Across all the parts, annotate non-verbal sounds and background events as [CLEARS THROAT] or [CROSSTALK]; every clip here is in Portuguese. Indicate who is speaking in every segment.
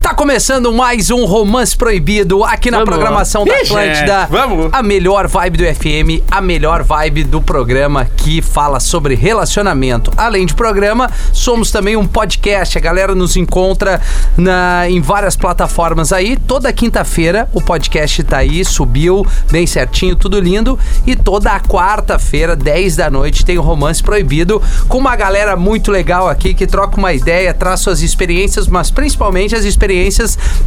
Speaker 1: Tá começando mais um Romance Proibido aqui na
Speaker 2: Vamos.
Speaker 1: programação da
Speaker 2: Ixi,
Speaker 1: Atlântida.
Speaker 2: é. Vamos.
Speaker 1: A melhor vibe do FM, a melhor vibe do programa que fala sobre relacionamento. Além de programa, somos também um podcast. A galera nos encontra na, em várias plataformas aí. Toda quinta-feira o podcast tá aí, subiu bem certinho, tudo lindo. E toda a quarta-feira, 10 da noite, tem o Romance Proibido com uma galera muito legal aqui que troca uma ideia, traz suas experiências, mas principalmente as experiências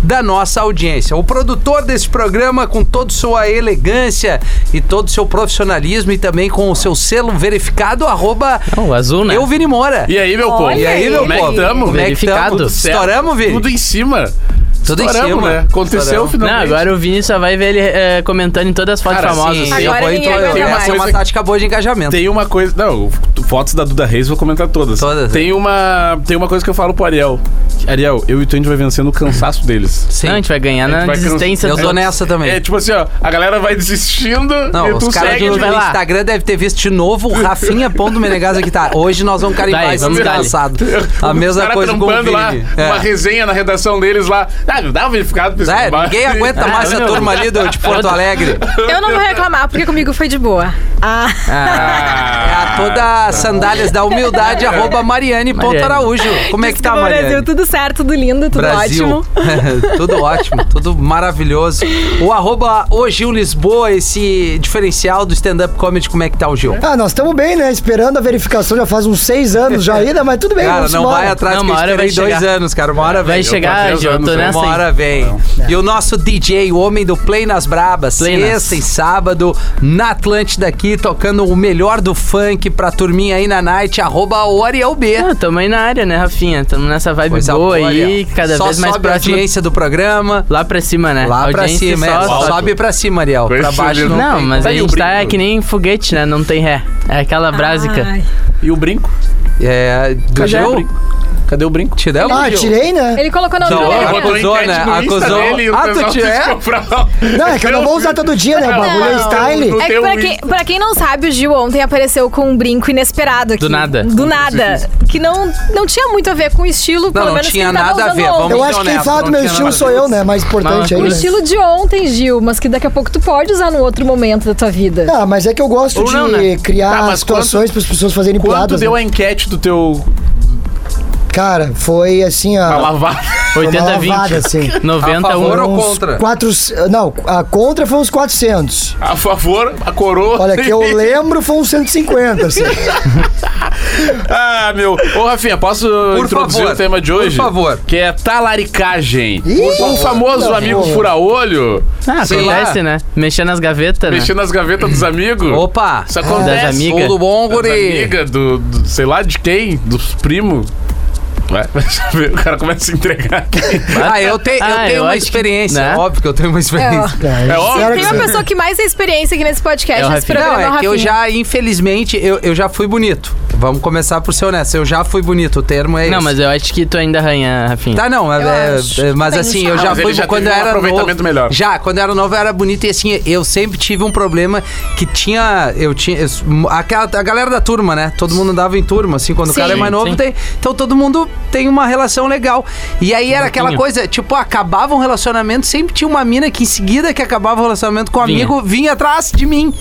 Speaker 1: da nossa audiência. O produtor desse programa, com toda sua elegância e todo o seu profissionalismo e também com o seu selo verificado, arroba
Speaker 2: Não, o azul, né?
Speaker 1: eu, Vini Moura.
Speaker 2: E aí, meu
Speaker 3: Olha
Speaker 2: povo?
Speaker 3: E aí, meu
Speaker 2: Como é que
Speaker 3: povo?
Speaker 1: Como é que
Speaker 2: tamo?
Speaker 1: tamo?
Speaker 2: Verificado.
Speaker 1: Tudo certo? Estouramos, Vini?
Speaker 2: Tudo em cima.
Speaker 1: Tudo em
Speaker 2: Estouramos,
Speaker 1: cima.
Speaker 2: né? Aconteceu
Speaker 1: Estouramos.
Speaker 2: finalmente.
Speaker 1: Não,
Speaker 2: Não,
Speaker 4: Agora o Vini só vai ver ele eh, comentando em todas as fotos
Speaker 2: Cara,
Speaker 4: famosas.
Speaker 1: Sim,
Speaker 3: Agora
Speaker 1: eu vou
Speaker 3: ninguém
Speaker 1: entrar-
Speaker 3: aguenta
Speaker 1: essa é uma
Speaker 2: mais.
Speaker 1: tática boa de engajamento.
Speaker 2: Tem uma coisa... Não, fotos da Duda Reis, vou comentar todas.
Speaker 1: Todas. né?
Speaker 2: Tem uma, tem uma coisa que eu falo pro Ariel. Ariel, eu e tu, a gente vai vencendo o cansaço deles.
Speaker 1: Sim.
Speaker 4: Não, a gente vai ganhar
Speaker 2: A gente
Speaker 4: na
Speaker 2: vai
Speaker 4: desistência
Speaker 1: Eu
Speaker 4: dos
Speaker 1: tô
Speaker 4: outros.
Speaker 1: nessa também.
Speaker 2: É tipo assim, ó. A galera vai desistindo
Speaker 1: Não,
Speaker 2: e tu
Speaker 1: os caras
Speaker 2: segue.
Speaker 1: do
Speaker 4: a gente vai lá.
Speaker 1: Instagram devem ter visto de novo o Rafinha Ponto Menegas aqui tá. Hoje nós vamos
Speaker 4: Tá
Speaker 1: carimbar
Speaker 4: aí,
Speaker 1: esse
Speaker 4: vamos dar-lhe.
Speaker 1: desgraçado.
Speaker 2: [LAUGHS]
Speaker 1: A
Speaker 2: Os
Speaker 1: mesma
Speaker 2: cara
Speaker 1: coisa com o
Speaker 2: trampando
Speaker 1: Vini.
Speaker 2: lá,
Speaker 1: É.
Speaker 2: uma resenha na redação deles lá. Ah, não dá um verificado pra esse
Speaker 1: Zé,
Speaker 2: bar.
Speaker 1: ninguém aguenta mais essa
Speaker 4: É, não. É.
Speaker 1: turma ali do, de Porto Alegre.
Speaker 3: Eu não vou reclamar, porque comigo foi de boa. Ah,
Speaker 2: Ah.
Speaker 1: É a toda sandálias da humildade, arroba Mariane. Ponto
Speaker 4: É. Mariane.
Speaker 1: Araújo. Como é que tá,
Speaker 3: desculpa,
Speaker 1: Mariane?
Speaker 3: Brasil, tudo certo, tudo lindo, tudo ótimo.
Speaker 1: [LAUGHS] tudo ótimo, tudo mmaravilhoso. O arroba o Gil Lisboa, esse diferencial do stand-up comedy, como é que tá o Gil?
Speaker 5: Ah, nós estamos bem, né? Esperando a verificação já faz uns seis anos já ainda, mas tudo bem.
Speaker 1: Cara,
Speaker 5: vamos
Speaker 1: não
Speaker 5: embora.
Speaker 1: vai atrás
Speaker 4: Não,
Speaker 1: que eu
Speaker 4: uma hora vai
Speaker 1: esperei dois
Speaker 4: chegar.
Speaker 1: anos, cara. Uma hora
Speaker 4: Vai
Speaker 1: vem.
Speaker 4: chegar,
Speaker 2: passei os
Speaker 4: Gil, eu tô
Speaker 2: anos,
Speaker 4: nessa
Speaker 1: Uma
Speaker 4: aí.
Speaker 1: hora vem. E o nosso DJ, o homem do Play nas Brabas,
Speaker 4: Play nas.
Speaker 1: sexta e sábado, na Atlântida aqui, tocando o melhor do funk pra turminha aí na night, arroba o Ariel B.
Speaker 4: Ah, tamo aí na área, né, Rafinha? Tamo nessa vibe
Speaker 1: Coisa
Speaker 4: boa, aí,
Speaker 1: Ariel.
Speaker 4: cada
Speaker 1: Só
Speaker 4: vez mais
Speaker 1: sobe a
Speaker 4: próximo.
Speaker 1: audiência do programa.
Speaker 4: Lá pra cima, né?
Speaker 1: Lá pra
Speaker 4: Audiência
Speaker 1: cima, é.
Speaker 4: só-
Speaker 1: Só
Speaker 4: só-
Speaker 1: Sobe pra cima, Ariel.
Speaker 2: Coisa
Speaker 1: Pra baixo
Speaker 2: linda.
Speaker 1: não.
Speaker 4: Não,
Speaker 1: tem.
Speaker 4: mas
Speaker 2: Tá
Speaker 4: a
Speaker 2: aí o
Speaker 4: gente tá
Speaker 2: brinco.
Speaker 4: que nem foguete, né? Não tem ré. É aquela brásica.
Speaker 3: Ai.
Speaker 2: E o brinco?
Speaker 1: É, do
Speaker 2: Cadê o
Speaker 1: Gil?
Speaker 2: brinco? Cadê o brinco?
Speaker 1: Te deu?
Speaker 5: Ah, tirei, né?
Speaker 3: Ele colocou na
Speaker 1: Não,
Speaker 3: outra
Speaker 1: eu
Speaker 3: orelha.
Speaker 1: botou em- acusou,
Speaker 2: enquete
Speaker 1: né?
Speaker 2: no Insta
Speaker 1: Acusou.
Speaker 2: dele e o
Speaker 1: Ah, tu
Speaker 2: pessoal
Speaker 1: te
Speaker 2: quis
Speaker 1: é?
Speaker 2: comprar.
Speaker 5: Não, é que eu não vou usar todo dia, né? O bagulho é
Speaker 2: Não,
Speaker 5: style.
Speaker 2: não
Speaker 3: É
Speaker 2: tem
Speaker 3: que
Speaker 2: um
Speaker 3: pra
Speaker 2: Insta.
Speaker 3: quem, pra quem não sabe, o Gil ontem apareceu com um brinco inesperado aqui.
Speaker 4: Do nada.
Speaker 3: Do nada. Que não, não tinha muito a ver com o estilo,
Speaker 1: Não,
Speaker 3: pelo
Speaker 1: não
Speaker 3: menos que
Speaker 1: tinha
Speaker 3: ele tava
Speaker 1: nada a
Speaker 3: usando
Speaker 1: ver, vamos-
Speaker 3: ontem.
Speaker 5: Eu
Speaker 1: Então,
Speaker 5: acho que quem
Speaker 1: honesto,
Speaker 5: fala
Speaker 1: não
Speaker 5: do meu
Speaker 1: tinha
Speaker 5: estilo
Speaker 1: nada
Speaker 5: sou
Speaker 1: a ver.
Speaker 5: eu, né? Mais importante
Speaker 4: Não,
Speaker 5: aí,
Speaker 3: O
Speaker 5: né?
Speaker 3: estilo de ontem, Gil, mas que daqui a pouco tu pode usar num outro momento da tua vida.
Speaker 5: Ah, mas é que eu gosto
Speaker 4: Ou
Speaker 5: de
Speaker 4: não, né?
Speaker 5: criar
Speaker 2: Tá, mas
Speaker 5: situações para as pessoas fazerem
Speaker 2: Quanto
Speaker 5: piadas.
Speaker 2: deu
Speaker 5: né?
Speaker 2: a enquete do teu
Speaker 5: Cara, foi assim,
Speaker 2: a
Speaker 5: ó.
Speaker 2: lavar?
Speaker 5: foi uma
Speaker 4: 80 20.
Speaker 5: lavada,
Speaker 4: [LAUGHS]
Speaker 5: assim.
Speaker 4: 90
Speaker 1: A favor
Speaker 4: 1.
Speaker 1: ou
Speaker 5: Uns
Speaker 1: contra?
Speaker 5: Quatro, não, a contra foi uns 400.
Speaker 2: A favor, a coroa.
Speaker 5: Olha,
Speaker 2: [LAUGHS]
Speaker 5: que eu lembro foi uns 150, assim.
Speaker 2: Ah, meu. Ô, Rafinha, posso introduzir
Speaker 1: favor.
Speaker 2: o tema de
Speaker 1: Por
Speaker 2: hoje?
Speaker 1: favor.
Speaker 2: Que é talaricagem.
Speaker 5: Ih,
Speaker 2: o famoso
Speaker 5: não,
Speaker 2: amigo
Speaker 5: não.
Speaker 2: fura-olho,
Speaker 4: Ah,
Speaker 1: Sei
Speaker 4: acontece, né? Mexer nas gavetas, né?
Speaker 2: mexendo nas gavetas dos amigos.
Speaker 1: Opa!
Speaker 2: Isso acontece.
Speaker 4: Das amigas.
Speaker 1: Tudo bom,
Speaker 2: Das
Speaker 1: guri?
Speaker 2: amigas, do, do- sei lá, de quem? Dos primos. Ué, [LAUGHS] vai saber, o cara começa a se
Speaker 1: [LAUGHS]
Speaker 2: entregar.
Speaker 1: Ah, eu, te, eu
Speaker 4: Ah,
Speaker 1: tenho
Speaker 4: eu
Speaker 1: uma
Speaker 4: acho que-
Speaker 1: experiência.
Speaker 4: né?
Speaker 1: Óbvio que eu tenho uma experiência.
Speaker 5: É,
Speaker 2: óbvio.
Speaker 5: sério
Speaker 3: Tem
Speaker 5: que-
Speaker 3: uma pessoa que mais tem experiência aqui nesse podcast,
Speaker 4: É o
Speaker 3: nesse
Speaker 4: Rafinha.
Speaker 3: programa,
Speaker 1: Não, é que eu
Speaker 3: Rafinha.
Speaker 1: já, infelizmente, eu, eu já fui bonito. Vamos começar por ser honesto. Eu já fui bonito, o termo é
Speaker 4: Não,
Speaker 1: esse.
Speaker 4: mas eu acho que tu ainda arranha, Rafinha.
Speaker 1: Tá, não, é- é-
Speaker 3: acho
Speaker 1: é, mas
Speaker 3: que
Speaker 1: assim,
Speaker 3: tem
Speaker 1: eu
Speaker 3: isso.
Speaker 1: já
Speaker 2: Mas
Speaker 1: fui
Speaker 2: ele já
Speaker 1: quando
Speaker 2: teve
Speaker 1: eu
Speaker 2: um
Speaker 1: era
Speaker 2: aproveitamento
Speaker 1: novo,
Speaker 2: melhor.
Speaker 1: Já, quando eu era novo eu era bonito e assim, eu sempre tive um problema que tinha, eu tinha, eu- aquela, a galera da turma, né? Todo mundo andava em turma, assim, quando o cara é
Speaker 4: Sim,
Speaker 1: mais novo,
Speaker 4: sim.
Speaker 1: tem, então todo mundo tem uma relação legal. E aí era aquela coisa, tipo, acabava um relacionamento, sempre tinha uma mina que em seguida que acabava o relacionamento com um
Speaker 4: Vinha.
Speaker 1: amigo, vinha atrás de mim.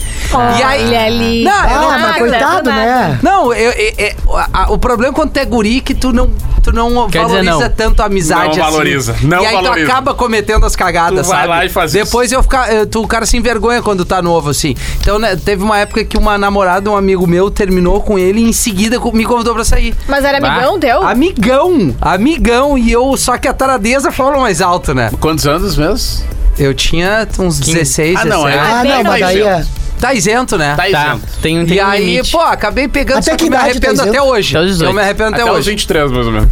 Speaker 1: e aí,
Speaker 3: Olha ali.
Speaker 1: Não, eu não-
Speaker 5: Ah, mas
Speaker 3: Nada,
Speaker 5: coitado,
Speaker 3: nada.
Speaker 5: né?
Speaker 1: não, eu- eu- eu- a- a- o problema é quando tu é guri que tu não, tu não
Speaker 4: Quer dizer,
Speaker 1: valoriza
Speaker 4: não.
Speaker 1: tanto a amizade
Speaker 2: Não
Speaker 1: assim.
Speaker 2: valoriza, não
Speaker 1: E aí tu
Speaker 2: valoriza.
Speaker 1: acaba cometendo as cagadas,
Speaker 2: Tu vai
Speaker 1: sabe?
Speaker 2: lá e faz isso.
Speaker 1: Depois eu ficar, eu- tu, o cara se envergonha quando tá novo, assim. Então, né, teve uma época que uma namorada, um amigo meu, terminou com ele e em seguida co- me convidou pra sair.
Speaker 3: Mas era amigão, deu?
Speaker 1: Ah, Amigão, amigão, e eu, só que a taradeza falou mais alto, né?
Speaker 2: Quantos anos mesmo?
Speaker 1: Eu tinha uns 16,
Speaker 2: Ah, não,
Speaker 1: 17.
Speaker 2: é.
Speaker 5: Ah,
Speaker 3: bem,
Speaker 5: não, mas
Speaker 2: mas
Speaker 5: daí é.
Speaker 1: Tá isento, né?
Speaker 2: Tá
Speaker 4: Tá,
Speaker 2: isento.
Speaker 4: tem um tem
Speaker 1: E
Speaker 4: um
Speaker 1: aí,
Speaker 4: limite.
Speaker 1: pô, acabei pegando, só
Speaker 5: Até
Speaker 1: que
Speaker 5: que
Speaker 1: eu me
Speaker 5: idade tá
Speaker 1: arrependo
Speaker 5: isento?
Speaker 1: até hoje.
Speaker 4: Até os
Speaker 1: eu
Speaker 4: 18.
Speaker 1: me arrependo até,
Speaker 2: Até os
Speaker 1: hoje.
Speaker 2: 23, mais ou menos.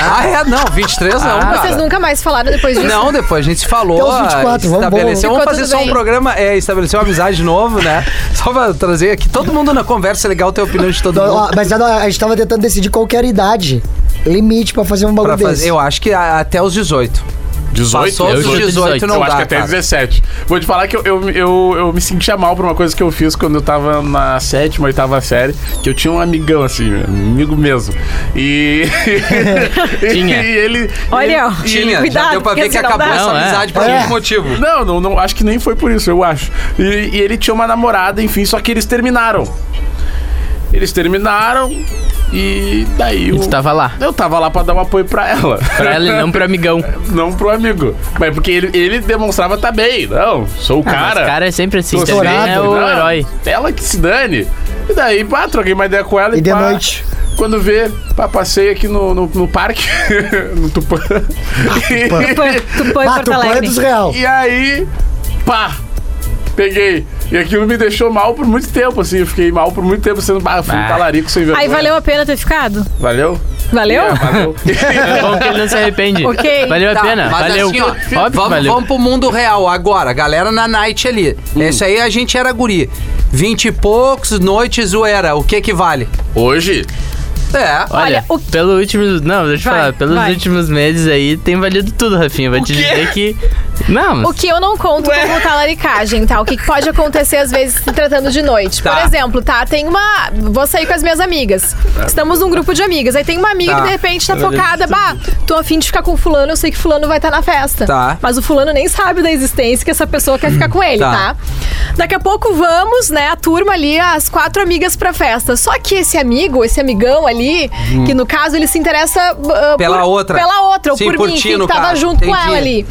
Speaker 1: Ah, é? Não, 23 não, cara.
Speaker 3: Vocês nunca mais falaram depois disso?
Speaker 1: Não, depois a gente se falou.
Speaker 5: Até os 24, vamos, vamos.
Speaker 1: estabeleceu. Vamos
Speaker 3: Ficou
Speaker 1: fazer
Speaker 3: tudo
Speaker 1: só um
Speaker 3: bem.
Speaker 1: programa, é, estabelecer uma amizade de novo, [LAUGHS] né? Só pra trazer aqui. Todo mundo na conversa, é legal ter a opinião de todo
Speaker 5: Ó,
Speaker 1: mundo.
Speaker 5: Mas a a gente tava tentando decidir qual que era a idade. Limite pra fazer um
Speaker 1: Pra
Speaker 5: bagulho
Speaker 1: fazer,
Speaker 5: desse.
Speaker 1: eu acho que a- até os 18.
Speaker 2: 18?
Speaker 1: Passou
Speaker 4: eu
Speaker 1: dos
Speaker 4: chuto
Speaker 1: 18,
Speaker 4: 18.
Speaker 1: não
Speaker 2: eu
Speaker 1: dá,
Speaker 2: acho que é até
Speaker 1: cara.
Speaker 2: 17. Vou te falar que eu, eu, eu, eu me sentia mal por uma coisa que eu fiz quando eu tava na sétima, oitava série, que eu tinha um amigão, assim, amigo mesmo. E. [LAUGHS]
Speaker 4: Tinha.
Speaker 2: e ele.
Speaker 3: Olha, ó.
Speaker 1: Tinha,
Speaker 3: cuidado,
Speaker 1: já deu pra ver
Speaker 3: porque
Speaker 1: que
Speaker 3: senão
Speaker 1: acabou
Speaker 3: dá.
Speaker 1: essa
Speaker 4: Não, é.
Speaker 1: amizade por
Speaker 5: É.
Speaker 1: algum motivo.
Speaker 2: Não, não, não, acho que nem foi por isso, eu acho. E, e ele tinha uma namorada, enfim, só que eles terminaram. Eles terminaram e daí
Speaker 4: E tu tava lá.
Speaker 2: Eu tava lá pra dar um apoio pra ela. [LAUGHS]
Speaker 4: Pra ela e não pro amigão.
Speaker 2: Não pro amigo. Mas porque ele, ele demonstrava tá bem. Não, sou o
Speaker 1: Ah,
Speaker 4: Cara,
Speaker 2: cara.
Speaker 4: mas cara é sempre assim.
Speaker 5: tô
Speaker 4: Também é
Speaker 1: um
Speaker 5: estourado,
Speaker 4: o
Speaker 2: Não,
Speaker 4: herói.
Speaker 2: Ela que se dane. E daí, pá, troquei uma ideia com ela.
Speaker 5: E de
Speaker 2: pá,
Speaker 5: noite?
Speaker 2: Quando vê, pá, passei aqui no, no, no parque, [LAUGHS] no
Speaker 5: [LAUGHS]
Speaker 2: Tupã. E-
Speaker 3: Tupã- Tupã em
Speaker 5: Ah,
Speaker 3: Porto
Speaker 5: tu é
Speaker 3: Alegre.
Speaker 5: dos real.
Speaker 2: E aí, pá, peguei. E aquilo me deixou mal por muito tempo, assim. Eu fiquei mal por muito tempo sendo bah, fui um
Speaker 4: Ah.
Speaker 2: talarico sem vergonha.
Speaker 3: Aí valeu a pena ter ficado?
Speaker 2: Valeu?
Speaker 3: Valeu?
Speaker 2: É, valeu.
Speaker 4: É bom
Speaker 3: [LAUGHS]
Speaker 4: que ele não se arrepende.
Speaker 3: Ok.
Speaker 4: Valeu a
Speaker 1: Tá,
Speaker 4: pena.
Speaker 1: mas
Speaker 4: Valeu.
Speaker 1: assim, ó,
Speaker 4: Óbvio que
Speaker 1: vamos,
Speaker 4: valeu.
Speaker 1: vamos pro mundo real agora. Galera na night ali.
Speaker 4: Hum.
Speaker 1: Isso aí a gente era guri. Vinte e poucos, noites, zoeira. O que que vale?
Speaker 2: Hoje,
Speaker 1: É.
Speaker 4: Olha,
Speaker 3: Olha, o-
Speaker 4: pelo último. Não, deixa eu
Speaker 3: Vai,
Speaker 4: falar. Pelos
Speaker 3: vai.
Speaker 4: últimos meses aí tem valido tudo, Rafinha. Vou te dizer que. Não,
Speaker 3: O que eu não conto
Speaker 1: É.
Speaker 3: como talaricagem, tá? O que que pode acontecer às vezes se tratando de noite.
Speaker 1: Tá.
Speaker 3: Por exemplo, tá? Tem uma. Vou sair com as minhas amigas. Estamos num grupo de amigas. Aí tem uma amiga
Speaker 1: Tá.
Speaker 3: que de repente tá focada. Bah, tô afim de ficar com fulano, eu sei que fulano vai estar na festa.
Speaker 1: Tá.
Speaker 3: Mas o fulano nem sabe da existência que essa pessoa quer ficar com ele,
Speaker 1: Tá.
Speaker 3: tá? Daqui a pouco vamos, né, a turma ali, as quatro amigas pra festa. Só que esse amigo, esse amigão ali, que no caso ele se interessa. ah,
Speaker 1: Hum. Pela
Speaker 3: por-
Speaker 1: outra.
Speaker 3: Pela outra, ou
Speaker 1: Sim,
Speaker 3: por,
Speaker 1: por
Speaker 3: mim,
Speaker 1: ti,
Speaker 3: enfim,
Speaker 1: no
Speaker 3: que tava
Speaker 1: caso.
Speaker 3: junto com
Speaker 1: Entendi. Uhum.
Speaker 3: ela ali.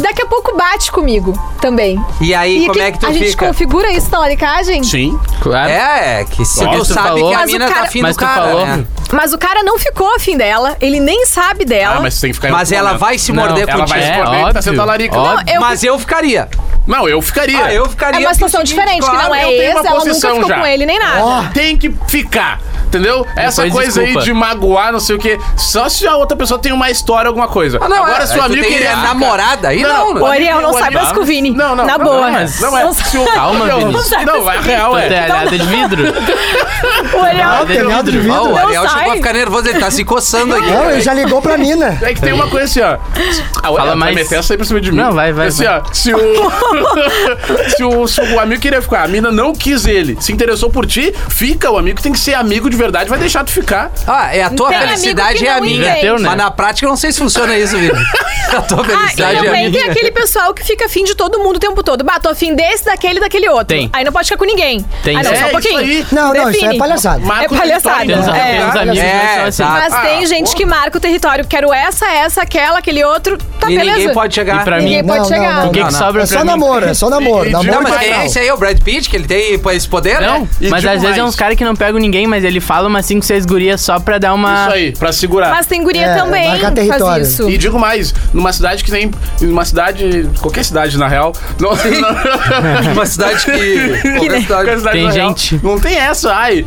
Speaker 3: Daqui a pouco bate comigo também.
Speaker 1: E aí, como
Speaker 3: que-
Speaker 1: é que tu
Speaker 3: A gente
Speaker 1: fica?
Speaker 3: configura isso na laricagem?
Speaker 2: sim.
Speaker 4: claro.
Speaker 1: É, que se
Speaker 4: Óbvio,
Speaker 1: tu
Speaker 4: tu
Speaker 1: sabe
Speaker 4: falou.
Speaker 1: que a
Speaker 3: Mas o
Speaker 1: mina tá
Speaker 3: cara-
Speaker 1: afim do
Speaker 4: Mas tu
Speaker 1: cara,
Speaker 4: falou.
Speaker 1: né?
Speaker 3: Mas o cara não ficou afim dela, ele nem sabe dela.
Speaker 2: Ah, mas tem que ficar em
Speaker 1: Mas
Speaker 2: outro
Speaker 1: ela
Speaker 2: momento.
Speaker 1: vai se
Speaker 4: Não,
Speaker 1: morder
Speaker 2: Ela vai
Speaker 1: contigo.
Speaker 4: É,
Speaker 2: se morder que tá sendo
Speaker 4: óbvio.
Speaker 2: talarico.
Speaker 4: Óbvio.
Speaker 3: eu-
Speaker 1: Mas eu ficaria.
Speaker 2: Não, eu ficaria.
Speaker 1: Ah, eu ficaria.
Speaker 3: é uma situação
Speaker 1: porque é o seguinte,
Speaker 3: diferente, que não
Speaker 1: claro,
Speaker 3: é
Speaker 2: eu tenho uma
Speaker 3: esse, ela nunca
Speaker 2: posição
Speaker 3: ficou
Speaker 2: já.
Speaker 3: com ele nem nada.
Speaker 2: Ó, tem que ficar. Entendeu? Essa
Speaker 4: Depois
Speaker 2: coisa
Speaker 4: desculpa.
Speaker 2: aí de magoar, não sei o quê. Só se a outra pessoa tem uma história, alguma coisa.
Speaker 1: Ah, não,
Speaker 2: Agora,
Speaker 1: é,
Speaker 2: se
Speaker 1: aí
Speaker 2: o
Speaker 1: tu
Speaker 2: amigo
Speaker 1: tem
Speaker 2: queria. ficar-
Speaker 1: namorada, aí não, né?
Speaker 3: O Ariel não
Speaker 2: amigo-
Speaker 3: sai mais com o Vini.
Speaker 2: Não, não.
Speaker 3: Na
Speaker 2: não,
Speaker 3: boa.
Speaker 2: Não, é, não é. Se o-
Speaker 4: Calma,
Speaker 2: não,
Speaker 4: Vinícius.
Speaker 2: Não, é real,
Speaker 4: Tua
Speaker 2: é.
Speaker 4: telhada
Speaker 2: [LAUGHS]
Speaker 4: de vidro.
Speaker 3: O Ariel
Speaker 5: Ah,
Speaker 4: é
Speaker 5: telhado de
Speaker 1: Ó, o
Speaker 5: vidro.
Speaker 3: Não
Speaker 1: Ariel chegou
Speaker 3: sai.
Speaker 1: a ficar nervoso, ele tá se coçando aqui. né?
Speaker 5: Não, ele já ligou pra mina.
Speaker 2: É que tem uma coisa assim, ó. A outra vai
Speaker 4: mais.
Speaker 2: meter essa aí pra cima de mim.
Speaker 4: Não, vai, vai,
Speaker 2: Assim,
Speaker 4: vai.
Speaker 2: ó. Se o, [LAUGHS] se o. se o amigo queria ficar, a mina não quis ele, se interessou por ti, fica. O amigo tem que ser amigo de verdade, vai deixar tu ficar.
Speaker 1: Ah, é a tua
Speaker 3: Tem amigo
Speaker 1: felicidade
Speaker 3: que
Speaker 1: é a
Speaker 3: não
Speaker 1: minha.
Speaker 3: entende.
Speaker 4: Inverteu, né?
Speaker 1: Mas na prática eu não sei se funciona isso,
Speaker 3: [LAUGHS]
Speaker 1: Vini. A tua
Speaker 3: Ah, e
Speaker 1: felicidade é a
Speaker 3: também
Speaker 1: minha.
Speaker 3: tem aquele pessoal que fica afim de todo mundo o tempo todo. Bah, tô afim desse, daquele, daquele outro.
Speaker 4: Tem.
Speaker 3: Aí não pode ficar com ninguém.
Speaker 4: Tem
Speaker 3: ah, não,
Speaker 4: isso.
Speaker 3: só um
Speaker 4: É,
Speaker 3: pouquinho.
Speaker 2: isso
Speaker 5: Não, não, isso é
Speaker 3: Define.
Speaker 5: palhaçada.
Speaker 2: Marca o
Speaker 3: É palhaçada.
Speaker 4: Tem uns,
Speaker 2: território.
Speaker 3: É.
Speaker 4: tem uns amigos
Speaker 1: É,
Speaker 4: que são assim.
Speaker 1: tá.
Speaker 3: Mas
Speaker 2: Ah,
Speaker 3: tem gente
Speaker 2: pô.
Speaker 3: que marca o território. Quero essa, essa, aquela, aquele outro. Tá,
Speaker 1: E
Speaker 3: beleza.
Speaker 1: ninguém pode chegar.
Speaker 4: E pra mim,
Speaker 3: Ninguém
Speaker 5: Não,
Speaker 3: pode
Speaker 5: não,
Speaker 3: chegar.
Speaker 5: não,
Speaker 4: o que,
Speaker 1: Não,
Speaker 4: que
Speaker 1: não.
Speaker 4: sobra
Speaker 5: É só
Speaker 4: pra mim?
Speaker 5: namoro, é só namoro.
Speaker 2: E- e
Speaker 1: Não,
Speaker 5: Namoro
Speaker 1: mas quem
Speaker 5: total.
Speaker 1: é esse aí? O Brad Pitt, que ele tem esse poder,
Speaker 4: Não,
Speaker 1: né?
Speaker 2: E
Speaker 4: mas
Speaker 2: digo
Speaker 4: às vezes é
Speaker 2: mais.
Speaker 4: uns caras que não pegam ninguém, mas ele fala umas 5, 6 gurias só pra dar uma.
Speaker 3: ah.
Speaker 2: Isso aí, pra segurar.
Speaker 3: Mas tem guria
Speaker 5: É,
Speaker 3: também
Speaker 5: marcar
Speaker 3: que
Speaker 5: território.
Speaker 3: faz isso.
Speaker 2: E digo mais, numa cidade que nem. Numa cidade. Qualquer cidade, na real. [LAUGHS] Não, não-
Speaker 1: É Uma cidade que.
Speaker 3: [LAUGHS]
Speaker 2: Qualquer
Speaker 1: uma cidade-
Speaker 4: [LAUGHS]
Speaker 2: cidade,
Speaker 4: Tem
Speaker 2: na real.
Speaker 4: gente.
Speaker 2: Não tem essa, ai.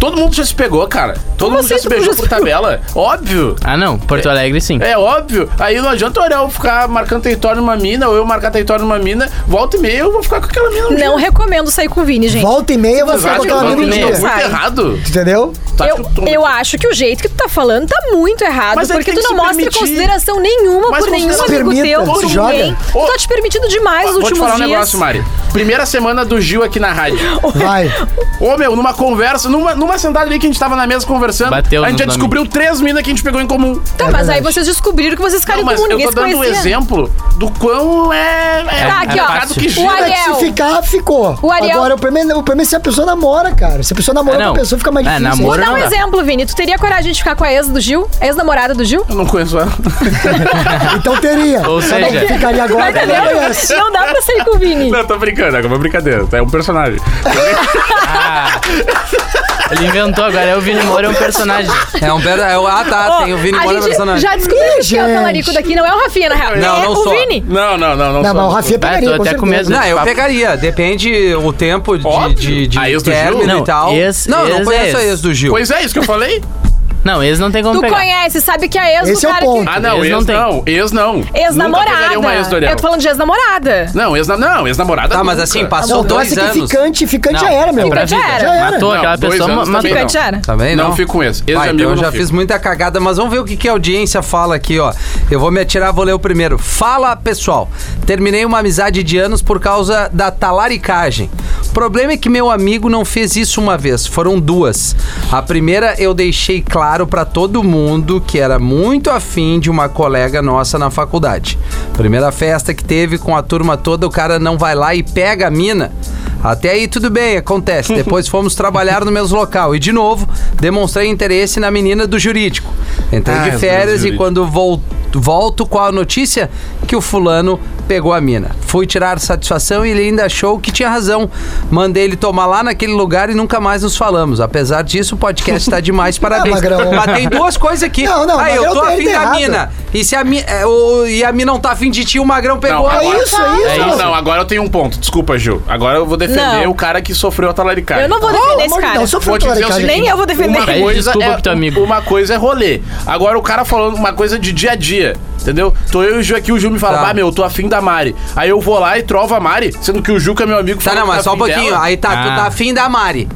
Speaker 2: Todo mundo já se pegou, cara. Todo mundo já se
Speaker 3: assim todo
Speaker 2: beijou
Speaker 3: mundo
Speaker 2: por
Speaker 3: se pegou?
Speaker 2: tabela. Óbvio.
Speaker 4: Ah, não. Porto Alegre, sim.
Speaker 2: É óbvio. Aí não adianta o Ariel ficar marcando território numa mina, ou eu marcar território numa mina. Volta e meia, eu vou ficar com aquela mina. um dia.
Speaker 3: Não recomendo sair com o Vini, gente.
Speaker 5: Volta e meia você vai
Speaker 2: Exato,
Speaker 5: botar
Speaker 2: volta
Speaker 5: uma
Speaker 2: e
Speaker 5: mina um
Speaker 2: meia.
Speaker 5: dia.
Speaker 2: Muito
Speaker 3: Sai.
Speaker 2: errado.
Speaker 5: Entendeu?
Speaker 2: Tá
Speaker 3: Eu,
Speaker 2: tudo-
Speaker 3: eu acho que o jeito que tu tá falando tá muito errado,
Speaker 2: Mas é que
Speaker 3: porque
Speaker 2: tem
Speaker 3: tu
Speaker 2: que
Speaker 3: não
Speaker 2: se
Speaker 3: mostra
Speaker 2: permitir.
Speaker 3: consideração nenhuma
Speaker 2: Mas
Speaker 3: por nenhum
Speaker 2: considera-
Speaker 3: amigo
Speaker 5: Permita,
Speaker 3: teu,
Speaker 5: se
Speaker 3: por
Speaker 5: joga.
Speaker 3: ninguém.
Speaker 2: Ô,
Speaker 3: Tu tá te permitindo demais nos
Speaker 2: Vou te
Speaker 3: últimos
Speaker 2: falar um
Speaker 3: dias.
Speaker 2: negócio, Mari. Primeira semana do Gil aqui na rádio.
Speaker 5: Vai.
Speaker 2: Ô, meu, numa conversa, numa, numa sentada ali que a gente tava na mesa conversando,
Speaker 4: Bateu
Speaker 2: a gente já
Speaker 4: nos
Speaker 2: descobriu três minas que a gente pegou em comum.
Speaker 5: É
Speaker 3: Tá, mas aí
Speaker 5: verdade.
Speaker 3: vocês descobriram que vocês ficaram
Speaker 2: Não,
Speaker 3: em
Speaker 2: mas
Speaker 3: comum,
Speaker 2: eu
Speaker 3: ninguém
Speaker 2: tô
Speaker 3: se
Speaker 2: dando um
Speaker 3: conhecia.
Speaker 2: exemplo do quão é. é
Speaker 3: Tá, aqui, ó.
Speaker 2: complicado que
Speaker 3: O
Speaker 2: gira.
Speaker 3: Ariel-
Speaker 5: Mas se ficar, ficou.
Speaker 3: O Ariel-
Speaker 5: Agora, o problema, o problema é se a pessoa namora, cara. Se a pessoa namora,
Speaker 4: É,
Speaker 5: com
Speaker 4: não.
Speaker 5: a pessoa fica mais
Speaker 4: É,
Speaker 5: difícil.
Speaker 4: namoro-
Speaker 3: Vou dar
Speaker 4: Não
Speaker 3: um
Speaker 4: dá.
Speaker 3: exemplo, Vini. Tu teria coragem de ficar com a ex do Gil? Ex-namorada do Gil?
Speaker 2: Eu não conheço ela.
Speaker 5: Então teria.
Speaker 4: Ou
Speaker 5: Cada um
Speaker 4: seja-
Speaker 5: ficaria agora, cada
Speaker 3: é
Speaker 5: um amanhece.
Speaker 3: [LAUGHS] Não dá pra sair com o Vini.
Speaker 2: [LAUGHS] Não, tô brincando, é uma brincadeira. É um personagem.
Speaker 4: Ele inventou agora. É o Vini Moura, é
Speaker 2: [LAUGHS]
Speaker 4: um personagem.
Speaker 1: É um belo. é o- Ah, tá. Tem o Vini
Speaker 3: Ó,
Speaker 1: Moura
Speaker 3: a gente
Speaker 1: personagem.
Speaker 3: já descobriu que é o
Speaker 5: Gente.
Speaker 3: talarico daqui, não é o Rafinha, na real.
Speaker 1: Não,
Speaker 3: é
Speaker 1: não
Speaker 3: o
Speaker 1: sou.
Speaker 3: Vini.
Speaker 2: Não, não, não, não.
Speaker 5: Não,
Speaker 2: sou.
Speaker 5: mas o Rafinha
Speaker 4: Vai, tô
Speaker 5: pegaria,
Speaker 4: até com
Speaker 5: com certeza.
Speaker 4: medo.
Speaker 1: Não, eu pegaria. Depende o tempo de,
Speaker 2: tá- Óbvio.
Speaker 1: de, de
Speaker 2: Ah, ex do Gil?
Speaker 1: término
Speaker 4: Não,
Speaker 1: e tal.
Speaker 4: ex-
Speaker 1: não, eu não
Speaker 4: ex-
Speaker 1: conheço a
Speaker 4: ex.
Speaker 1: ex do Gil. [LAUGHS]
Speaker 2: Pois é, isso que eu falei.
Speaker 4: Não, eles não tem como
Speaker 3: Tu
Speaker 4: pegar.
Speaker 3: conhece, sabe que a ex
Speaker 5: Esse é
Speaker 3: do
Speaker 5: o
Speaker 3: cara
Speaker 5: ponto.
Speaker 2: Ah, não,
Speaker 4: Eles
Speaker 2: ex
Speaker 4: não têm.
Speaker 2: não. Ex não.
Speaker 3: que...
Speaker 2: Nunca
Speaker 3: Ex-namorada.
Speaker 2: pegaria uma ex do Ariel.
Speaker 3: Eu tô falando de ex-namorada.
Speaker 2: Não, ex não, ex-namorada.
Speaker 1: Tá, mas
Speaker 2: nunca.
Speaker 1: assim,
Speaker 5: Não,
Speaker 1: passou
Speaker 5: o
Speaker 1: dois
Speaker 5: lance é que
Speaker 1: anos.
Speaker 5: ficante, ficante
Speaker 4: Não,
Speaker 5: já era, meu.
Speaker 4: pra
Speaker 3: Tipo, já
Speaker 4: vida.
Speaker 3: era.
Speaker 4: Matou
Speaker 2: Não,
Speaker 4: aquela
Speaker 2: dois
Speaker 4: pessoa,
Speaker 2: anos
Speaker 4: matou.
Speaker 2: também não.
Speaker 3: Ficante era.
Speaker 1: Também
Speaker 2: Não
Speaker 1: Tá não.
Speaker 2: fico com esse. Esse
Speaker 1: Vai,
Speaker 2: amigo
Speaker 1: então eu
Speaker 2: não
Speaker 1: já
Speaker 2: fico.
Speaker 1: fiz muita cagada, mas vamos ver o que, que a audiência fala aqui, ó. Eu vou me atirar, vou ler o primeiro. Fala, pessoal. Terminei uma amizade de anos por causa da talaricagem. O problema é que meu amigo não fez isso uma vez, foram duas. A primeira eu deixei claro pra todo mundo que era muito afim de uma colega nossa na faculdade. Primeira festa que teve com a turma toda, o cara não vai lá e pega a mina. Até aí tudo bem, acontece. Depois fomos trabalhar no mesmo local e de novo demonstrei interesse na menina do jurídico. Entrei
Speaker 2: Ah, eu
Speaker 1: de
Speaker 2: tô
Speaker 1: férias
Speaker 2: no
Speaker 1: e
Speaker 2: jurídico.
Speaker 1: quando vol- volto com a notícia que o fulano pegou a mina. Fui tirar satisfação e ele ainda achou que tinha razão. Mandei ele tomar lá naquele lugar e nunca mais nos falamos. Apesar disso, o podcast tá demais, parabéns.
Speaker 5: Magrão.
Speaker 1: Mas tem duas coisas aqui.
Speaker 5: Não, não,
Speaker 1: aí eu
Speaker 5: Magrão
Speaker 1: tô
Speaker 5: tá
Speaker 1: afim da
Speaker 5: errado.
Speaker 1: mina. E se a mina, e a mina não tá afim de ti, o Magrão pegou
Speaker 2: Não,
Speaker 1: a
Speaker 5: É
Speaker 2: agora-
Speaker 5: isso, é isso.
Speaker 4: É
Speaker 2: Não,
Speaker 4: isso.
Speaker 2: não, agora eu tenho um ponto. Desculpa, Gil. Agora eu vou defender
Speaker 3: Não.
Speaker 2: o cara que sofreu a talaricagem.
Speaker 3: Eu não vou
Speaker 5: Pelo amor
Speaker 3: defender
Speaker 5: de
Speaker 3: esse
Speaker 5: Deus,
Speaker 3: cara.
Speaker 5: eu sou
Speaker 2: Vou te dizer o
Speaker 5: furtado,
Speaker 2: seguinte,
Speaker 3: Nem eu vou defender.
Speaker 2: Uma
Speaker 4: Pede
Speaker 2: coisa,
Speaker 4: desculpa
Speaker 2: é,
Speaker 4: pro teu amigo.
Speaker 2: uma coisa é rolê. Agora o cara falando uma coisa de dia a dia, entendeu? Tô eu e o Ju aqui, o Ju me fala,
Speaker 1: Tá.
Speaker 2: ah, meu, eu tô afim da Mari. Aí eu vou lá e trovo a Mari, sendo que o Ju, que é meu amigo,
Speaker 1: Tá,
Speaker 2: falou
Speaker 1: não,
Speaker 2: que
Speaker 1: mas só um
Speaker 2: afim
Speaker 1: pouquinho.
Speaker 2: dela.
Speaker 1: Aí tá, tu
Speaker 4: Ah.
Speaker 1: tá afim da Mari.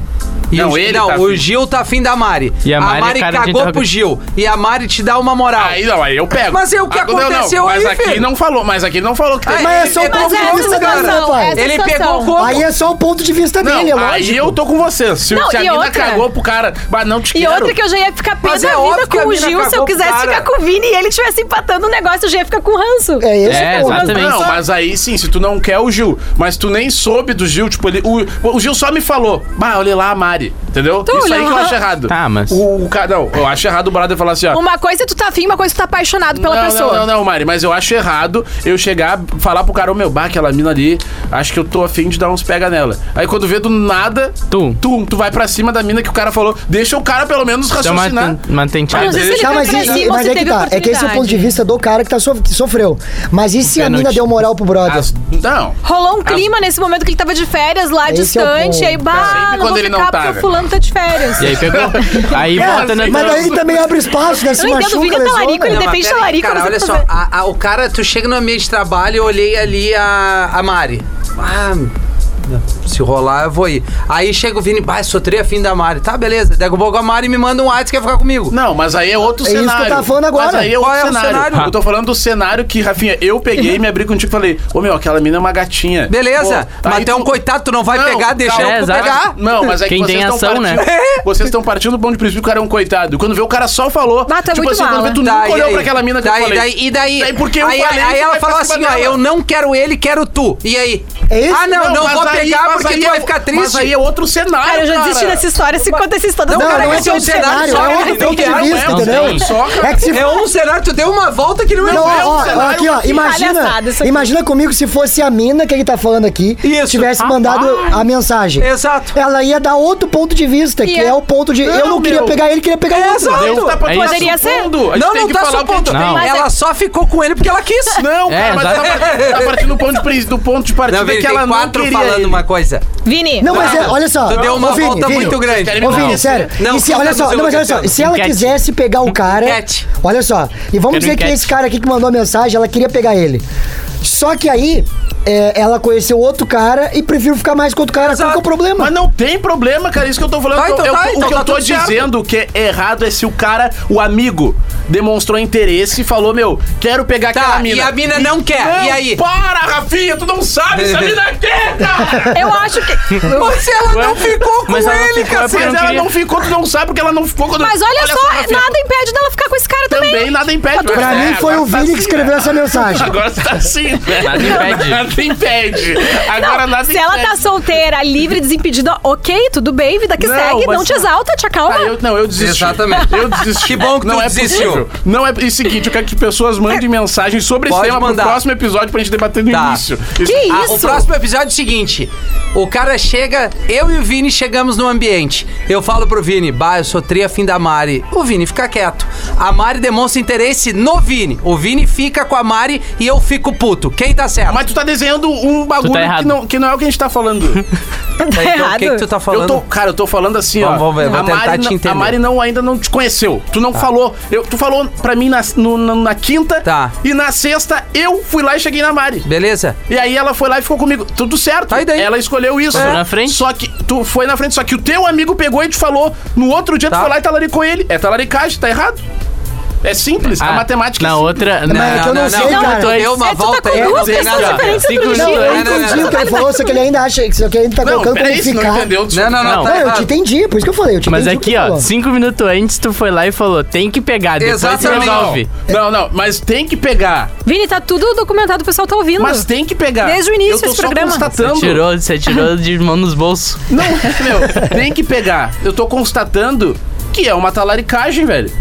Speaker 1: E
Speaker 2: Não,
Speaker 1: o,
Speaker 2: ele
Speaker 1: não,
Speaker 2: tá
Speaker 1: o
Speaker 2: afim.
Speaker 1: Gil tá afim da Mari.
Speaker 4: E a Mari é cara de
Speaker 1: cagou
Speaker 4: interroga-
Speaker 1: pro Gil. E a Mari te dá uma moral.
Speaker 2: Aí não, aí eu pego.
Speaker 1: Mas é o que
Speaker 2: Ah, não, não,
Speaker 1: aconteceu
Speaker 2: mas
Speaker 1: aí,
Speaker 2: aqui
Speaker 1: filho.
Speaker 2: não falou, mas aqui não falou que
Speaker 1: Aí
Speaker 2: teve.
Speaker 5: Mas é só o
Speaker 1: ele-
Speaker 5: ponto
Speaker 3: Mas
Speaker 5: de
Speaker 3: essa
Speaker 5: vista
Speaker 3: situação,
Speaker 5: dele, rapaz.
Speaker 3: essa
Speaker 1: Ele
Speaker 3: situação.
Speaker 1: pegou o corpo.
Speaker 5: Aí é só o ponto de vista
Speaker 2: Não,
Speaker 5: dele, é
Speaker 2: aí
Speaker 5: lógico.
Speaker 2: eu tô com você. Se,
Speaker 3: Não,
Speaker 2: se a
Speaker 3: e
Speaker 2: mina
Speaker 3: outra?
Speaker 2: cagou pro cara, mas não te
Speaker 3: E
Speaker 2: quero.
Speaker 3: outra que eu já ia ficar pé
Speaker 1: Mas é
Speaker 3: da
Speaker 1: óbvio
Speaker 3: vida
Speaker 1: que a
Speaker 3: com o
Speaker 1: mina
Speaker 3: Gil. Se
Speaker 1: cagou
Speaker 3: eu
Speaker 1: pro
Speaker 3: quisesse
Speaker 1: cara.
Speaker 3: ficar com o Vini e ele estivesse empatando o negócio, eu já ia ficar com ranço.
Speaker 5: É esse
Speaker 4: É,
Speaker 5: o ponto.
Speaker 4: exatamente.
Speaker 2: Não, mas aí sim, se tu não quer o Gil, mas tu nem soube do Gil, tipo, ele. O, o Gil só me falou, bah, olha lá a Mari, entendeu? Isso
Speaker 3: Então olha
Speaker 2: aí que eu
Speaker 3: lá.
Speaker 2: acho errado.
Speaker 4: Tá, mas-
Speaker 2: O, o cara- não, eu acho errado o brother falar assim, ó.
Speaker 3: Uma coisa é tu tá afim, uma coisa é tu tá apaixonado pela
Speaker 2: não,
Speaker 3: pessoa.
Speaker 2: Não, não, não, Mari, mas eu acho errado eu chegar, falar pro cara, ô meu, bah, aquela mina ali, acho que eu tô afim de dar uns pega nela. Aí quando vê do nada,
Speaker 4: Tu.
Speaker 2: tu, tu vai pra cima da mina que o cara falou, deixa o cara pelo menos
Speaker 4: Então, mas,
Speaker 2: raciocinar.
Speaker 4: mas tem
Speaker 3: Eu
Speaker 4: tchau.
Speaker 3: não sei se ele
Speaker 5: Tá,
Speaker 3: foi
Speaker 5: mas,
Speaker 3: pra
Speaker 5: isso-
Speaker 3: cima ou
Speaker 5: mas
Speaker 3: se
Speaker 5: é que
Speaker 3: teve
Speaker 5: tá. É que esse é o ponto de vista do cara que, tá sof- que sofreu. Mas e se a
Speaker 4: Pênalti.
Speaker 5: mina deu moral pro brother?
Speaker 2: As- não.
Speaker 3: Rolou um clima nesse momento que ele tava de férias
Speaker 5: Esse é
Speaker 3: lá
Speaker 5: o
Speaker 3: distante,
Speaker 5: ponto.
Speaker 3: e aí,
Speaker 2: Sempre
Speaker 3: bah, não
Speaker 2: quando
Speaker 3: vou
Speaker 2: ele
Speaker 3: ficar
Speaker 2: não tá,
Speaker 3: porque
Speaker 2: né?
Speaker 3: o fulano tá de férias.
Speaker 4: E aí pegou. Aí
Speaker 2: É,
Speaker 4: volta na.
Speaker 2: assim,
Speaker 5: Mas daí também abre espaço, né? Se
Speaker 3: Eu não entendo, o Vini
Speaker 5: machuca,
Speaker 3: é talarico, ele
Speaker 5: lesiona.
Speaker 1: Não, mas
Speaker 3: defende
Speaker 1: peraí,
Speaker 3: talarico,
Speaker 1: Cara,
Speaker 3: não sei
Speaker 1: olha
Speaker 3: o que
Speaker 1: só.
Speaker 3: fazer.
Speaker 1: a- a- o cara, tu chega no ambiente de trabalho, eu olhei ali a, a Mari. Ah, se rolar, eu vou ir. Aí chega o Vini, bah, sou tri afim da Mari. Tá, beleza. Daqui a pouco a Mari me manda um WhatsApp, quer ficar comigo.
Speaker 2: Não, mas aí é outro
Speaker 5: É isso que eu
Speaker 2: cenário.
Speaker 5: tava falando agora.
Speaker 2: Mas aí é outro
Speaker 1: Qual é o
Speaker 2: cenário.
Speaker 1: cenário?
Speaker 2: Eu tô falando do cenário que, Rafinha, eu peguei, me abri contigo e falei, ô meu, aquela mina é uma gatinha.
Speaker 1: Beleza,
Speaker 2: Pô, tá
Speaker 1: mas
Speaker 2: aí
Speaker 1: tu é um coitado, tu não vai pegar, deixa
Speaker 4: calma.
Speaker 1: eu
Speaker 4: É, exato.
Speaker 1: pegar.
Speaker 2: Não, mas é que
Speaker 4: Quem
Speaker 2: vocês
Speaker 4: tem
Speaker 2: estão
Speaker 4: ação,
Speaker 2: partindo.
Speaker 4: né?
Speaker 2: [LAUGHS] Vocês estão partindo do bom de princípio que o cara é um coitado. E Quando vê o cara só falou.
Speaker 3: Ah, tu é
Speaker 2: tipo
Speaker 3: muito
Speaker 2: assim, quando vê
Speaker 3: mala.
Speaker 2: tu
Speaker 1: Tá,
Speaker 2: nunca
Speaker 1: e
Speaker 2: olhou
Speaker 1: aí?
Speaker 2: pra aquela mina que
Speaker 1: Daí,
Speaker 2: eu falei.
Speaker 1: daí, e daí?
Speaker 2: Daí porque eu
Speaker 1: aí,
Speaker 2: falei,
Speaker 1: aí
Speaker 2: tu
Speaker 1: ela
Speaker 2: vai pra
Speaker 1: falou
Speaker 2: cima
Speaker 1: assim, ó,
Speaker 2: dela.
Speaker 1: eu não quero ele, quero tu. E aí?
Speaker 5: É esse?
Speaker 1: ah, não, não,
Speaker 2: mas
Speaker 1: vou
Speaker 2: aí-
Speaker 1: pegar
Speaker 2: mas
Speaker 1: porque
Speaker 2: aí
Speaker 1: tu
Speaker 2: é
Speaker 1: vai
Speaker 2: o-
Speaker 1: ficar triste.
Speaker 2: Mas aí é outro cenário,
Speaker 3: Cara, eu já desisti
Speaker 2: cara.
Speaker 3: dessa história, se conta essa história
Speaker 1: Não,
Speaker 5: Não,
Speaker 1: cara,
Speaker 5: não é
Speaker 1: esse
Speaker 5: só
Speaker 1: é um
Speaker 5: um
Speaker 1: cenário,
Speaker 5: cenário, é outro ponto de vista,
Speaker 4: Não
Speaker 5: entendeu?
Speaker 4: tem.
Speaker 2: Só, cara.
Speaker 5: É que se
Speaker 1: É um cenário, tu deu uma volta que não é
Speaker 5: Não,
Speaker 1: um
Speaker 5: ó,
Speaker 1: erro.
Speaker 5: ó,
Speaker 2: cenário,
Speaker 5: aqui, ó,
Speaker 2: que
Speaker 5: imagina,
Speaker 3: palhaçada isso aqui.
Speaker 5: imagina comigo se fosse a mina que ele tá falando aqui,
Speaker 1: Isso.
Speaker 5: tivesse mandado a mensagem.
Speaker 1: Exato.
Speaker 5: Ela ia dar outro ponto de vista, que
Speaker 3: Ia.
Speaker 5: é o ponto de eu não
Speaker 2: Não,
Speaker 5: queria
Speaker 2: meu.
Speaker 5: pegar ele, queria pegar
Speaker 1: É,
Speaker 5: outro.
Speaker 1: exato.
Speaker 2: Deus tá
Speaker 4: É isso.
Speaker 3: Poderia ser?
Speaker 2: supondo. A gente
Speaker 1: Não,
Speaker 2: tem
Speaker 1: não
Speaker 2: que
Speaker 1: tá
Speaker 2: falar o que a gente
Speaker 1: supondo.
Speaker 4: tem. Não.
Speaker 1: Ela só ficou com ele porque ela quis.
Speaker 2: Não,
Speaker 4: É,
Speaker 2: cara, mas
Speaker 4: exato.
Speaker 2: tá partindo- tá partindo do ponto de, prin- do ponto de partida
Speaker 1: Não, Vini,
Speaker 2: que
Speaker 1: tem
Speaker 2: ela não
Speaker 1: quatro
Speaker 2: queria
Speaker 1: falando
Speaker 2: ele.
Speaker 1: uma coisa.
Speaker 3: Vini,
Speaker 5: Não, mas é, olha só.
Speaker 1: Tu deu uma
Speaker 5: Ô, Vini,
Speaker 1: volta
Speaker 5: Vini,
Speaker 1: muito grande.
Speaker 2: Querem me
Speaker 5: Ô, Vini,
Speaker 2: Não.
Speaker 5: sério.
Speaker 1: Não,
Speaker 5: e se, olha só,
Speaker 1: ficamos
Speaker 5: não, mas olha só,
Speaker 1: enlouquecendo.
Speaker 5: se ela
Speaker 4: Enquete.
Speaker 5: quisesse pegar o cara.
Speaker 1: Enquete.
Speaker 5: Olha só. E vamos
Speaker 4: Quero
Speaker 5: dizer que
Speaker 4: enquete.
Speaker 5: esse cara aqui que mandou a mensagem, ela queria pegar ele. Só que aí, é, ela conheceu outro cara e prefiro ficar mais com outro cara. Qual que é o problema?
Speaker 2: Mas não tem problema, cara. Isso que eu tô falando.
Speaker 1: Tá, então
Speaker 2: Eu-
Speaker 1: tá,
Speaker 2: o
Speaker 1: então
Speaker 2: que
Speaker 1: tá
Speaker 2: eu tô
Speaker 1: tudo certo.
Speaker 2: dizendo que é errado é se o cara, o amigo, demonstrou interesse e falou, meu, quero pegar
Speaker 1: Tá,
Speaker 2: aquela mina.
Speaker 1: e a mina não quer. E aí?
Speaker 2: Para, Rafinha, tu não sabe se a mina é quer,
Speaker 1: [LAUGHS]
Speaker 2: cara!
Speaker 3: eu acho
Speaker 2: [LAUGHS]
Speaker 3: que.
Speaker 1: Mas ela não ficou com
Speaker 4: Mas ela não
Speaker 1: ele,
Speaker 4: ficou, é
Speaker 1: cacete.
Speaker 2: Mas
Speaker 4: porque não
Speaker 2: ela
Speaker 4: queria.
Speaker 2: não ficou, tu não sabe porque ela não ficou quando...
Speaker 3: Mas olha, só, é
Speaker 2: Rafinha,
Speaker 3: nada impede dela ficar com esse cara também.
Speaker 2: Também nada impede. mas
Speaker 5: Pra
Speaker 2: é,
Speaker 5: mim foi
Speaker 2: agora
Speaker 5: o
Speaker 2: tá
Speaker 5: Vini que
Speaker 2: assim,
Speaker 5: escreveu
Speaker 2: né?
Speaker 5: essa mensagem.
Speaker 2: Agora tá assim, né?
Speaker 4: Nada impede.
Speaker 2: Nada impede.
Speaker 3: Não,
Speaker 2: Agora nada
Speaker 3: se ela tá solteira, livre, desimpedida, ok, tudo bem, vida que
Speaker 2: Não,
Speaker 3: segue,
Speaker 2: mas-
Speaker 3: não te exalta, te acalma.
Speaker 2: Ah, eu, não, eu desisti.
Speaker 1: Exatamente.
Speaker 2: Eu desisti.
Speaker 1: Que bom que
Speaker 2: não
Speaker 1: tu
Speaker 2: é
Speaker 1: desistiu.
Speaker 2: possível. Não é. E seguinte, eu quero que pessoas mandem mensagens sobre
Speaker 1: Pode
Speaker 2: esse tema
Speaker 1: mandar.
Speaker 2: pro próximo episódio pra gente debater no
Speaker 1: Tá.
Speaker 2: início.
Speaker 3: Que
Speaker 1: Ah,
Speaker 3: isso?
Speaker 1: o próximo episódio é o seguinte: o cara chega, eu e o Vini chegamos no ambiente. Eu falo pro Vini, bah, eu sou tri afim da Mari. O Vini fica quieto. A Mari demonstra interesse no Vini. O Vini fica com a Mari e eu fico puto. Quem tá certo?
Speaker 2: Mas tu tá dizendo um bagulho que,
Speaker 4: errado.
Speaker 2: não, que não é o que a gente
Speaker 1: [LAUGHS]
Speaker 2: tá falando.
Speaker 1: Tá, então,
Speaker 3: errado.
Speaker 1: o que, que tu tá
Speaker 2: eu
Speaker 1: falando?
Speaker 2: tô, cara, eu tô falando assim,
Speaker 1: Vamos-
Speaker 2: ó.
Speaker 1: vamos ver, vou
Speaker 2: a,
Speaker 1: tentar
Speaker 2: Mari,
Speaker 1: te
Speaker 2: não-
Speaker 1: entender.
Speaker 2: a Mari não, ainda não te conheceu. Tu não falou. Eu, tu falou pra mim na, no- na, na quinta.
Speaker 1: Tá.
Speaker 2: E na sexta eu fui lá e cheguei na Mari.
Speaker 1: Beleza?
Speaker 2: E aí ela foi lá e ficou comigo. Tudo certo.
Speaker 1: Tá, e daí?
Speaker 2: Ela escolheu isso.
Speaker 4: Foi na frente?
Speaker 2: Só que tu foi na frente, só que o teu amigo pegou e te falou. No outro dia
Speaker 1: Tá.
Speaker 2: tu foi lá e talaricou ele. É talaricagem, tá errado. É simples, a
Speaker 4: Ah,
Speaker 2: matemática é
Speaker 4: Na
Speaker 2: simples.
Speaker 4: outra. Na,
Speaker 5: é que eu não sei, cara.
Speaker 1: Tu deu uma
Speaker 3: É, tu tá
Speaker 1: volta
Speaker 3: com
Speaker 1: aí, não
Speaker 3: duas
Speaker 1: tem
Speaker 3: pessoas
Speaker 1: nada. a ver.
Speaker 3: diferentes
Speaker 4: Cinco
Speaker 3: outro dia.
Speaker 5: Não, eu
Speaker 1: Não, não,
Speaker 5: entendi
Speaker 1: não.
Speaker 5: o que ele falou, só que ele ainda acha que, que ele ainda tá
Speaker 2: Não,
Speaker 5: colocando
Speaker 2: peraí,
Speaker 5: como
Speaker 2: se não
Speaker 5: ficar.
Speaker 2: entendeu.
Speaker 1: Não, não, não.
Speaker 4: Não,
Speaker 1: tá
Speaker 5: Não, eu te
Speaker 1: errado.
Speaker 5: entendi, por isso que eu falei. Eu te
Speaker 4: Mas é
Speaker 5: entendi o que
Speaker 4: aqui,
Speaker 5: ele
Speaker 4: ó,
Speaker 5: falou.
Speaker 4: cinco minutos antes tu foi lá e falou, tem que pegar, depois
Speaker 1: Exatamente.
Speaker 4: Exatamente. resolve.
Speaker 2: Não, não, mas tem que pegar.
Speaker 3: Vini, tá tudo documentado, o pessoal tá ouvindo.
Speaker 2: Mas tem que pegar.
Speaker 3: Desde o início
Speaker 2: eu tô
Speaker 3: esse
Speaker 2: só
Speaker 3: programa.
Speaker 4: Você
Speaker 2: Constatando.
Speaker 4: tirou, você
Speaker 5: [LAUGHS]
Speaker 4: tirou de mão nos bolsos.
Speaker 2: Não, [LAUGHS] meu, tem que pegar. Eu tô constatando que é uma talaricagem, velho.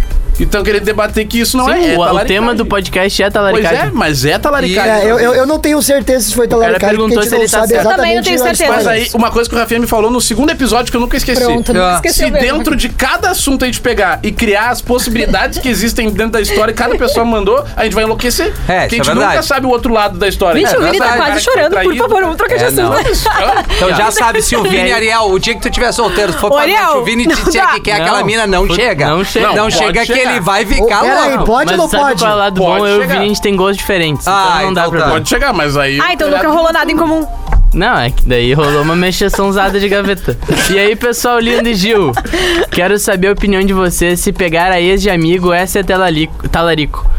Speaker 2: Então querer debater que isso não
Speaker 4: Sim,
Speaker 2: é. é
Speaker 4: o- o,
Speaker 2: talaricagem.
Speaker 4: tema do podcast é
Speaker 2: Pois é,
Speaker 4: talaricagem.
Speaker 2: mas é talaricagem.
Speaker 5: É, eu, eu, eu não tenho certeza se foi talaricagem, porque a
Speaker 4: perguntou
Speaker 5: gente
Speaker 4: se
Speaker 5: não
Speaker 4: ele tá
Speaker 5: sabe
Speaker 4: certo.
Speaker 3: Eu também
Speaker 5: exatamente
Speaker 3: não tenho
Speaker 5: a
Speaker 3: certeza.
Speaker 5: história.
Speaker 2: Mas aí, uma coisa que o Rafinha me falou no segundo episódio que eu nunca esqueci.
Speaker 3: Pronto, não
Speaker 1: Ah,
Speaker 3: esqueceu
Speaker 2: Se
Speaker 3: mesmo.
Speaker 2: dentro de cada assunto a gente pegar e criar as possibilidades que existem dentro da história e cada pessoa mandou, a gente vai enlouquecer.
Speaker 1: É,
Speaker 2: Porque
Speaker 1: isso é
Speaker 2: a gente
Speaker 1: verdade.
Speaker 2: nunca sabe o outro lado da história.
Speaker 3: Gente,
Speaker 1: É,
Speaker 3: o Vini tá
Speaker 1: verdade,
Speaker 3: quase
Speaker 2: cara,
Speaker 3: chorando.
Speaker 2: foi
Speaker 3: Por
Speaker 2: traído.
Speaker 3: favor, vamos trocar de
Speaker 1: É,
Speaker 3: assunto.
Speaker 1: não.
Speaker 3: [LAUGHS]
Speaker 2: Ah,
Speaker 1: Então já sabe, se o Vini, Ariel, o dia que tu tiver solteiro, se for pra
Speaker 3: Ariel,
Speaker 1: noite, o Vini te
Speaker 3: não
Speaker 1: disser
Speaker 3: dá.
Speaker 1: que quer aquela
Speaker 4: Não.
Speaker 1: mina, não
Speaker 4: Put-
Speaker 1: chega.
Speaker 4: não chega.
Speaker 1: Não,
Speaker 2: Não,
Speaker 1: chega
Speaker 2: pode
Speaker 1: que
Speaker 2: chegar.
Speaker 1: ele vai ficar
Speaker 5: Ô, pera aí,
Speaker 1: louco.
Speaker 5: pode
Speaker 4: mas
Speaker 5: ou não
Speaker 4: sabe
Speaker 5: pode?
Speaker 4: qual é o lado
Speaker 2: Pode
Speaker 4: bom? Eu e o
Speaker 2: chegar.
Speaker 4: Vini, a gente tem gostos diferentes,
Speaker 1: Ah,
Speaker 4: então não dá
Speaker 1: então
Speaker 4: pra...
Speaker 1: tá.
Speaker 2: Pode chegar, mas aí. é,
Speaker 3: Ah, então nunca rolou nada em comum.
Speaker 4: Não, é que daí rolou uma mexeçãozada de gaveta. E aí, pessoal lindo e Gil, quero saber a opinião de vocês se pegar a ex de amigo, essa é talarico. talarico.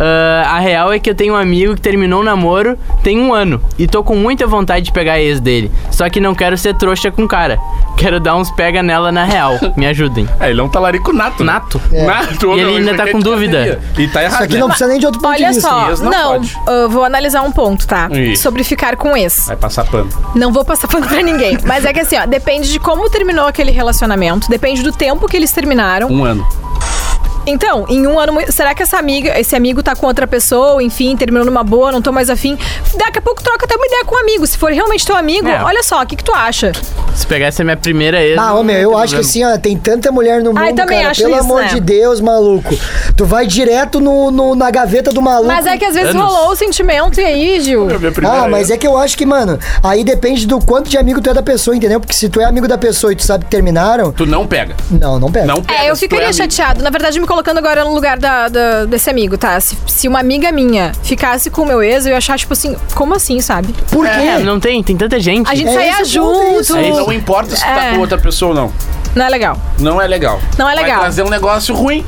Speaker 4: Ah, a real é que eu tenho um amigo que terminou o namoro tem um ano e tô com muita vontade de pegar a ex dele. Só que não quero ser trouxa com o cara. Quero dar uns pega nela na real. Me ajudem.
Speaker 2: É, ele é um talarico nato. né?
Speaker 4: Nato?
Speaker 2: Nato,
Speaker 4: E
Speaker 2: ô,
Speaker 4: ele
Speaker 2: meu,
Speaker 4: ainda
Speaker 2: isso
Speaker 4: tá
Speaker 2: aqui
Speaker 4: com
Speaker 2: é
Speaker 4: dúvida.
Speaker 2: teoria. E tá errado.
Speaker 5: Isso aqui
Speaker 2: né?
Speaker 5: não precisa nem de outro ponto
Speaker 3: Olha
Speaker 5: de vista.
Speaker 3: só,
Speaker 2: Ex
Speaker 3: não,
Speaker 2: não pode.
Speaker 3: eu vou analisar um ponto, tá?
Speaker 2: Isso. É.
Speaker 3: Sobre ficar com ex.
Speaker 2: Vai passar pano.
Speaker 3: Não vou passar pano pra ninguém. Mas é que assim, ó, depende de como terminou aquele relacionamento, depende do tempo que eles terminaram.
Speaker 2: Um ano.
Speaker 3: Então, em um ano, mui- será que essa amiga, esse amigo tá com outra pessoa, enfim, terminou numa boa, não tô mais afim? Daqui a pouco troca até uma ideia com um amigo. Se for realmente teu amigo,
Speaker 4: É.
Speaker 3: olha só, o que, que tu acha?
Speaker 4: Se pegar essa minha primeira ex.
Speaker 5: Ah, ô meu, eu acho que assim, ó, tem tanta mulher no mundo,
Speaker 3: Ah, eu também
Speaker 5: cara.
Speaker 3: acho
Speaker 5: pelo
Speaker 3: isso,
Speaker 5: amor
Speaker 3: né?
Speaker 5: de Deus, maluco. Tu vai direto no, no- na gaveta do maluco.
Speaker 3: Mas é que às vezes
Speaker 4: anos.
Speaker 3: rolou o sentimento, e aí, Gil?
Speaker 2: minha
Speaker 5: Ah, mas é que eu acho que, mano, aí depende do quanto de amigo tu é da pessoa, entendeu? Porque se tu é amigo da pessoa e tu sabe que terminaram,
Speaker 2: Tu não pega.
Speaker 5: não, não pega.
Speaker 2: Não pega.
Speaker 3: É, eu
Speaker 2: se tu
Speaker 3: ficaria
Speaker 2: amigo.
Speaker 3: chateado. Na verdade, me colocando agora no lugar da- da- desse amigo, tá? Se, se uma amiga minha ficasse com o meu ex, eu ia achar, tipo assim, como assim, sabe?
Speaker 5: Por quê?
Speaker 4: É, não tem, tem tanta gente.
Speaker 3: A gente
Speaker 5: É
Speaker 3: saía
Speaker 5: esse o ponto, é isso.
Speaker 3: junto.
Speaker 4: É isso.
Speaker 2: Não importa se tu tá
Speaker 3: É.
Speaker 2: com outra pessoa ou não.
Speaker 3: Não é legal.
Speaker 2: Não é legal.
Speaker 3: Não é legal.
Speaker 2: Vai trazer um negócio ruim.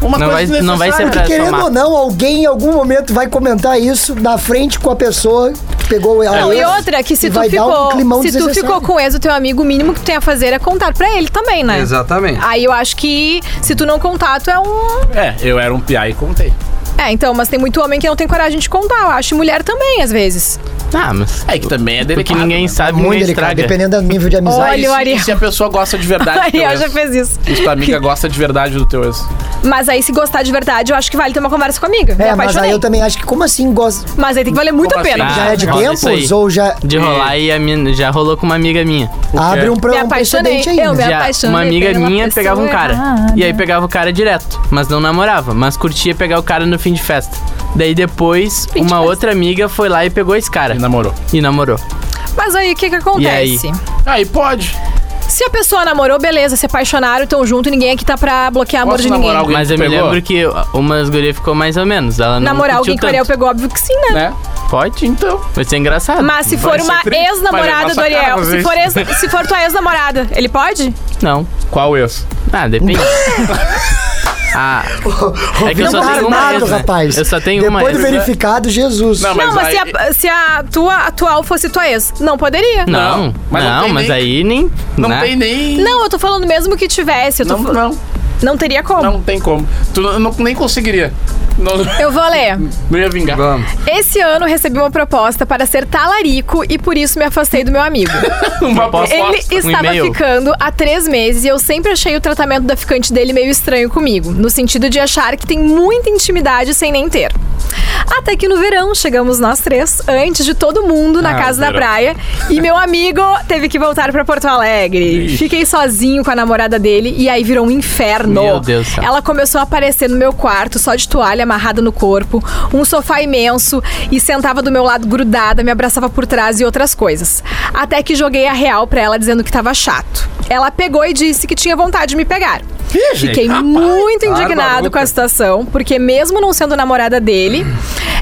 Speaker 2: Uma
Speaker 4: Não
Speaker 2: coisa
Speaker 4: vai- não vai ser
Speaker 2: desnecessária.
Speaker 4: pra-
Speaker 5: Querendo
Speaker 4: tomar.
Speaker 5: ou não, alguém em algum momento vai comentar isso na frente com a pessoa que pegou
Speaker 4: É
Speaker 5: ela.
Speaker 3: Não, e outra, que se
Speaker 5: E
Speaker 3: tu
Speaker 5: vai dar um
Speaker 3: ficou.
Speaker 5: climão
Speaker 3: se tu
Speaker 5: desnecessário.
Speaker 3: ficou com o ex, o teu amigo, o mínimo que tu tem a fazer é contar pra ele também, né?
Speaker 1: Exatamente.
Speaker 3: Aí eu acho que se tu não contar, tu é um.
Speaker 2: É, eu era um piá e contei.
Speaker 3: É, então, mas tem muito homem que não tem coragem de contar, eu acho. E mulher também, às vezes.
Speaker 4: Ah, mas.
Speaker 2: É que também é
Speaker 4: Porque
Speaker 2: delicado.
Speaker 4: ninguém
Speaker 2: né?
Speaker 4: sabe,
Speaker 5: muito
Speaker 4: ninguém
Speaker 5: delicada,
Speaker 4: estraga.
Speaker 5: dependendo do nível de amizade.
Speaker 3: Olha o
Speaker 2: Mas
Speaker 3: Ariel.
Speaker 2: se, se a pessoa gosta de
Speaker 3: [LAUGHS]
Speaker 2: verdade do teu
Speaker 3: Ariel
Speaker 2: ex.
Speaker 3: já fez isso.
Speaker 2: Se tua amiga gosta de verdade do teu ex.
Speaker 3: Mas aí, se gostar de verdade, eu acho que vale ter uma conversa com a amiga. Me
Speaker 5: é, mas aí
Speaker 3: apaixonei.
Speaker 5: eu também acho que como assim gosta.
Speaker 3: Mas aí tem que valer muito a
Speaker 2: Como
Speaker 3: pena.
Speaker 2: assim?
Speaker 5: Já
Speaker 4: Ah,
Speaker 5: é de
Speaker 4: rola isso
Speaker 5: tempos
Speaker 4: aí.
Speaker 5: ou já
Speaker 4: De rolar e a mina já rolou com uma amiga minha.
Speaker 5: abre um, pro-
Speaker 3: Me
Speaker 5: um
Speaker 3: apaixonei.
Speaker 5: precedente aí?
Speaker 3: Eu
Speaker 5: né?
Speaker 3: me
Speaker 4: Já
Speaker 3: apaixonei.
Speaker 4: uma amiga
Speaker 3: pela
Speaker 4: minha
Speaker 3: pessoa
Speaker 4: pegava um cara.
Speaker 3: errada.
Speaker 4: E aí pegava o cara direto, mas não namorava, mas curtia pegar o cara no fim de festa. Daí depois,
Speaker 3: de
Speaker 4: uma
Speaker 3: festa.
Speaker 4: outra amiga foi lá e pegou esse cara.
Speaker 2: E namorou.
Speaker 4: E namorou.
Speaker 3: Mas aí, o que que
Speaker 4: E
Speaker 3: acontece?
Speaker 2: Aí pode.
Speaker 3: Se a pessoa namorou, beleza, se apaixonaram, tão junto, ninguém aqui tá pra bloquear amor
Speaker 2: Posso
Speaker 3: de ninguém.
Speaker 2: namorar Alguém
Speaker 4: mas
Speaker 2: que
Speaker 4: eu me
Speaker 2: pegou?
Speaker 4: lembro que uma das gurias ficou mais ou menos. Ela não
Speaker 3: Namorar alguém que o
Speaker 4: curtiu
Speaker 3: Ariel
Speaker 4: tanto.
Speaker 3: pegou, óbvio que sim, né?
Speaker 2: Né? Pode, então.
Speaker 4: Vai ser engraçado.
Speaker 3: Mas se
Speaker 2: Vai
Speaker 3: for
Speaker 2: ser
Speaker 3: uma
Speaker 2: tri- vai levar
Speaker 3: ex-namorada do
Speaker 2: sua cara pra
Speaker 3: Ariel,
Speaker 2: ver
Speaker 3: se for, ex, se for tua ex-namorada, ele pode?
Speaker 4: Não.
Speaker 2: Qual ex?
Speaker 4: Ah,
Speaker 3: [LAUGHS]
Speaker 4: depende. ah, é que eu só tenho uma
Speaker 5: Retardado,
Speaker 4: ex, né?
Speaker 5: rapaz.
Speaker 4: Eu só tenho uma
Speaker 5: Depois do
Speaker 4: ex.
Speaker 5: verificado, Jesus.
Speaker 2: Não,
Speaker 3: não,
Speaker 2: Mas
Speaker 3: mas
Speaker 2: aí-
Speaker 3: se, a, se a tua atual fosse tua ex, não poderia.
Speaker 4: Não,
Speaker 2: Não, mas
Speaker 4: mas,
Speaker 2: não
Speaker 4: não,
Speaker 2: tem
Speaker 4: mas
Speaker 2: nem-
Speaker 4: aí nem...
Speaker 2: Não
Speaker 4: né?
Speaker 2: tem nem.
Speaker 3: Não, eu tô falando mesmo que tivesse. Eu tô
Speaker 2: Não,
Speaker 3: fal-
Speaker 2: não,
Speaker 3: não teria como.
Speaker 2: não tem como. Tu não, não- nem conseguiria. Não,
Speaker 3: Eu vou ler.
Speaker 2: não ia vingar.
Speaker 1: Vamos.
Speaker 3: Esse ano recebi uma proposta para ser talarico e por isso me afastei do meu
Speaker 2: [LAUGHS]
Speaker 3: amigo.
Speaker 2: Uma proposta.
Speaker 3: Ele
Speaker 4: um
Speaker 3: estava
Speaker 4: e-mail.
Speaker 3: ficando há três meses e eu sempre achei o tratamento da ficante dele meio estranho comigo, no sentido de achar que tem muita intimidade sem nem ter. Até que no verão chegamos nós três, antes de todo mundo, na
Speaker 2: Ah,
Speaker 3: casa da
Speaker 2: verão.
Speaker 3: praia, e meu amigo teve que voltar para Porto Alegre.
Speaker 2: Ixi.
Speaker 3: Fiquei sozinho com a namorada dele e aí virou um inferno.
Speaker 4: Meu Deus do céu.
Speaker 3: Ela começou a aparecer no meu quarto só de toalha, amarrada no corpo, um sofá imenso e sentava do meu lado grudada, me abraçava por trás e outras coisas. Até que joguei a real pra ela dizendo que tava chato. Ela pegou e disse que tinha vontade de me pegar. Fiquei muito indignado com a situação, porque mesmo não sendo namorada dele,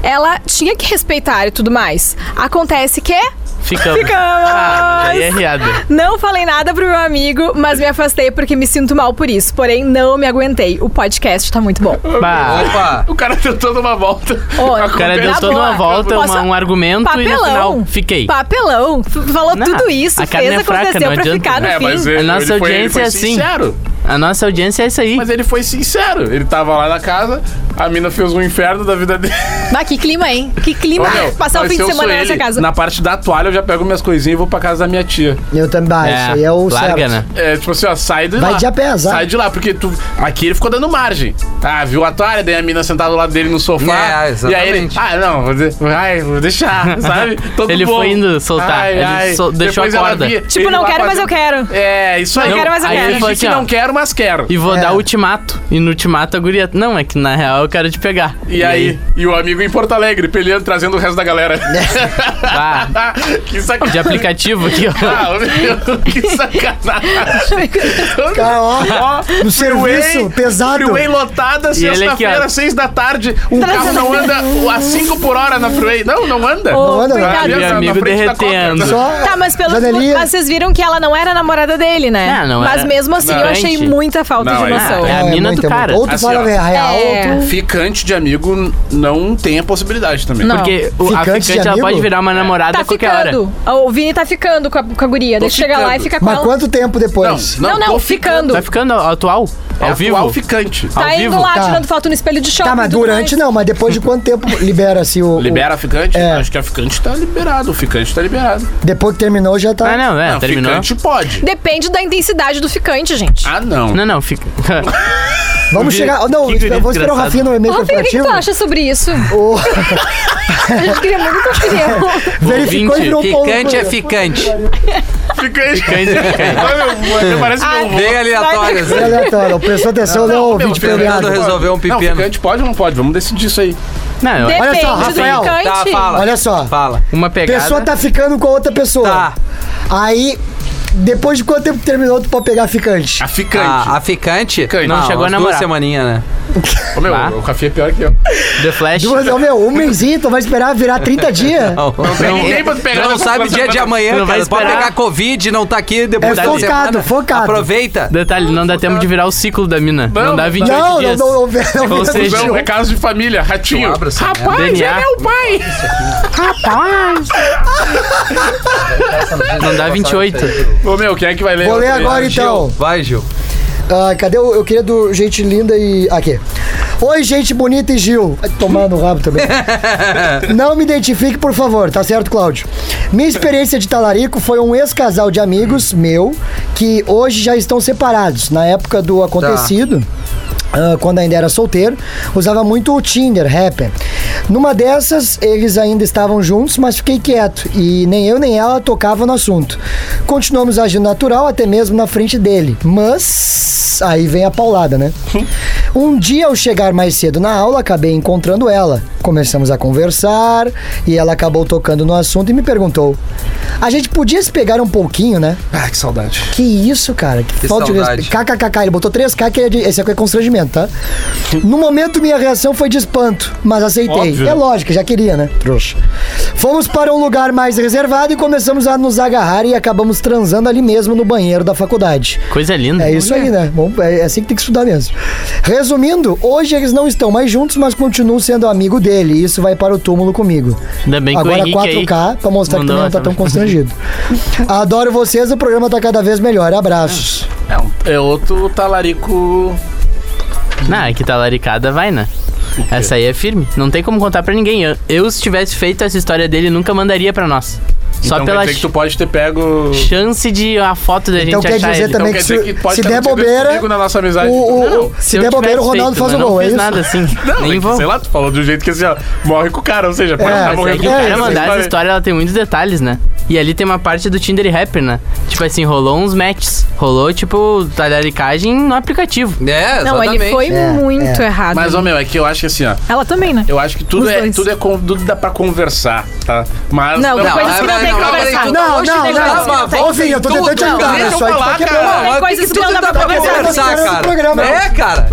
Speaker 3: ela tinha que respeitar e tudo mais. Acontece que
Speaker 4: Ficamos. Ah, mas aí é riada.
Speaker 3: não falei nada pro meu amigo, mas me afastei porque me sinto mal por isso. Porém, não me aguentei. O podcast tá muito bom.
Speaker 4: Bah,
Speaker 1: Opa!
Speaker 2: O cara tentou dar uma volta. é
Speaker 3: Ô,
Speaker 4: o cara deu
Speaker 3: Na
Speaker 4: toda
Speaker 3: boa.
Speaker 4: uma volta,
Speaker 3: Tá Posso-
Speaker 4: uma- um argumento e no final fiquei.
Speaker 3: Papelão. Tu Falou
Speaker 4: Não,
Speaker 3: tudo isso,
Speaker 4: a
Speaker 3: fez,
Speaker 4: carne é fraca,
Speaker 3: aconteceu
Speaker 4: não
Speaker 3: pra
Speaker 4: adianta.
Speaker 3: ficar no
Speaker 2: É,
Speaker 3: fim.
Speaker 2: mas ele,
Speaker 4: A nossa
Speaker 2: ele foi, ele
Speaker 4: audiência
Speaker 2: foi
Speaker 4: é assim.
Speaker 2: sincero.
Speaker 4: A nossa audiência é isso aí.
Speaker 2: Mas ele foi sincero. Ele tava lá na casa, a mina fez um inferno da vida dele.
Speaker 3: Bah, que clima, hein? Que clima.
Speaker 2: Ô, meu,
Speaker 3: Passar o
Speaker 2: mas
Speaker 3: fim
Speaker 2: se
Speaker 3: de
Speaker 2: eu
Speaker 3: semana
Speaker 2: sou
Speaker 3: nessa
Speaker 2: ele,
Speaker 3: casa.
Speaker 2: Na parte da toalha eu já pego minhas coisinhas e vou pra casa da minha tia.
Speaker 5: Eu também. Ah, isso aí é o
Speaker 4: larga,
Speaker 5: certo.
Speaker 4: né?
Speaker 2: É, tipo assim, ó, sai de
Speaker 5: Vai
Speaker 2: lá.
Speaker 5: de a pé, azar.
Speaker 2: Sai de lá, porque tu. Aqui ele ficou dando margem. Ah, viu a toalha, daí a mina sentada do lado dele no sofá.
Speaker 1: É,
Speaker 2: e aí ele.
Speaker 1: exatamente.
Speaker 2: Ah, não, vou, de... Ai, vou deixar, [LAUGHS] sabe? Todo
Speaker 4: Ele
Speaker 2: bom.
Speaker 4: foi indo soltar, ele sol- deixou a
Speaker 2: Depois ela
Speaker 4: corda.
Speaker 2: via-
Speaker 3: Tipo,
Speaker 2: ele
Speaker 3: não
Speaker 2: lá
Speaker 3: quero, mas eu quero.
Speaker 2: É, isso aí.
Speaker 3: Não quero, mas eu
Speaker 2: aí
Speaker 3: quero.
Speaker 2: ele
Speaker 3: Ele
Speaker 4: falou
Speaker 2: finge que
Speaker 4: assim, ó.
Speaker 2: não quero, mas quero.
Speaker 4: E vou
Speaker 5: É.
Speaker 4: dar ultimato. E no ultimato a guria. Não, é que na real eu quero te pegar.
Speaker 2: E aí? E o amigo em Porto Alegre, peleando, trazendo o resto da
Speaker 4: [LAUGHS]
Speaker 2: galera. Ah,
Speaker 4: Bah,
Speaker 2: que sacanagem.
Speaker 4: Ah, de aplicativo aqui, ó.
Speaker 2: Ah, meu, que
Speaker 4: [LAUGHS]
Speaker 2: sacanagem.
Speaker 5: Cara, ó,
Speaker 2: Ó,
Speaker 5: no serviço, pesado.
Speaker 2: Freeway lotada,
Speaker 4: E ele aqui,
Speaker 2: sexta-feira,
Speaker 4: ó.
Speaker 2: seis da tarde. Um carro não anda a cinco por hora na freeway. Não, não anda.
Speaker 3: Ô,
Speaker 5: anda,
Speaker 3: cuidado.
Speaker 2: Ali,
Speaker 4: Meu
Speaker 2: ó, na
Speaker 4: amigo
Speaker 2: frente da
Speaker 4: derretendo.
Speaker 2: Coca.
Speaker 5: Só
Speaker 3: Tá, mas pelo
Speaker 5: janelinha.
Speaker 3: mas vocês viram que ela não era namorada dele, né?
Speaker 4: Não, não
Speaker 3: mas
Speaker 4: era.
Speaker 3: mesmo assim,
Speaker 4: Não.
Speaker 3: eu achei
Speaker 4: Gente.
Speaker 3: muita falta
Speaker 2: Não,
Speaker 3: de
Speaker 2: é-
Speaker 3: noção.
Speaker 4: é a mina do
Speaker 5: muito,
Speaker 4: cara.
Speaker 5: muito. Ou tu
Speaker 2: Assim,
Speaker 5: então, fala
Speaker 2: ó.
Speaker 5: a real,
Speaker 3: É.
Speaker 5: ou tu...
Speaker 2: Ficante de amigo não tem a possibilidade também.
Speaker 3: Não.
Speaker 4: Porque o- a
Speaker 5: Ficante de
Speaker 4: ficante ela
Speaker 5: amigo?
Speaker 4: pode virar uma namorada
Speaker 3: Tá
Speaker 4: a qualquer hora.
Speaker 3: ficando. O Vini tá ficando com a, com a guria. Deixa eu chegar lá e
Speaker 2: ficando.
Speaker 3: fica com
Speaker 5: Mas
Speaker 3: ela.
Speaker 5: quanto tempo
Speaker 2: Não,
Speaker 5: depois?
Speaker 2: não,
Speaker 3: Não, não,
Speaker 2: tô
Speaker 3: ficando.
Speaker 4: Tá ficando atual?
Speaker 2: É
Speaker 4: ao
Speaker 2: atual
Speaker 4: vivo?
Speaker 2: ficante.
Speaker 4: Ao
Speaker 3: Tá indo
Speaker 4: vivo?
Speaker 3: lá,
Speaker 5: Tá.
Speaker 3: tirando foto no espelho de shopping.
Speaker 5: Tá, mas
Speaker 3: e tudo
Speaker 5: durante
Speaker 3: mais.
Speaker 5: não, mas depois de quanto tempo libera assim o. o-
Speaker 2: Libera a ficante?
Speaker 5: É.
Speaker 2: Acho que a ficante tá liberado. O ficante tá liberado.
Speaker 5: Depois que terminou já tá.
Speaker 4: Ah, não, é,
Speaker 2: Não,
Speaker 4: terminou.
Speaker 2: ficante pode.
Speaker 3: Depende da intensidade do ficante, gente.
Speaker 2: Ah, não.
Speaker 4: Não, não, fica. [LAUGHS]
Speaker 5: Vamos
Speaker 4: Que-
Speaker 5: chegar. Não,
Speaker 4: que
Speaker 5: eu
Speaker 4: guri
Speaker 5: vou esperar o
Speaker 4: desgraçado.
Speaker 5: Rafinha no e-mail
Speaker 3: Ô, Rafinha, o que, que
Speaker 5: corporativo.
Speaker 3: tu acha sobre isso?
Speaker 5: O-
Speaker 3: [LAUGHS] A gente queria muito tua opinião.
Speaker 5: [LAUGHS] Verificou e
Speaker 4: Ouvinte,
Speaker 5: virou polo.
Speaker 1: Ficante é ficante.
Speaker 2: Ficante. [LAUGHS]
Speaker 4: ficante.
Speaker 2: Ai, meu, parece
Speaker 5: Ah,
Speaker 2: meu avô.
Speaker 1: Bem aleatório, assim.
Speaker 5: É [LAUGHS] aleatório. Prestou atenção, leu o
Speaker 2: Meu,
Speaker 5: vídeo
Speaker 1: Fernando
Speaker 5: premiado.
Speaker 1: resolveu um
Speaker 2: Não,
Speaker 1: pepino.
Speaker 2: ficante pode ou não pode? Vamos decidir isso aí.
Speaker 4: Não, eu-
Speaker 3: Depende
Speaker 5: só,
Speaker 3: do
Speaker 5: Rafael.
Speaker 3: ficante.
Speaker 1: Tá, fala.
Speaker 5: Olha só.
Speaker 1: Fala.
Speaker 4: uma pegada.
Speaker 5: Pessoa tá ficando com a outra pessoa.
Speaker 1: Tá.
Speaker 5: Aí, depois de quanto tempo terminou, tu pode pegar
Speaker 1: [LAUGHS]
Speaker 5: a ficante.
Speaker 2: A ficante.
Speaker 1: Ah, a ficante?
Speaker 2: Ficante.
Speaker 4: Não, chegou a
Speaker 1: umas Duas
Speaker 4: namorar.
Speaker 1: semaninhas, né?
Speaker 5: ah,
Speaker 2: Ô, meu,
Speaker 4: Tá.
Speaker 2: o café é pior
Speaker 4: [LAUGHS]
Speaker 2: que eu.
Speaker 4: The Flash.
Speaker 5: Duas, ô, meu, um mêsinho, tu vai esperar virar 30
Speaker 1: [LAUGHS]
Speaker 5: dias.
Speaker 1: Não,
Speaker 2: tem nem pra pegar
Speaker 1: não
Speaker 2: nessa
Speaker 1: sabe dia de
Speaker 2: semana.
Speaker 1: amanhã,
Speaker 4: Não vai
Speaker 1: cara. Pode
Speaker 4: esperar.
Speaker 1: pegar Covid, não tá aqui depois
Speaker 5: É
Speaker 1: da
Speaker 5: focado,
Speaker 1: semana.
Speaker 5: focado.
Speaker 1: Aproveita.
Speaker 4: Detalhe, não dá tempo de virar o ciclo da mina. Não,
Speaker 2: Não,
Speaker 4: dá 28
Speaker 5: Não, não,
Speaker 4: dias.
Speaker 5: não, não, não, não,
Speaker 4: Ou seja,
Speaker 2: Não, é caso de família, ratinho.
Speaker 1: Tu abre essa
Speaker 2: Rapaz, ele
Speaker 4: merda.
Speaker 2: é o pai.
Speaker 4: [LAUGHS] Não dá 28.
Speaker 2: Ô, meu, quem é que vai ler?
Speaker 5: Vou ler
Speaker 2: outra aí?
Speaker 5: agora então.
Speaker 1: Vai, Gil.
Speaker 5: Ah, cadê o. Eu queria do Gente Linda e. Aqui. Oi, gente bonita e Gil. Vai tomar no rabo também. Não me identifique, por favor, tá certo, Cláudio? Minha experiência de talarico foi um ex-casal de amigos meu que hoje já estão separados. Na época do acontecido. ah, quando ainda era solteiro, usava muito o Tinder, rapper. Numa dessas, eles ainda estavam juntos, mas fiquei quieto e nem eu nem ela tocava no assunto. Continuamos agindo natural, até mesmo na frente dele. Mas aí vem a paulada, né? Um dia, ao chegar mais cedo na aula, acabei encontrando ela. Começamos a conversar e ela acabou tocando no assunto e me perguntou: A gente podia se pegar um pouquinho, né?
Speaker 2: Ah, que saudade.
Speaker 5: Que isso, cara? Que,
Speaker 1: Que
Speaker 5: falta
Speaker 1: saudade.
Speaker 5: de respeito. KKKK, ele botou 3K, que é de- esse aqui é constrangimento, tá? No momento, minha reação foi de espanto, mas aceitei.
Speaker 2: Óbvio.
Speaker 5: É lógico, já queria, né? Trouxa. Fomos para um lugar mais reservado e começamos a nos agarrar e acabamos transando ali mesmo no banheiro da faculdade.
Speaker 4: Coisa linda.
Speaker 5: É isso aí, né? Bom, é é assim que tem que estudar mesmo. Resumindo, hoje eles não estão mais juntos, mas continuam sendo amigo dele. E isso vai para o túmulo comigo.
Speaker 4: Ainda bem que
Speaker 5: Agora
Speaker 4: o Henrique aí
Speaker 5: 4K pra mostrar que tu
Speaker 4: mandou
Speaker 5: não tá
Speaker 4: essa,
Speaker 5: tão
Speaker 4: né?
Speaker 5: constrangido. Adoro vocês, o programa tá cada vez melhor. Abraços.
Speaker 2: É, um- é outro talarico.
Speaker 4: Não, é que tá laricada, vai, né? Essa aí é firme. Não tem como contar pra ninguém. Eu, eu, se tivesse feito essa história dele, nunca mandaria pra nós. Só
Speaker 2: então
Speaker 4: pela
Speaker 2: quer dizer que tu pode ter pego...
Speaker 4: Chance de a foto da
Speaker 5: Então
Speaker 4: gente
Speaker 5: quer
Speaker 4: achar
Speaker 5: dizer
Speaker 4: ele.
Speaker 5: também
Speaker 2: Então
Speaker 5: que
Speaker 2: quer dizer
Speaker 5: se,
Speaker 2: que pode
Speaker 5: se
Speaker 2: ter
Speaker 5: der
Speaker 2: acontecido
Speaker 5: bobeira,
Speaker 2: comigo na nossa amizade.
Speaker 5: o- o-
Speaker 4: Ah. Não,
Speaker 5: se
Speaker 4: eu
Speaker 5: der bobeira, o
Speaker 4: tivesse
Speaker 5: Ronaldo
Speaker 4: feito,
Speaker 5: faz o
Speaker 4: mas
Speaker 5: gol,
Speaker 4: Não
Speaker 5: é
Speaker 4: fiz
Speaker 5: isso?
Speaker 4: nada assim.
Speaker 2: Não, é
Speaker 4: Nem
Speaker 2: que,
Speaker 4: vou.
Speaker 2: sei lá, tu falou do jeito que assim, ó, morre com o cara, ou seja, pode
Speaker 5: É,
Speaker 2: estar
Speaker 4: Mas é
Speaker 2: morrendo
Speaker 4: que
Speaker 2: com
Speaker 4: o
Speaker 2: o
Speaker 5: É,
Speaker 4: cara
Speaker 5: isso,
Speaker 4: mandar essa
Speaker 2: mas-
Speaker 4: história, ela tem muitos detalhes, né? E ali tem uma parte do Tinder e Rapper, né? Tipo assim, rolou uns matches. Rolou, tipo, talaricagem no aplicativo.
Speaker 1: É,
Speaker 3: Não,
Speaker 1: exatamente.
Speaker 3: ele foi
Speaker 5: É,
Speaker 3: muito
Speaker 5: é.
Speaker 3: errado.
Speaker 2: Mas, ô meu, é que eu acho que assim, ó.
Speaker 3: Ela também, né?
Speaker 2: Eu acho que tudo
Speaker 3: Os
Speaker 2: é,
Speaker 3: dois.
Speaker 2: tudo é con- tudo dá pra conversar, tá? Mas
Speaker 3: Não,
Speaker 1: Não,
Speaker 3: tem coisas
Speaker 1: mas-
Speaker 3: que não tem
Speaker 1: mas-
Speaker 3: que
Speaker 1: mas-
Speaker 3: conversar.
Speaker 1: tu-
Speaker 5: Não,
Speaker 1: oxe,
Speaker 5: não,
Speaker 1: tu
Speaker 5: não.
Speaker 1: tava
Speaker 3: Ô,
Speaker 1: volta
Speaker 5: Vinho, eu tô
Speaker 1: em
Speaker 5: tentando te
Speaker 1: tudo.
Speaker 5: ajudar,
Speaker 1: Deixa
Speaker 5: né?
Speaker 1: eu
Speaker 5: Só aí tu tá
Speaker 1: falar,
Speaker 5: quebrando.
Speaker 1: cara.
Speaker 3: Tem
Speaker 1: Ah, Mas por
Speaker 3: coisas
Speaker 1: que
Speaker 3: que
Speaker 1: que
Speaker 3: não
Speaker 1: tudo
Speaker 3: dá pra conversar no
Speaker 1: conversar,
Speaker 5: programa.
Speaker 1: cara. É, cara.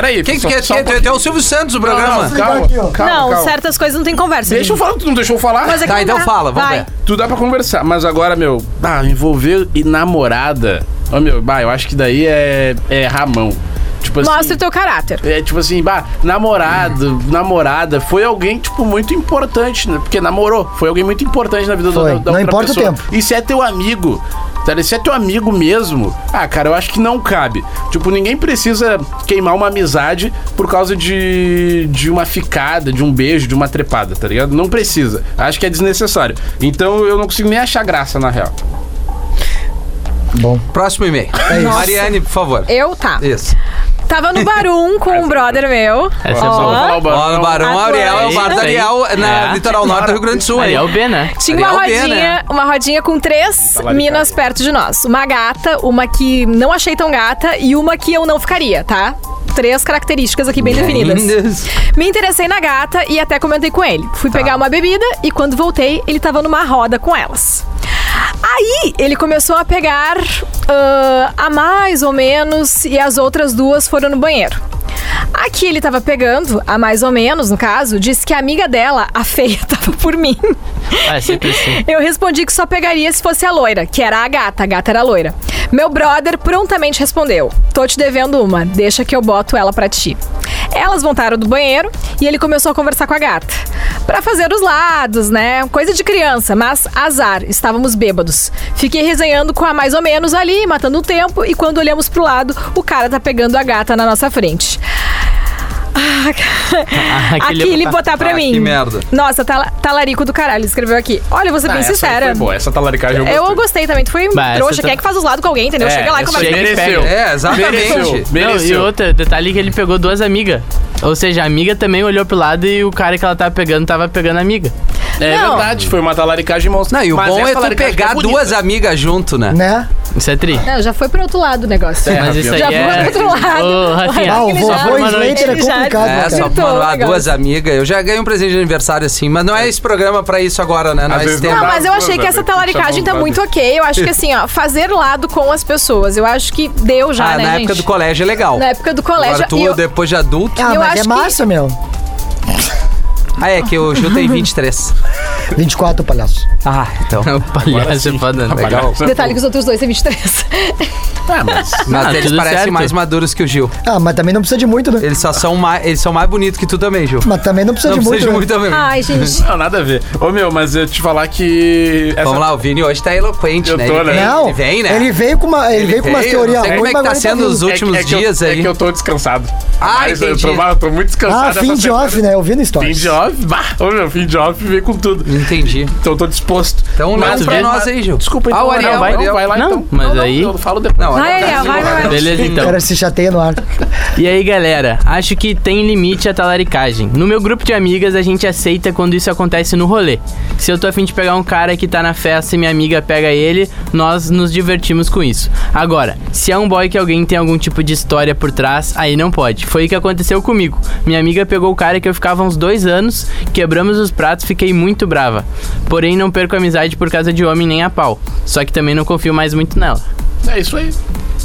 Speaker 2: Peraí,
Speaker 1: Quem que
Speaker 2: só-
Speaker 1: quer?
Speaker 2: só um
Speaker 1: quer-
Speaker 2: pouquinho.
Speaker 1: Até o Silvio Santos, o
Speaker 2: Não,
Speaker 1: programa.
Speaker 2: não, calma,
Speaker 5: Aqui, ó.
Speaker 2: calma,
Speaker 3: não,
Speaker 2: calma.
Speaker 3: certas coisas não tem conversa.
Speaker 2: Deixa eu falar, tu não deixou eu falar?
Speaker 3: Mas é que
Speaker 1: Tá,
Speaker 3: não
Speaker 1: então
Speaker 3: dá.
Speaker 1: fala, vamos
Speaker 3: Vai.
Speaker 1: ver.
Speaker 2: Tu dá pra conversar, mas agora, meu, ah, envolver e namorada. Ô meu, bah, eu acho que daí é, é Ramão. Tipo assim.
Speaker 3: Mostra o teu caráter.
Speaker 2: É tipo assim, bah, namorado, namorada, foi alguém, tipo, muito importante, né? Porque namorou, foi alguém muito importante na vida do
Speaker 5: Foi.
Speaker 2: da, da
Speaker 5: Não
Speaker 2: outra
Speaker 5: importa o
Speaker 2: pessoa.
Speaker 5: tempo.
Speaker 2: E se é teu amigo, tá? ligado? se é teu amigo mesmo, ah, cara, eu acho que não cabe. Tipo, ninguém precisa queimar uma amizade por causa de, de uma ficada, de um beijo, de uma trepada, tá ligado? Não precisa. Acho que é desnecessário. Então eu não consigo nem achar graça, na real.
Speaker 5: Bom.
Speaker 1: Próximo e-mail. Mariane, por favor.
Speaker 3: Eu, tá.
Speaker 1: Isso.
Speaker 3: Tava no Barum com um brother meu.
Speaker 4: Essa é
Speaker 3: Ó,
Speaker 1: Ó,
Speaker 2: Vou falar o
Speaker 4: boa.
Speaker 2: Barão.
Speaker 1: o Barão
Speaker 3: Agora.
Speaker 1: Ariel é o bar
Speaker 4: Isso
Speaker 1: da
Speaker 4: aí.
Speaker 1: Ariel na
Speaker 4: É.
Speaker 1: litoral norte do Rio Grande do Sul,
Speaker 4: Aí
Speaker 1: hein?
Speaker 4: é o B, né?
Speaker 3: Tinha uma
Speaker 1: Ariel B,
Speaker 3: rodinha,
Speaker 1: né?
Speaker 3: uma rodinha com três
Speaker 2: Tá lá de
Speaker 3: minas perto de nós. Uma gata, uma que não achei tão gata e uma que eu não ficaria, tá? Três características aqui
Speaker 2: Uhum.
Speaker 3: bem definidas. Me interessei na gata e até comentei com ele. Fui pegar uma bebida e quando voltei, ele tava numa roda com elas. Aí ele começou a pegar ah, a mais ou menos e as outras duas foram no banheiro. Aqui ele tava pegando, a mais ou menos no caso, disse que a amiga dela, a feia, [LAUGHS] tava por mim.
Speaker 4: Ah, é sempre
Speaker 3: [LAUGHS]
Speaker 4: assim.
Speaker 3: Eu respondi que só pegaria se fosse a loira, que era a gata, a gata era loira. Meu brother prontamente respondeu: Tô te devendo uma, deixa que eu boto ela pra ti. Elas voltaram do banheiro e ele começou a conversar com a gata. Pra fazer os lados, né? Coisa de criança, mas azar, estávamos bêbados. Fiquei resenhando com a mais ou menos ali, matando o tempo, e quando olhamos pro lado, o cara tá pegando a gata na nossa frente.
Speaker 4: Ah,
Speaker 3: Aquele, botar pra
Speaker 1: Ah,
Speaker 3: mim.
Speaker 1: que merda.
Speaker 3: Nossa, tala- talarico do caralho, escreveu aqui. Olha, vou ser
Speaker 2: Ah,
Speaker 3: bem
Speaker 2: essa
Speaker 3: sincera.
Speaker 2: foi boa, essa talaricagem eu
Speaker 3: Eu
Speaker 2: gostei.
Speaker 3: gostei também. Tu foi um
Speaker 4: Bah,
Speaker 3: trouxa.
Speaker 4: essa tá-
Speaker 3: Quer que faz os lados com alguém, entendeu?
Speaker 2: É,
Speaker 3: Chega lá e
Speaker 2: essa
Speaker 3: começa.
Speaker 4: chega-
Speaker 2: mereceu.
Speaker 1: É, exatamente.
Speaker 2: Mereceu.
Speaker 4: Não, e
Speaker 2: mereceu.
Speaker 4: outra, detalhe que ele pegou duas amigas. Ou seja, a amiga também olhou pro lado e o cara que ela tava pegando tava pegando a amiga.
Speaker 2: É
Speaker 3: Não.
Speaker 2: verdade, foi uma talaricagem monstra.
Speaker 1: Não, e o
Speaker 2: Mas
Speaker 1: bom
Speaker 2: essa
Speaker 1: é tu
Speaker 2: talaricagem
Speaker 1: pegar
Speaker 2: é bonita.
Speaker 1: duas amigas junto, né?
Speaker 5: Né?
Speaker 4: Isso é tri.
Speaker 3: Não, já foi pro outro lado o negócio.
Speaker 4: Mas isso aí
Speaker 3: Já
Speaker 4: é...
Speaker 3: foi pro outro lado.
Speaker 4: Ô, Rafinha,
Speaker 5: Ah, o
Speaker 3: Ele
Speaker 5: vovô
Speaker 3: já-
Speaker 4: uma noite.
Speaker 5: Slater é
Speaker 3: Ele já-
Speaker 5: complicado, né,
Speaker 1: É,
Speaker 5: cara?
Speaker 1: só
Speaker 3: Acertou,
Speaker 1: mano, lá
Speaker 3: legal.
Speaker 1: duas amigas. Eu já ganhei um presente de aniversário assim, mas não é esse programa pra isso agora, né? Nós
Speaker 2: vezes não
Speaker 1: temos-
Speaker 3: Não, mas eu
Speaker 2: Tá
Speaker 3: achei
Speaker 2: bom,
Speaker 3: que essa
Speaker 2: velho.
Speaker 3: talaricagem
Speaker 2: Tá
Speaker 3: tá
Speaker 2: bom,
Speaker 3: muito ok. Eu acho que assim, ó, fazer lado com as pessoas. Eu acho que deu já,
Speaker 1: Ah,
Speaker 3: né,
Speaker 1: na
Speaker 3: gente?
Speaker 1: época do colégio é legal.
Speaker 3: Na época do colégio.
Speaker 1: Agora tu,
Speaker 3: e eu-
Speaker 1: depois de adulto.
Speaker 5: Ah,
Speaker 3: Eu
Speaker 5: mas
Speaker 3: acho
Speaker 5: é
Speaker 3: que-
Speaker 5: massa, meu.
Speaker 1: Ah, é que o
Speaker 3: [LAUGHS]
Speaker 1: Gil tem 23.
Speaker 5: 24, palhaço.
Speaker 1: Ah, então.
Speaker 4: O palhaço é foda, né?
Speaker 1: Legal.
Speaker 3: Detalhe que os outros dois têm 23.
Speaker 2: Ah, mas...
Speaker 1: Mas
Speaker 4: Ah,
Speaker 1: eles
Speaker 4: tudo
Speaker 1: parecem
Speaker 4: certo.
Speaker 1: mais maduros que o Gil.
Speaker 5: Ah, mas também não precisa de muito, né?
Speaker 1: Eles só são mais, eles são mais bonitos que tu também, Gil.
Speaker 5: Mas também não precisa
Speaker 1: Não
Speaker 5: de
Speaker 1: precisa
Speaker 5: muito,
Speaker 1: de
Speaker 5: né?
Speaker 1: muito também.
Speaker 3: Ai, gente.
Speaker 2: [LAUGHS] Não, nada a ver. Ô, meu, mas eu te falar que... Essa...
Speaker 1: Vamos lá, o Vini hoje tá eloquente,
Speaker 2: Eu
Speaker 1: né?
Speaker 2: tô,
Speaker 1: ele,
Speaker 2: né?
Speaker 1: vem,
Speaker 5: Não,
Speaker 1: ele vem, né?
Speaker 5: Ele veio com uma, ele veio com umas
Speaker 1: veio, não
Speaker 5: teorias um
Speaker 1: sei
Speaker 5: ruins,
Speaker 1: como é que
Speaker 5: mas
Speaker 1: tá
Speaker 5: agora ele
Speaker 1: sendo os
Speaker 5: vindo.
Speaker 2: É que-
Speaker 1: últimos
Speaker 2: é que eu-
Speaker 1: dias
Speaker 2: É
Speaker 1: aí.
Speaker 2: que eu tô descansado.
Speaker 1: Ah,
Speaker 2: Mas eu
Speaker 1: entendi.
Speaker 2: tô, eu tô muito descansado.
Speaker 1: Tá
Speaker 2: é
Speaker 5: Ah,
Speaker 2: essa
Speaker 5: fim de
Speaker 2: semana.
Speaker 5: off, né? Eu vi no
Speaker 2: Fim
Speaker 5: stories.
Speaker 2: de off? Bah, ô, meu, fim de off veio com tudo.
Speaker 1: Entendi.
Speaker 2: Então eu tô disposto.
Speaker 1: Então
Speaker 2: Mas
Speaker 1: leva
Speaker 4: tu
Speaker 1: pra
Speaker 4: vê-
Speaker 1: nós aí, Gil.
Speaker 2: Desculpa, então.
Speaker 1: Ah, o
Speaker 2: não,
Speaker 1: Ariel,
Speaker 2: vai,
Speaker 1: o Ariel.
Speaker 2: vai lá
Speaker 4: Não,
Speaker 2: então.
Speaker 4: mas aí-
Speaker 2: eu falo depois.
Speaker 1: Não, é
Speaker 3: Vai,
Speaker 1: Ariel,
Speaker 3: Ariel, vai, vai, vai.
Speaker 4: Beleza,
Speaker 5: O
Speaker 4: então.
Speaker 5: cara se chateia no ar.
Speaker 1: Ah,
Speaker 4: E aí, galera, acho que tem limite à talaricagem. No meu grupo de amigas, a gente aceita quando isso acontece no rolê. Se eu tô afim de pegar um cara que tá na festa e minha amiga pega ele, nós nos divertimos com isso. Agora, se é um boy que alguém tem algum tipo de história por trás, aí não pode. Foi o que aconteceu comigo. Minha amiga pegou o cara que eu ficava há uns dois anos, quebramos os pratos, fiquei muito brava. Porém, não perco a amizade por causa de homem nem a pau. Só que também não confio mais muito nela.
Speaker 2: É isso aí.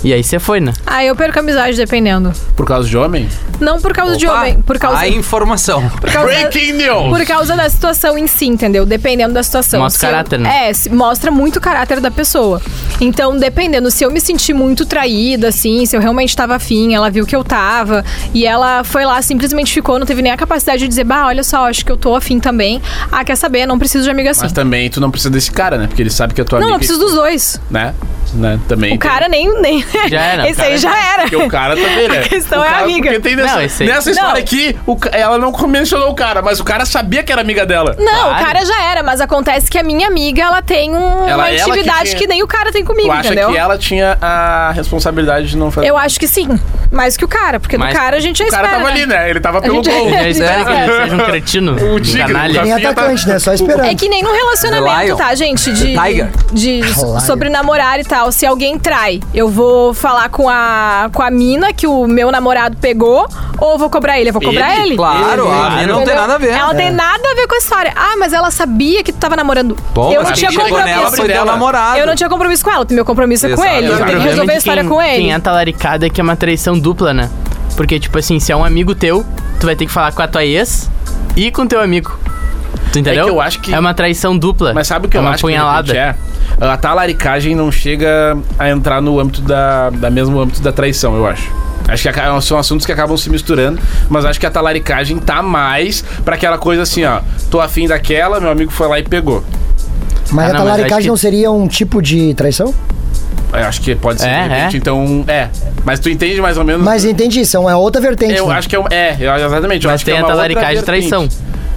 Speaker 4: E aí você
Speaker 2: [LAUGHS]
Speaker 4: foi, né?
Speaker 3: Ah, eu perco a amizade dependendo.
Speaker 2: Por causa de homem?
Speaker 3: Não por causa de
Speaker 1: Opa,
Speaker 3: homem, por causa.
Speaker 1: A informação.
Speaker 3: por causa-
Speaker 2: Breaking news!
Speaker 3: Por causa da situação em si, entendeu? Dependendo da situação.
Speaker 4: Mostra
Speaker 3: Se eu-
Speaker 4: caráter, né?
Speaker 3: É, se- mostra muito o caráter da pessoa. Então, dependendo, se eu me senti muito traída, assim, se eu realmente tava afim, ela viu que eu tava, e ela foi lá, simplesmente ficou, não teve nem a capacidade de dizer, bah, olha só, acho que eu tô afim também. Ah, quer saber? Não preciso de amiga assim.
Speaker 2: Mas também tu não precisa desse cara, né? Porque ele sabe que a tua
Speaker 3: Não,
Speaker 2: amiga...
Speaker 3: eu preciso dos dois.
Speaker 2: Né? né? Também. tem-
Speaker 3: O cara nem. nem...
Speaker 4: Já
Speaker 3: [LAUGHS]
Speaker 4: era,
Speaker 3: Esse
Speaker 4: o cara
Speaker 3: aí já era.
Speaker 2: é Porque o cara também, né?
Speaker 3: A questão
Speaker 2: O
Speaker 3: é a
Speaker 2: cara-
Speaker 3: amiga.
Speaker 2: Porque tem
Speaker 4: Não,
Speaker 2: nessa,
Speaker 4: esse aí-
Speaker 2: nessa história
Speaker 3: Não.
Speaker 2: aqui, o ca- ela não mencionou o cara, mas o cara sabia que era amiga dela.
Speaker 3: [LAUGHS] Não,
Speaker 4: Claro.
Speaker 3: o cara já era, mas acontece que a minha amiga, ela tem um-
Speaker 2: Ela- ela
Speaker 3: uma
Speaker 2: que
Speaker 3: intimidade que,
Speaker 2: tinha-
Speaker 3: nem o cara tem comigo,
Speaker 2: Tu acha
Speaker 3: entendeu?
Speaker 2: que é ela tinha a responsabilidade de não fazer.
Speaker 3: Eu acho que sim, mais que o cara, porque
Speaker 4: Mas
Speaker 3: do cara a gente já
Speaker 2: o cara
Speaker 3: espera.
Speaker 2: tava
Speaker 3: né?
Speaker 2: ali, né? Ele tava pelo
Speaker 3: gente-
Speaker 4: [LAUGHS]
Speaker 2: gol.
Speaker 4: Eu espero que ele seja um cretino,
Speaker 2: é. O
Speaker 4: um
Speaker 2: tigre,
Speaker 4: É, canalha.
Speaker 2: o
Speaker 5: Nem
Speaker 2: Rafinha tá-
Speaker 5: atacante, né? Só esperando.
Speaker 3: É que nem num relacionamento,
Speaker 1: Lion.
Speaker 3: tá, gente? De,
Speaker 1: The Tiger.
Speaker 3: de- de-
Speaker 5: Lion.
Speaker 3: sobre namorar e tal. Se alguém trai, eu vou falar com a, com a mina que o meu namorado pegou, ou vou cobrar ele? Eu vou cobrar ele.
Speaker 1: Claro, a
Speaker 4: Ele-
Speaker 1: mina não tem
Speaker 3: Entendeu?
Speaker 1: nada a ver.
Speaker 3: Ela tem nada a ver com a história. Ah, mas ela sabia que tu tava namorando.
Speaker 1: Bom, mas
Speaker 3: eu não
Speaker 1: quem
Speaker 3: tinha
Speaker 1: chegou nela
Speaker 3: compromisso.
Speaker 1: foi teu
Speaker 2: dela.
Speaker 1: namorado.
Speaker 3: Eu não tinha compromisso com ela. Meu compromisso é com
Speaker 1: Exato.
Speaker 3: ele. Eu
Speaker 1: Exato.
Speaker 3: tenho que
Speaker 4: problema
Speaker 3: resolver a
Speaker 4: de
Speaker 3: história
Speaker 4: quem,
Speaker 3: com
Speaker 4: Quem
Speaker 3: ele.
Speaker 4: é talaricado é que é uma traição dupla, né? Porque, tipo assim, se é um amigo teu, tu vai ter que falar com a tua ex e com teu amigo. Tu entendeu?
Speaker 2: eu acho que-
Speaker 4: É uma traição dupla.
Speaker 2: Mas sabe o que
Speaker 4: é
Speaker 2: eu
Speaker 4: uma
Speaker 2: acho
Speaker 4: punhalada.
Speaker 2: que de repente, é? A talaricagem não chega a entrar no âmbito da, da mesmo âmbito da traição, eu acho. Acho que aca- são assuntos que acabam se misturando, mas acho que a talaricagem tá mais pra aquela coisa assim, ó. Tô afim daquela, meu amigo foi lá e pegou.
Speaker 5: Mas
Speaker 4: Ah,
Speaker 5: a
Speaker 1: é
Speaker 4: não, mas
Speaker 5: talaricagem
Speaker 4: acho que-
Speaker 5: não seria um tipo de traição?
Speaker 1: Uhum.
Speaker 2: Eu acho que pode ser,
Speaker 4: É,
Speaker 2: de repente,
Speaker 4: é.
Speaker 2: então. É. Mas tu entende mais ou menos.
Speaker 5: Mas entendi, isso é uma outra vertente.
Speaker 2: eu
Speaker 5: né?
Speaker 2: acho que é. um- É, eu- exatamente. eu
Speaker 4: Mas
Speaker 2: acho que
Speaker 4: tem
Speaker 2: é
Speaker 4: a
Speaker 2: uma outra
Speaker 4: talaricagem de
Speaker 2: vertente.
Speaker 4: traição.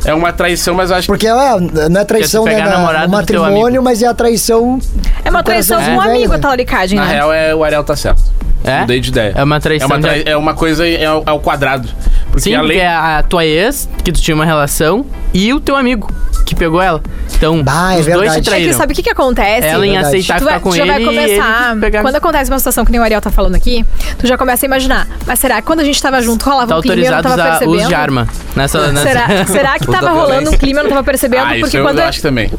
Speaker 2: É uma traição, mas eu acho que.
Speaker 5: Porque ah, não é traição,
Speaker 4: Quer
Speaker 5: né?
Speaker 4: pegar
Speaker 5: na-
Speaker 4: namorado
Speaker 5: no
Speaker 4: do teu
Speaker 5: matrimônio,
Speaker 4: amigo.
Speaker 5: mas é a traição.
Speaker 3: É uma
Speaker 5: do coração
Speaker 3: traição com um
Speaker 5: velho,
Speaker 3: amigo
Speaker 5: né?
Speaker 3: a talaricagem,
Speaker 2: Na
Speaker 3: né?
Speaker 2: real, é, o Ariel tá certo.
Speaker 4: É?
Speaker 2: Mudei de ideia.
Speaker 4: É uma traição
Speaker 2: É uma, trai-
Speaker 4: de-
Speaker 2: é uma coisa é ao, ao quadrado. Porque
Speaker 4: Sim,
Speaker 2: além.
Speaker 4: porque é a tua ex, que tu tinha uma relação, e o teu amigo, que pegou ela. Então,
Speaker 5: Bah, é
Speaker 4: os dois te
Speaker 5: verdade. É que
Speaker 3: É
Speaker 4: traíram.
Speaker 3: que sabe o que, que acontece?
Speaker 4: ela em
Speaker 5: verdade.
Speaker 4: aceitar
Speaker 3: tu
Speaker 4: ficar
Speaker 3: vai,
Speaker 4: com
Speaker 3: tu já
Speaker 4: ele
Speaker 3: vai
Speaker 4: e ele
Speaker 3: começar.
Speaker 4: te pegar.
Speaker 3: Quando acontece uma situação que nem o Ariel tá falando aqui, tu já começa a imaginar. Mas será que quando a gente tava junto rolava
Speaker 4: Tá
Speaker 3: um clima e eu não
Speaker 4: autorizado
Speaker 3: tava
Speaker 4: usar
Speaker 3: percebendo?
Speaker 4: uso de arma. né? Nessa, nessa... [LAUGHS]
Speaker 3: Será, será que
Speaker 1: Puta
Speaker 3: tava rolando um
Speaker 1: violência.
Speaker 3: clima e eu não tava
Speaker 4: é
Speaker 3: percebendo?
Speaker 2: Ah, isso
Speaker 3: porque
Speaker 2: eu
Speaker 3: quando.
Speaker 2: acho também.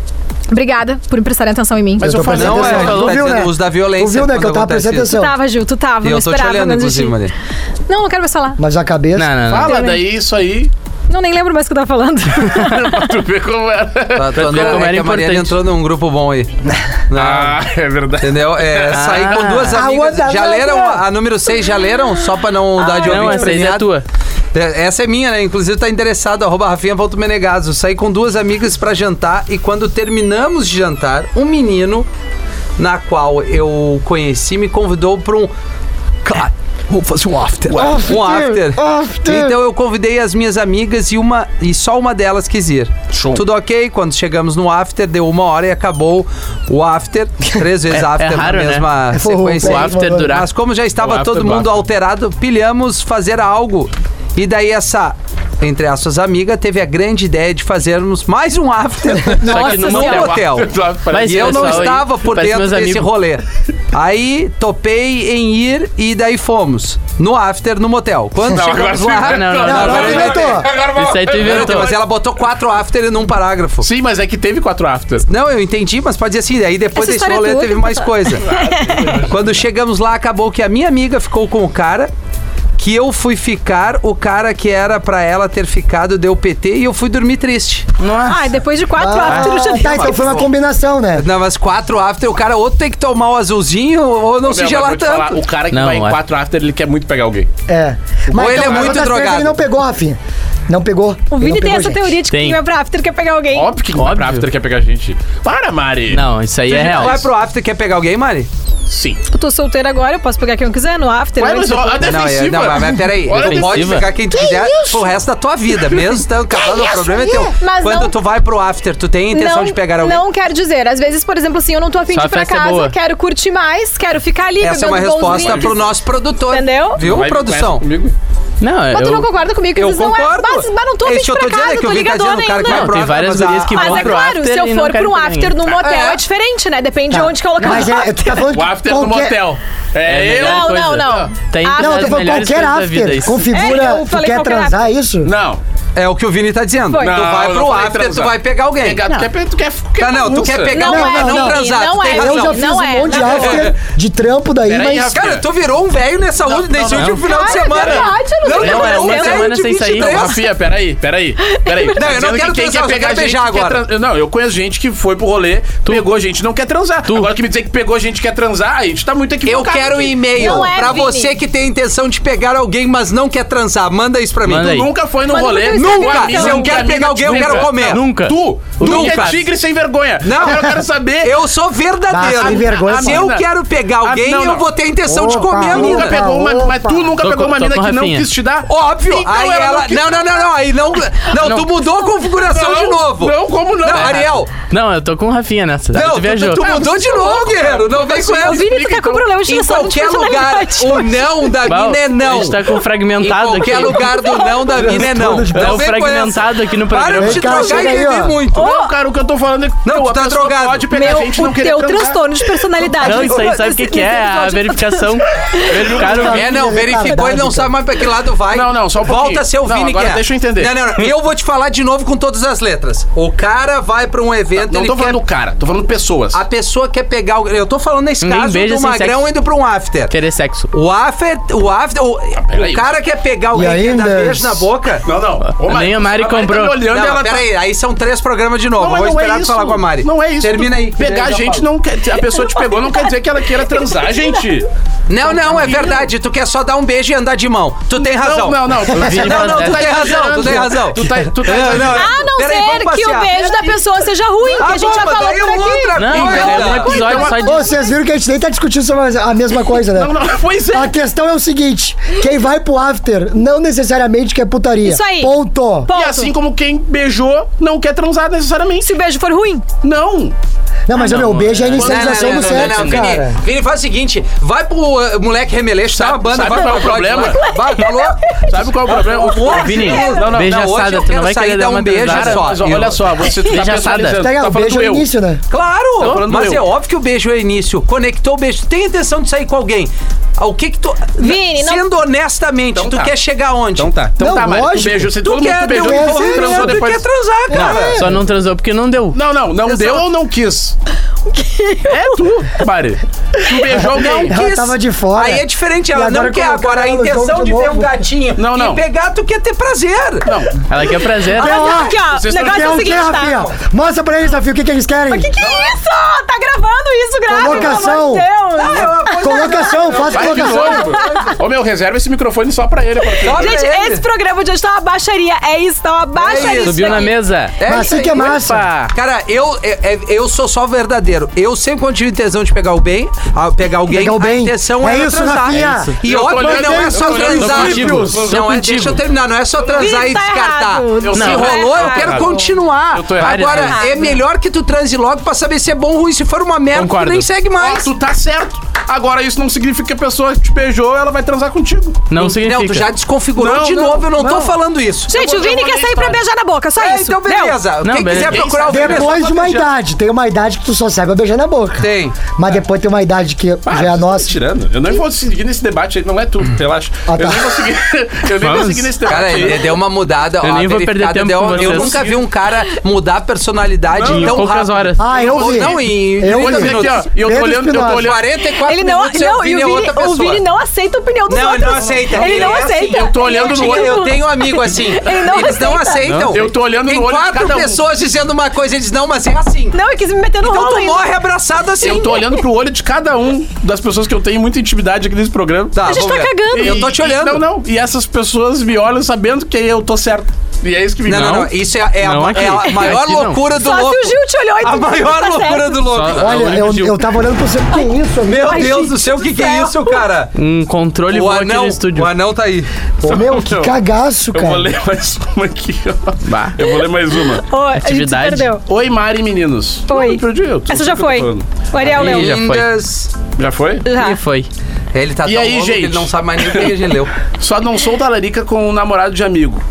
Speaker 3: Obrigada por prestarem atenção em mim.
Speaker 2: Mas eu
Speaker 5: tô
Speaker 2: falei.
Speaker 5: prestando
Speaker 1: Não, é,
Speaker 5: atenção.
Speaker 1: a gente tá
Speaker 5: Tu viu,
Speaker 1: dizendo
Speaker 5: né?
Speaker 1: os da violência.
Speaker 5: Tu viu, né, que eu
Speaker 1: quando
Speaker 5: tava
Speaker 1: acontece
Speaker 5: prestando
Speaker 1: isso.
Speaker 3: Tu
Speaker 5: atenção.
Speaker 3: tava, Gil, tu tava.
Speaker 1: E
Speaker 3: não
Speaker 1: eu tô te
Speaker 3: esperava,
Speaker 1: olhando,
Speaker 3: mas
Speaker 1: inclusive,
Speaker 3: enfim.
Speaker 1: Maria.
Speaker 3: Não, não quero mais falar.
Speaker 5: Mas a cabeça.
Speaker 4: Não,
Speaker 5: Ah,
Speaker 4: não, não.
Speaker 2: Fala
Speaker 3: Também.
Speaker 2: daí isso aí.
Speaker 3: Não nem lembro mais o que eu tava falando.
Speaker 2: pra tu ver como é. era.
Speaker 1: Tá, tu
Speaker 4: ver
Speaker 1: andou- é
Speaker 4: como era
Speaker 1: que a Mariana
Speaker 4: importante.
Speaker 1: entrou num grupo bom aí. Não,
Speaker 2: [LAUGHS] Ah, é verdade.
Speaker 1: Entendeu? É, sair com duas
Speaker 5: Ah,
Speaker 1: amigas.
Speaker 5: outra
Speaker 1: Já
Speaker 5: não,
Speaker 1: leram
Speaker 5: não.
Speaker 1: a número 6? Já leram? Só pra não dar de
Speaker 4: não,
Speaker 1: ouvinte
Speaker 4: essa aí é
Speaker 1: premiado.
Speaker 4: tua.
Speaker 1: É, Essa é minha, né? Inclusive tá interessado, arroba rafinha.menegaso. Saí com duas amigas pra jantar e quando terminamos de jantar, um menino na qual eu conheci me convidou pra um... Claro, vamos fazer um after. Um after.
Speaker 5: After.
Speaker 1: Então eu convidei as minhas amigas e uma e só uma delas quis ir.
Speaker 2: Show.
Speaker 1: Tudo ok, quando chegamos no after, deu uma hora e acabou o after. Três vezes
Speaker 4: É- é
Speaker 1: after
Speaker 4: raro,
Speaker 1: na
Speaker 4: né?
Speaker 1: mesma
Speaker 5: É, foi o-
Speaker 1: sequência.
Speaker 4: O after durar.
Speaker 1: Mas como já
Speaker 2: O
Speaker 1: estava
Speaker 2: after
Speaker 1: todo
Speaker 2: do
Speaker 1: mundo
Speaker 2: after.
Speaker 1: alterado, pilhamos fazer algo. E daí essa, entre as suas amigas, teve a grande ideia de fazermos mais um
Speaker 4: [LAUGHS]
Speaker 1: after
Speaker 4: Só que
Speaker 1: no
Speaker 4: no
Speaker 1: meu
Speaker 4: motel.
Speaker 1: hotel.
Speaker 4: Mas
Speaker 1: E eu não
Speaker 4: pessoal aí,
Speaker 1: estava por
Speaker 4: parece
Speaker 1: dentro
Speaker 4: meus
Speaker 1: desse
Speaker 4: amigos.
Speaker 1: rolê. Aí topei em ir e daí fomos. No after, no motel. Quando
Speaker 2: Não, [LAUGHS] agora
Speaker 1: chegamos
Speaker 2: sim.
Speaker 1: [LAUGHS] lá.
Speaker 4: Não, não,
Speaker 5: não,
Speaker 1: agora
Speaker 5: agora
Speaker 1: ele
Speaker 5: vai
Speaker 1: vai-
Speaker 5: ter.
Speaker 2: Agora vai-
Speaker 4: Isso aí tu
Speaker 1: Não,
Speaker 4: inventou.
Speaker 1: Mas ela botou quatro after num parágrafo.
Speaker 2: Sim, mas é que teve quatro afters.
Speaker 1: Não, eu entendi, mas pode dizer assim, aí depois
Speaker 3: Essa
Speaker 1: desse
Speaker 3: história é
Speaker 1: rolê
Speaker 3: tua,
Speaker 1: teve
Speaker 3: que
Speaker 1: mais
Speaker 3: tá-
Speaker 1: coisa.
Speaker 2: [LAUGHS]
Speaker 1: Quando chegamos lá, acabou que a minha amiga ficou com o cara, que eu fui ficar, o cara que era pra ela ter ficado deu PT e eu fui dormir triste.
Speaker 3: Ai, depois de quatro
Speaker 5: Ah,
Speaker 3: after eu já
Speaker 5: tá, então foi uma combinação, né?
Speaker 1: Não, mas quatro after, o cara ou tem que tomar o azulzinho ou não se
Speaker 2: Meu, mas
Speaker 1: gelar
Speaker 2: vou te falar,
Speaker 1: tanto.
Speaker 2: O cara que
Speaker 4: Não,
Speaker 2: vai em
Speaker 4: é.
Speaker 2: quatro after, ele quer muito pegar alguém.
Speaker 5: É.
Speaker 1: Ou ele é muito
Speaker 5: então, uma das coisas
Speaker 1: drogado.
Speaker 5: Ele não pegou, Rafinha. Não pegou.
Speaker 3: O
Speaker 5: Ele
Speaker 3: Vini
Speaker 5: não
Speaker 3: tem
Speaker 5: pegou,
Speaker 3: essa
Speaker 5: gente.
Speaker 3: teoria de que
Speaker 4: Tem.
Speaker 3: quem vai pra after quer pegar alguém.
Speaker 2: Óbvio que vai pra
Speaker 4: Óbvio.
Speaker 2: after quer pegar gente. Para, Mari!
Speaker 4: Não, isso aí é real.
Speaker 1: Vai pro after, quer pegar alguém, Mari?
Speaker 2: Sim.
Speaker 3: Tipo, Eu tô solteira agora, eu posso pegar quem eu quiser no after.
Speaker 2: Ué, mas
Speaker 3: antes,
Speaker 2: ó, a
Speaker 1: Não, é,
Speaker 2: defensiva.
Speaker 1: não, mas mas peraí,
Speaker 2: Olha
Speaker 1: tu pode
Speaker 2: a
Speaker 4: defensiva.
Speaker 1: ficar quem tu quiser pro resto da tua vida,
Speaker 3: [LAUGHS]
Speaker 1: mesmo estando casado, o problema é teu.
Speaker 3: Mas
Speaker 1: Quando
Speaker 3: não-
Speaker 1: tu vai pro after, tu tem a intenção de pegar alguém?
Speaker 3: Não quero dizer. Às vezes, por exemplo, assim, eu não tô afim
Speaker 4: Só
Speaker 3: de
Speaker 4: a
Speaker 3: ir pra
Speaker 4: festa é
Speaker 3: casa,
Speaker 4: boa.
Speaker 3: quero curtir mais, quero ficar ali
Speaker 1: Essa é
Speaker 3: bebendo
Speaker 1: uma
Speaker 3: bons
Speaker 1: resposta
Speaker 3: drinks.
Speaker 1: pro nosso produtor.
Speaker 3: Entendeu?
Speaker 1: Viu,
Speaker 2: Vai-
Speaker 1: produção?
Speaker 2: conversa comigo.
Speaker 4: Não,
Speaker 3: Mas tu não
Speaker 4: eu...
Speaker 3: concorda comigo que
Speaker 1: Eu
Speaker 3: vocês não é.
Speaker 1: concordo.
Speaker 3: Mas, mas não tô
Speaker 1: É
Speaker 3: afim
Speaker 1: isso que
Speaker 3: de ir
Speaker 1: eu
Speaker 3: pra
Speaker 1: tô dizendo,
Speaker 3: casa,
Speaker 1: é que
Speaker 3: tô
Speaker 1: eu vi que tá
Speaker 3: ligadona
Speaker 1: dizendo, o cara
Speaker 3: ainda.
Speaker 1: que vai
Speaker 4: Não,
Speaker 1: pro
Speaker 4: tem
Speaker 1: after,
Speaker 4: várias
Speaker 1: mas a-
Speaker 4: gurias que
Speaker 3: Mas
Speaker 4: vão
Speaker 3: é
Speaker 4: pro
Speaker 3: claro,
Speaker 4: after
Speaker 3: se eu
Speaker 4: e não querem
Speaker 3: for pra um
Speaker 4: pegar ninguém.
Speaker 3: after num motel,
Speaker 1: É.
Speaker 3: é diferente, né? Depende de
Speaker 5: Tá.
Speaker 3: onde colocar
Speaker 5: Mas é, tu tá falando
Speaker 2: O
Speaker 5: que
Speaker 2: after no
Speaker 5: qualquer-
Speaker 2: motel. É,
Speaker 4: É
Speaker 2: eu.
Speaker 4: melhor
Speaker 3: Não,
Speaker 4: coisa.
Speaker 3: não, não.
Speaker 4: Tá indo
Speaker 3: Ah,
Speaker 5: Não,
Speaker 4: das
Speaker 5: tu falou
Speaker 4: melhores
Speaker 5: qualquer
Speaker 4: coisas da vida,
Speaker 5: after.
Speaker 4: isso.
Speaker 3: É,
Speaker 5: Configura.
Speaker 3: eu
Speaker 5: tu
Speaker 3: falei
Speaker 5: quer
Speaker 3: qualquer
Speaker 5: transar isso?
Speaker 2: Não.
Speaker 1: É o que o Vini tá dizendo.
Speaker 3: Foi.
Speaker 1: tu
Speaker 2: Não,
Speaker 1: vai
Speaker 2: eu
Speaker 1: pro
Speaker 2: não falei
Speaker 1: after,
Speaker 2: transar.
Speaker 1: tu vai pegar alguém.
Speaker 2: Pegar, tu É, quer, tu quer, quer
Speaker 1: Tá, não, tu quer
Speaker 2: bagunça.
Speaker 1: pegar
Speaker 3: Não
Speaker 1: alguém,
Speaker 3: é,
Speaker 1: não,
Speaker 5: não,
Speaker 1: transar.
Speaker 3: não
Speaker 1: tu tem
Speaker 3: é.
Speaker 5: Eu já
Speaker 1: razão.
Speaker 5: fiz
Speaker 3: Não
Speaker 5: um
Speaker 3: é,
Speaker 5: monte de
Speaker 3: não é.
Speaker 5: after de trampo daí,
Speaker 2: Peraí,
Speaker 5: mas.
Speaker 2: Rafinha.
Speaker 1: Cara, tu virou um velho nessa não, nesse
Speaker 4: não,
Speaker 1: último
Speaker 4: não.
Speaker 1: final de
Speaker 3: Cara, é
Speaker 1: semana.
Speaker 3: verdade, eu não sei
Speaker 1: tu
Speaker 4: como
Speaker 1: é
Speaker 4: é.
Speaker 1: um
Speaker 4: Uma
Speaker 1: velho
Speaker 4: semana
Speaker 1: de
Speaker 4: sem sair.
Speaker 1: 23.
Speaker 4: Não,
Speaker 2: Rafinha, peraí, peraí, peraí. Não,
Speaker 1: eu não quero transar, eu só quero beijar agora.
Speaker 2: Não, eu conheço gente que foi pro rolê, pegou gente e não quer transar. Agora que me dizer que pegou gente e quer transar, a gente tá muito
Speaker 1: Eu
Speaker 2: equivocado.
Speaker 1: quero um
Speaker 2: ir.
Speaker 1: e-mail
Speaker 3: Não é,
Speaker 1: pra
Speaker 3: Vini.
Speaker 1: você que tem a intenção de pegar alguém, mas não quer transar. Manda isso pra mim.
Speaker 4: Manda
Speaker 1: Tu
Speaker 4: aí.
Speaker 1: nunca-
Speaker 2: Nunca foi no
Speaker 3: Manda pro
Speaker 2: rolê,
Speaker 3: teu
Speaker 1: Nunca!
Speaker 2: Então,
Speaker 1: Se eu quero
Speaker 2: amiga,
Speaker 1: pegar alguém, eu
Speaker 4: nunca,
Speaker 1: quero comer.
Speaker 4: Nunca.
Speaker 2: Tu, tu que é
Speaker 1: Lucas.
Speaker 2: tigre sem vergonha.
Speaker 1: Não.
Speaker 2: Eu quero saber.
Speaker 1: Eu sou verdadeiro.
Speaker 5: Ah, sem vergonha,
Speaker 1: Se eu
Speaker 2: mano.
Speaker 1: quero pegar
Speaker 2: Ah,
Speaker 1: alguém,
Speaker 2: não, não.
Speaker 1: eu vou ter a intenção de
Speaker 5: Opa,
Speaker 1: comer a
Speaker 5: opa.
Speaker 2: nunca
Speaker 1: mina.
Speaker 2: pegou uma,
Speaker 5: Opa.
Speaker 2: mas tu nunca
Speaker 4: Tô
Speaker 2: pegou
Speaker 4: com-
Speaker 2: uma
Speaker 4: tô
Speaker 2: mina
Speaker 4: com
Speaker 2: que não
Speaker 4: Rafinha.
Speaker 2: quis te dar?
Speaker 1: Óbvio.
Speaker 2: Então
Speaker 1: aí
Speaker 2: ela
Speaker 1: ela.
Speaker 2: não quis-
Speaker 1: Não, não, não, não. Aí não. Não, tu mudou a configuração de novo.
Speaker 2: Não, como não? Tá,
Speaker 1: Não, Ariel.
Speaker 4: Não, eu tô com o Rafinha nessa.
Speaker 1: Não,
Speaker 4: tu
Speaker 1: tu,
Speaker 4: viajou.
Speaker 1: tu mudou de novo, guerreiro. Não vem com essa.
Speaker 3: Inclusive, tu tá com problema de
Speaker 1: Em
Speaker 3: noção de
Speaker 1: qualquer lugar,
Speaker 3: personalidade.
Speaker 1: o não da
Speaker 4: Bal,
Speaker 1: mina é não.
Speaker 4: A gente tá com
Speaker 1: Em
Speaker 4: fragmentado aqui.
Speaker 1: qualquer lugar do não da mina é não.
Speaker 4: Tá
Speaker 1: Não
Speaker 4: o
Speaker 1: vem com
Speaker 4: fragmentado
Speaker 1: essa.
Speaker 4: aqui no
Speaker 1: Para
Speaker 4: programa.
Speaker 1: de te
Speaker 5: Vem cá,
Speaker 1: trocar e
Speaker 5: chega aí,
Speaker 1: beber
Speaker 5: ó.
Speaker 1: muito.
Speaker 2: Não, cara, o que eu tô falando é que
Speaker 1: Não,
Speaker 2: pô,
Speaker 1: tu tá
Speaker 2: a pessoa
Speaker 1: drogado.
Speaker 2: Pode pegar a
Speaker 3: Meu,
Speaker 2: gente e não
Speaker 3: o
Speaker 2: querer
Speaker 3: teu
Speaker 2: transar.
Speaker 3: transtorno de personalidade.
Speaker 4: Não, isso aí sabe o que, que é? A verificação. Verificaram.
Speaker 1: É, não, verificou, ele não
Speaker 5: Verdade,
Speaker 1: sabe mais pra que lado vai.
Speaker 2: Não, não, só um pouquinho.
Speaker 1: Volta seu
Speaker 2: Não,
Speaker 1: Vini
Speaker 2: agora
Speaker 1: que é.
Speaker 2: deixa eu entender.
Speaker 1: Não, não, não, eu vou te falar de novo com todas as letras. O cara vai pra um evento,
Speaker 2: Tá, Não
Speaker 1: ele
Speaker 2: tô
Speaker 1: quer...
Speaker 2: falando do cara, tô falando pessoas.
Speaker 1: A pessoa quer pegar o... Eu tô falando nesse
Speaker 4: Ninguém
Speaker 1: caso
Speaker 4: beija
Speaker 1: do
Speaker 4: sem
Speaker 1: magrão
Speaker 4: sexo.
Speaker 1: indo pra um after.
Speaker 4: Querer sexo.
Speaker 1: O after... O after... O,
Speaker 2: peraí.
Speaker 1: o cara quer pegar alguém
Speaker 5: E
Speaker 1: que dá
Speaker 5: ainda-
Speaker 1: beijo na boca...
Speaker 2: Não, não. Ô,
Speaker 4: Nem a Mari
Speaker 2: Tá me
Speaker 4: comprou.
Speaker 2: olhando, e
Speaker 1: Não,
Speaker 2: ela tá-
Speaker 1: peraí, aí são três programas de novo.
Speaker 2: Não, mas
Speaker 1: Vou
Speaker 2: não é
Speaker 1: esperar tu
Speaker 2: isso.
Speaker 1: falar com a Mari.
Speaker 2: Não é isso.
Speaker 1: Termina aí.
Speaker 2: Pegar a gente não quer. A pessoa te pegou, não quer dizer que ela queira transar, gente.
Speaker 1: Não, não, é verdade. Tu quer só dar um beijo e andar de mão. Tu tem razão.
Speaker 2: Não, não, não.
Speaker 4: Eu vi.
Speaker 1: Não, não, tu tem razão, tu tem razão. É,
Speaker 2: Tu tá- tu tá exagerando.
Speaker 3: A Ah, não
Speaker 1: Peraí, vamos
Speaker 3: ser que o
Speaker 1: passear.
Speaker 3: beijo da pessoa seja ruim, que
Speaker 1: Ah,
Speaker 3: a gente
Speaker 1: bom,
Speaker 3: já
Speaker 1: mas
Speaker 3: falou
Speaker 1: daí é
Speaker 3: por aqui.
Speaker 1: outra
Speaker 4: Não,
Speaker 1: coisa.
Speaker 4: cara, é um episódio só de.
Speaker 5: Ô, vocês viram que a gente nem tá discutindo sobre a mesma coisa, né?
Speaker 2: Não, não, pois é.
Speaker 5: A questão é o seguinte: quem vai pro after não necessariamente quer putaria.
Speaker 3: Isso aí.
Speaker 5: Ponto.
Speaker 3: Ponto.
Speaker 2: E assim como quem beijou não quer transar necessariamente.
Speaker 3: Se o beijo for ruim,
Speaker 2: Não.
Speaker 5: Não, mas
Speaker 4: Ah,
Speaker 5: meu,
Speaker 4: não,
Speaker 5: o beijo é a
Speaker 4: não,
Speaker 5: inicialização do sexo, cara.
Speaker 1: Vini, Vini, faz o seguinte: vai pro eh, moleque remeleixo, tá uma banda,
Speaker 2: sabe
Speaker 1: vai
Speaker 2: qual
Speaker 1: pra
Speaker 2: é o
Speaker 1: Freud
Speaker 2: problema?
Speaker 1: lá. Vai, falou?
Speaker 2: Sabe qual é o problema?
Speaker 1: Ô,
Speaker 4: Vini,
Speaker 1: não, não,
Speaker 4: beija
Speaker 1: não, hoje
Speaker 4: assada,
Speaker 1: eu
Speaker 4: tu não
Speaker 1: quero
Speaker 4: vai
Speaker 1: sair
Speaker 4: querer
Speaker 1: dar
Speaker 4: dar
Speaker 1: um
Speaker 4: uma
Speaker 1: beijo
Speaker 4: transada?
Speaker 1: só.
Speaker 2: Mas olha só, você tu tá
Speaker 4: Beija assada.
Speaker 2: pessoalizando.
Speaker 5: Pega,
Speaker 2: Tá
Speaker 5: o
Speaker 2: falando
Speaker 5: beijo é o
Speaker 2: eu.
Speaker 5: início, né?
Speaker 2: Tô
Speaker 1: Claro!
Speaker 2: falando
Speaker 1: Mas
Speaker 2: eu.
Speaker 1: é óbvio que o beijo é início. Conectou o beijo. Tem intenção de sair com alguém. Ah, O que que tu.
Speaker 3: Vini, não-
Speaker 1: Sendo honestamente,
Speaker 2: Então
Speaker 1: tu
Speaker 2: tá.
Speaker 1: quer chegar onde?
Speaker 2: Então tá. Então
Speaker 5: Não,
Speaker 2: tá, Mari. Tu
Speaker 5: lógico.
Speaker 2: beijou, se
Speaker 1: Tu
Speaker 2: todo mundo
Speaker 1: quer,
Speaker 2: tu beijou,
Speaker 1: deu-
Speaker 2: e tu
Speaker 5: é,
Speaker 2: transou
Speaker 1: tu
Speaker 2: depois. é.
Speaker 1: quer transar, cara.
Speaker 4: Só não transou porque não deu.
Speaker 2: Não, não, não deu ou não quis? É tu, Mari. Tu beijou alguém.
Speaker 5: Ela tava de fora.
Speaker 1: Aí é diferente,
Speaker 5: E
Speaker 1: ela
Speaker 5: agora
Speaker 1: não quer.
Speaker 5: colocaram
Speaker 1: Agora a
Speaker 5: ela no
Speaker 1: intenção
Speaker 5: jogo
Speaker 1: de
Speaker 5: de
Speaker 1: ver um
Speaker 5: novo.
Speaker 1: gatinho
Speaker 2: Não, não.
Speaker 1: e pegar, tu quer ter prazer.
Speaker 2: Não.
Speaker 4: Ela quer prazer.
Speaker 3: Mas
Speaker 5: ó,
Speaker 3: aqui, ó, o
Speaker 2: vocês
Speaker 3: negócio
Speaker 5: Quer
Speaker 3: é o
Speaker 5: um quê,
Speaker 3: seguinte,
Speaker 5: Rafinha?
Speaker 3: tá?
Speaker 5: Mostra pra eles, Rafinha, o que, que eles querem.
Speaker 3: Que que é isso? Tá gravando isso, grave,
Speaker 5: Colocação.
Speaker 3: pelo amor de Deus.
Speaker 5: Colocação, faz
Speaker 2: Vai de
Speaker 5: colocação.
Speaker 2: novo. Ô meu, reserva esse microfone só pra ele. Porque...
Speaker 1: Só
Speaker 3: Gente,
Speaker 1: pra ele.
Speaker 3: esse programa de hoje tá uma baixaria. É isso, tá uma baixaria.
Speaker 1: isso.
Speaker 3: isso
Speaker 4: Subiu na
Speaker 3: daqui.
Speaker 4: mesa.
Speaker 1: É
Speaker 5: Mas
Speaker 1: isso
Speaker 5: assim que é
Speaker 1: aí. Ah,
Speaker 5: massa.
Speaker 4: Pá.
Speaker 1: Cara, eu, é- é- eu sou só verdadeiro. Eu sempre quando tive intenção de pegar o bem, a- pegar alguém,
Speaker 5: Pegar o bem.
Speaker 1: a intenção
Speaker 5: É
Speaker 1: era
Speaker 5: isso,
Speaker 1: transar.
Speaker 5: Rafinha. É isso.
Speaker 1: E
Speaker 2: Eu tô
Speaker 1: óbvio que
Speaker 2: olhando,
Speaker 1: não é
Speaker 2: eu
Speaker 1: só
Speaker 2: tô olhando,
Speaker 1: transar.
Speaker 4: tô contigo, tô
Speaker 1: Não, é,
Speaker 4: contigo.
Speaker 1: deixa eu terminar, não é só transar
Speaker 3: Vini,
Speaker 1: e
Speaker 3: tá
Speaker 1: descartar.
Speaker 3: errado.
Speaker 1: Se
Speaker 2: Não,
Speaker 1: rolou,
Speaker 3: tá
Speaker 1: eu quero
Speaker 2: errado.
Speaker 1: continuar.
Speaker 2: Eu tô errado.
Speaker 1: Agora,
Speaker 3: Tá
Speaker 1: é
Speaker 3: errado.
Speaker 1: melhor que tu transe logo pra saber se é bom ou ruim. Se for uma merda,
Speaker 4: Concordo.
Speaker 1: tu nem segue mais.
Speaker 2: Tu tá certo. Agora isso não significa que a pessoa que te beijou, ela vai transar contigo.
Speaker 4: Não
Speaker 1: Não, tu
Speaker 4: significa.
Speaker 1: já desconfigurou
Speaker 2: Não,
Speaker 1: de
Speaker 2: não,
Speaker 1: novo, eu não, tô
Speaker 2: não.
Speaker 1: falando isso.
Speaker 3: Gente, o Vini quer sair pra beijar na boca, só
Speaker 1: É,
Speaker 3: isso.
Speaker 1: então beleza.
Speaker 4: Não,
Speaker 1: Quem quiser
Speaker 4: beleza.
Speaker 1: procurar o Vini, é só
Speaker 5: Depois de uma
Speaker 1: beijar.
Speaker 5: idade. Tem uma idade que tu só sabe beijar na boca.
Speaker 1: Tem.
Speaker 5: Mas depois tem uma idade que
Speaker 1: Ah,
Speaker 5: já é a nossa.
Speaker 2: Ah, Tirando. Eu nem vou seguir nesse debate aí. Não é tu, relaxa.
Speaker 5: Ah,
Speaker 2: Eu
Speaker 5: tá.
Speaker 2: nem vou seguir. [LAUGHS] Eu nem vou
Speaker 4: Vamos.
Speaker 2: seguir nesse debate.
Speaker 1: Cara, ele é
Speaker 2: aí.
Speaker 1: deu uma mudada.
Speaker 4: Eu
Speaker 1: ó,
Speaker 4: nem vou
Speaker 1: verificado,
Speaker 4: perder tempo
Speaker 1: deu-
Speaker 4: com
Speaker 1: Eu
Speaker 4: vocês.
Speaker 1: nunca vi um cara mudar a personalidade
Speaker 4: Em
Speaker 1: tão
Speaker 4: poucas
Speaker 1: rápido.
Speaker 4: horas.
Speaker 5: Ah, eu vi.
Speaker 1: Não, em 30
Speaker 5: Eu
Speaker 2: Vou dizer aqui,
Speaker 1: minutos.
Speaker 2: ó. E eu tô
Speaker 5: Pedro
Speaker 2: olhando, eu tô
Speaker 5: Espinosa.
Speaker 2: olhando.
Speaker 1: 44
Speaker 3: Ele não,
Speaker 1: minutos,
Speaker 3: não,
Speaker 1: eu
Speaker 3: e
Speaker 1: Vini é
Speaker 3: o Vini,
Speaker 1: outra
Speaker 3: o
Speaker 1: pessoa.
Speaker 3: Vini não aceita a opinião dos
Speaker 1: Não, ele
Speaker 3: outros.
Speaker 1: não aceita.
Speaker 3: Ele não
Speaker 1: É assim,
Speaker 3: aceita.
Speaker 2: eu tô olhando no
Speaker 1: Eu,
Speaker 2: olho.
Speaker 1: eu tenho um amigo assim.
Speaker 3: Ele não
Speaker 1: eles não
Speaker 3: aceita.
Speaker 1: aceitam.
Speaker 2: Eu tô olhando
Speaker 1: Tem
Speaker 2: no olho de
Speaker 1: quatro
Speaker 2: cada um.
Speaker 1: pessoas dizendo uma coisa, eles não, mas é assim.
Speaker 3: Não, eu quis me meter no
Speaker 1: Então
Speaker 3: rolo
Speaker 1: tu
Speaker 3: ainda.
Speaker 1: morre abraçado assim.
Speaker 2: Eu tô olhando pro olho de cada um das pessoas que eu tenho muita intimidade aqui nesse programa.
Speaker 1: Tá,
Speaker 3: A gente
Speaker 1: vamos
Speaker 3: tá
Speaker 1: ver.
Speaker 3: cagando.
Speaker 1: Eu tô te
Speaker 2: E-
Speaker 1: olhando.
Speaker 2: Não, não. E essas pessoas me olham sabendo que eu tô certo. E é isso que me
Speaker 1: Não, não, não.
Speaker 2: Não.
Speaker 1: Isso é, é a,
Speaker 4: Não aqui.
Speaker 1: é a maior
Speaker 4: Aqui não.
Speaker 1: loucura do
Speaker 3: Só
Speaker 1: louco.
Speaker 3: se o Gil te olhou e
Speaker 1: A
Speaker 3: tu
Speaker 1: maior
Speaker 3: tá
Speaker 1: loucura
Speaker 3: certo.
Speaker 1: do louco.
Speaker 4: Só-
Speaker 5: Olha,
Speaker 4: Olha,
Speaker 5: eu,
Speaker 4: Gil.
Speaker 5: eu tava olhando pro céu. Que isso, meu?
Speaker 1: Meu
Speaker 3: Ai,
Speaker 1: Deus
Speaker 3: gente
Speaker 1: do céu, o que,
Speaker 3: do
Speaker 1: que é
Speaker 3: céu.
Speaker 1: isso, cara?
Speaker 4: Um controle
Speaker 1: O
Speaker 4: voa aqui no
Speaker 1: anão, o
Speaker 4: estúdio.
Speaker 1: anão tá aí.
Speaker 5: Ô, meu, que cagaço,
Speaker 2: Eu
Speaker 5: cara.
Speaker 2: vou ler mais uma aqui, ó. Eu vou ler mais uma.
Speaker 3: Ô, a gente se
Speaker 4: Atividade.
Speaker 3: perdeu.
Speaker 2: Oi, Mari, meninos.
Speaker 3: Oi.
Speaker 2: Eu perdi, eu tô-
Speaker 3: Essa já
Speaker 2: eu tô
Speaker 3: foi.
Speaker 2: falando.
Speaker 3: O Ariel
Speaker 4: Ih,
Speaker 3: leu.
Speaker 4: já foi.
Speaker 1: Lindas.
Speaker 2: Já foi?
Speaker 3: Já.
Speaker 4: E foi.
Speaker 1: Ele tá
Speaker 2: E
Speaker 1: tão
Speaker 2: aí,
Speaker 1: louco que
Speaker 2: gente?
Speaker 1: ele não sabe mais nem o que a gente
Speaker 2: [LAUGHS]
Speaker 1: leu.
Speaker 2: Só não sou talarica com um namorado de amigo.